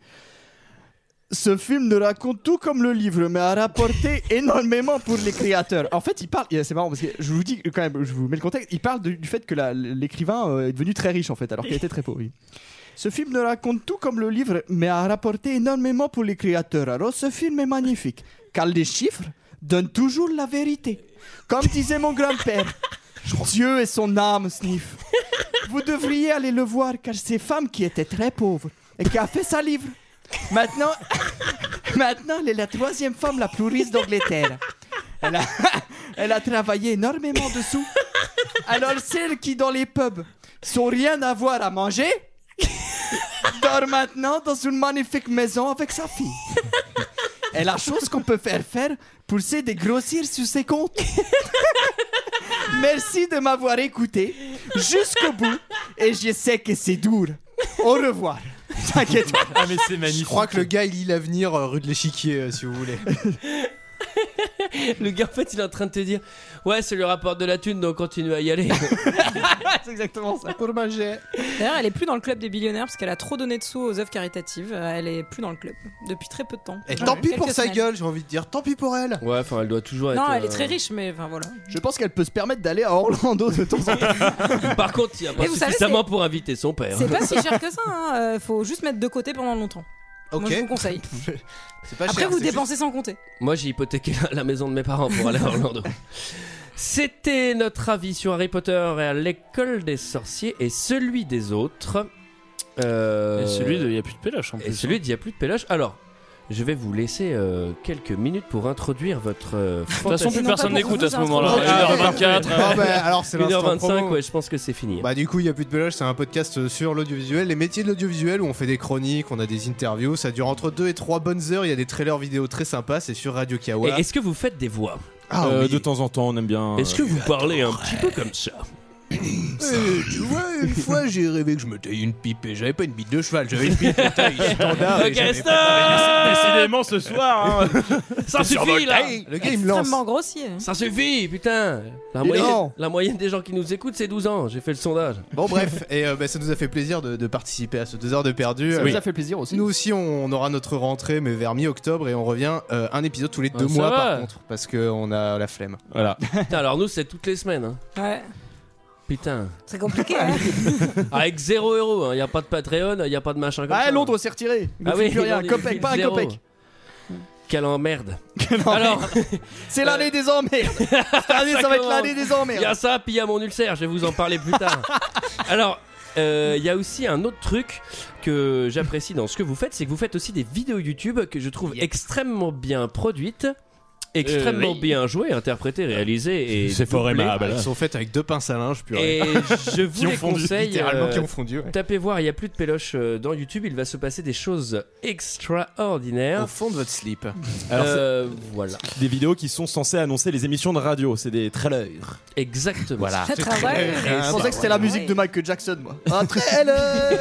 S6: ce film ne raconte tout comme le livre, mais a rapporté énormément pour les créateurs. En fait, il parle, et c'est marrant parce que je vous dis quand même, je vous mets le contexte, il parle de- du fait que la- l'écrivain euh, est devenu très riche en fait, alors qu'il était très pauvre. oui. Ce film ne raconte tout comme le livre, mais a rapporté énormément pour les créateurs. Alors ce film est magnifique, car les chiffres donnent toujours la vérité. Comme disait mon grand-père, Dieu et son âme, Sniff. Vous devriez aller le voir, car ces femmes qui étaient très pauvres et qui a fait sa livre. Maintenant, maintenant, elle est la troisième femme la plus riche d'Angleterre. Elle a, elle a travaillé énormément dessous. Alors celles qui dans les pubs sont rien à voir à manger dort maintenant dans une magnifique maison avec sa fille. Et la chose qu'on peut faire faire pour se dégrossir sur ses comptes. Merci de m'avoir écouté jusqu'au bout et je sais que c'est dur. Au revoir. T'inquiète pas.
S11: Ah, mais c'est magnifique. Je crois que le gars, il lit l'avenir euh, rue de l'échiquier, euh, si vous voulez.
S1: Le gars, en fait, il est en train de te dire Ouais, c'est le rapport de la thune, donc continue à y aller.
S6: c'est exactement ça. Pour manger.
S7: D'ailleurs, elle est plus dans le club des billionnaires parce qu'elle a trop donné de sous aux œuvres caritatives. Euh, Elle est plus dans le club depuis très peu de temps.
S11: Et
S7: Genre
S11: tant pis
S7: quelques
S11: pour sa
S7: semaines.
S11: gueule, j'ai envie de dire. Tant pis pour elle.
S1: ouais, enfin, elle doit toujours être.
S7: Non, elle est
S1: euh,
S7: très riche, mais enfin voilà.
S6: Je pense qu'elle peut se permettre d'aller à Orlando de temps en temps.
S1: Par contre, il n'y a pas
S7: Mais vous savez,
S1: suffisamment pour inviter son père.
S7: C'est pas si cher que ça. Hein. euh, Faut juste mettre de côté pendant longtemps. Moi,
S1: Ok.
S7: je vous conseille.
S1: C'est
S7: Après, vous dépensez sans compter.
S1: Moi, j'ai hypothéqué la- la maison de mes parents pour aller à Orlando. C'était notre avis sur Harry Potter et à l'école des sorciers et celui des autres. Euh,
S8: Et celui de y a plus de péloche en
S1: Et
S8: plus. hein.
S1: celui d'il n'y a plus de péloche. Alors, je vais vous laisser euh, quelques minutes pour introduire votre. euh, De
S8: toute façon, plus personne n'écoute à ce moment-là. 1h24.
S11: Ah, bah, alors, c'est l'instant
S1: 1h25,
S11: promo.
S1: ouais, je pense que c'est fini.
S11: Bah du coup, il y a plus de peloche, c'est un podcast sur l'audiovisuel, les métiers de l'audiovisuel où on fait des chroniques, on a des interviews, ça dure entre 2 et 3 bonnes heures, il y a des trailers vidéo très sympas, c'est sur Radio
S1: Et
S11: Kawa.
S1: est-ce que vous faites des voix
S11: Ah
S12: Euh,
S11: oui.
S12: De temps en temps, on aime bien. euh,
S1: Est-ce que vous parlez un petit peu comme ça
S19: Eh, tu vois, une fois j'ai rêvé que je me taillais une pipe et j'avais pas une bite de cheval, j'avais une pipe de taille standard. et
S12: Ok,
S19: j'avais
S12: stop
S19: pas-
S12: Décidément, ce soir, hein.
S1: Ça suffit là
S11: Le
S7: gars, il me lance. Extrêmement grossier. hein.
S1: Ça suffit, putain la
S11: Il est
S1: moyenne,
S11: lent.
S1: la moyenne des gens qui nous écoutent, c'est 12 ans. J'ai fait le sondage.
S11: Bon bref, et euh, bah, ça nous a fait plaisir de, de participer à ce 2 heures de perdu.
S6: Ça
S11: Euh,
S6: nous a fait plaisir aussi.
S11: Nous aussi, on aura notre rentrée, mais vers mi-octobre, et on revient euh, un épisode tous les deux
S1: ça
S11: mois
S1: va.
S11: par contre, parce qu'on a la flemme.
S12: Voilà.
S1: Putain, alors nous, c'est toutes les semaines. hein.
S7: Ouais.
S1: Putain.
S7: C'est compliqué. hein.
S1: Avec 0 euros, il n'y a pas de Patreon, il n'y a pas de machin comme
S6: Ah,
S1: ça.
S6: Londres s'est retiré. Il ne
S1: Ah
S6: fait
S1: oui,
S6: plus rien.
S1: Londres, il
S6: Copec,
S1: file
S6: pas un
S1: zéro.
S6: copec.
S1: Quelle emmerde.
S6: Alors, c'est l'année des emmerdes. Cette
S11: Ah,
S6: année, ça, va être
S1: commence.
S6: l'année des
S1: Il y a
S6: emmerdes.
S1: ça, puis il y a mon ulcère, je vais vous en parler plus tard. Alors, euh, il y a aussi un autre truc que j'apprécie dans ce que vous faites, c'est que vous faites aussi des vidéos YouTube que je trouve extrêmement bien produites. extrêmement
S11: Euh, oui.
S1: bien joué, interprété, réalisé et
S11: C'est fort
S1: doublé.
S11: aimable. hein. Elles sont faites avec deux pinces à linge, purée.
S1: Et je vous
S11: Qui ont
S1: les
S11: fondu,
S1: conseille.
S11: littéralement,
S1: euh,
S11: qui ont fondu, ouais.
S1: Tapez voir, il n'y a plus de péloche euh, dans YouTube. Il va se passer des choses extraordinaires. Au
S11: fond de votre slip.
S12: Alors,
S1: Euh, voilà.
S12: Des vidéos qui sont censées annoncer les émissions de radio, c'est des trailers.
S1: Exactement.
S12: Voilà.
S6: Très travail. Je
S1: Ah,
S6: pensais
S1: bah
S6: que c'était la musique de Michael Jackson, moi. Un trailer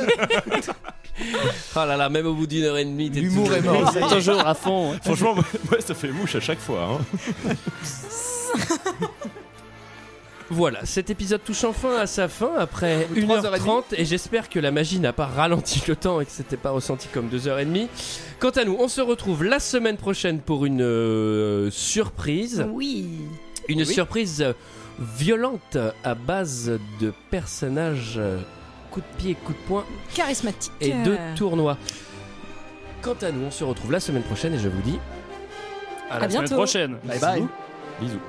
S1: Oh là là, même au bout d'une heure et demie, t'es
S12: L'humour
S1: toujours-
S12: est mort.
S1: t'es toujours à fond. hein.
S12: Franchement, moi, moi, ça fait mouche à chaque fois. hein.
S1: Voilà, cet épisode touche enfin à sa fin après
S6: bout de trois heures et
S1: 1h30 et j'espère que la magie n'a pas ralenti le temps et que c'était pas ressenti comme 2h30. Quant à nous, on se retrouve la semaine prochaine pour une euh, surprise.
S7: Oui.
S1: Une
S7: Oui.
S1: surprise euh, violente à base de personnages euh, coup de pied, coup de poing
S7: Charismatique. euh,
S1: et de tournois. Quant à nous, on se retrouve la semaine prochaine et je vous dis
S8: À la semaine prochaine.
S1: Bye bye.
S12: Bisous.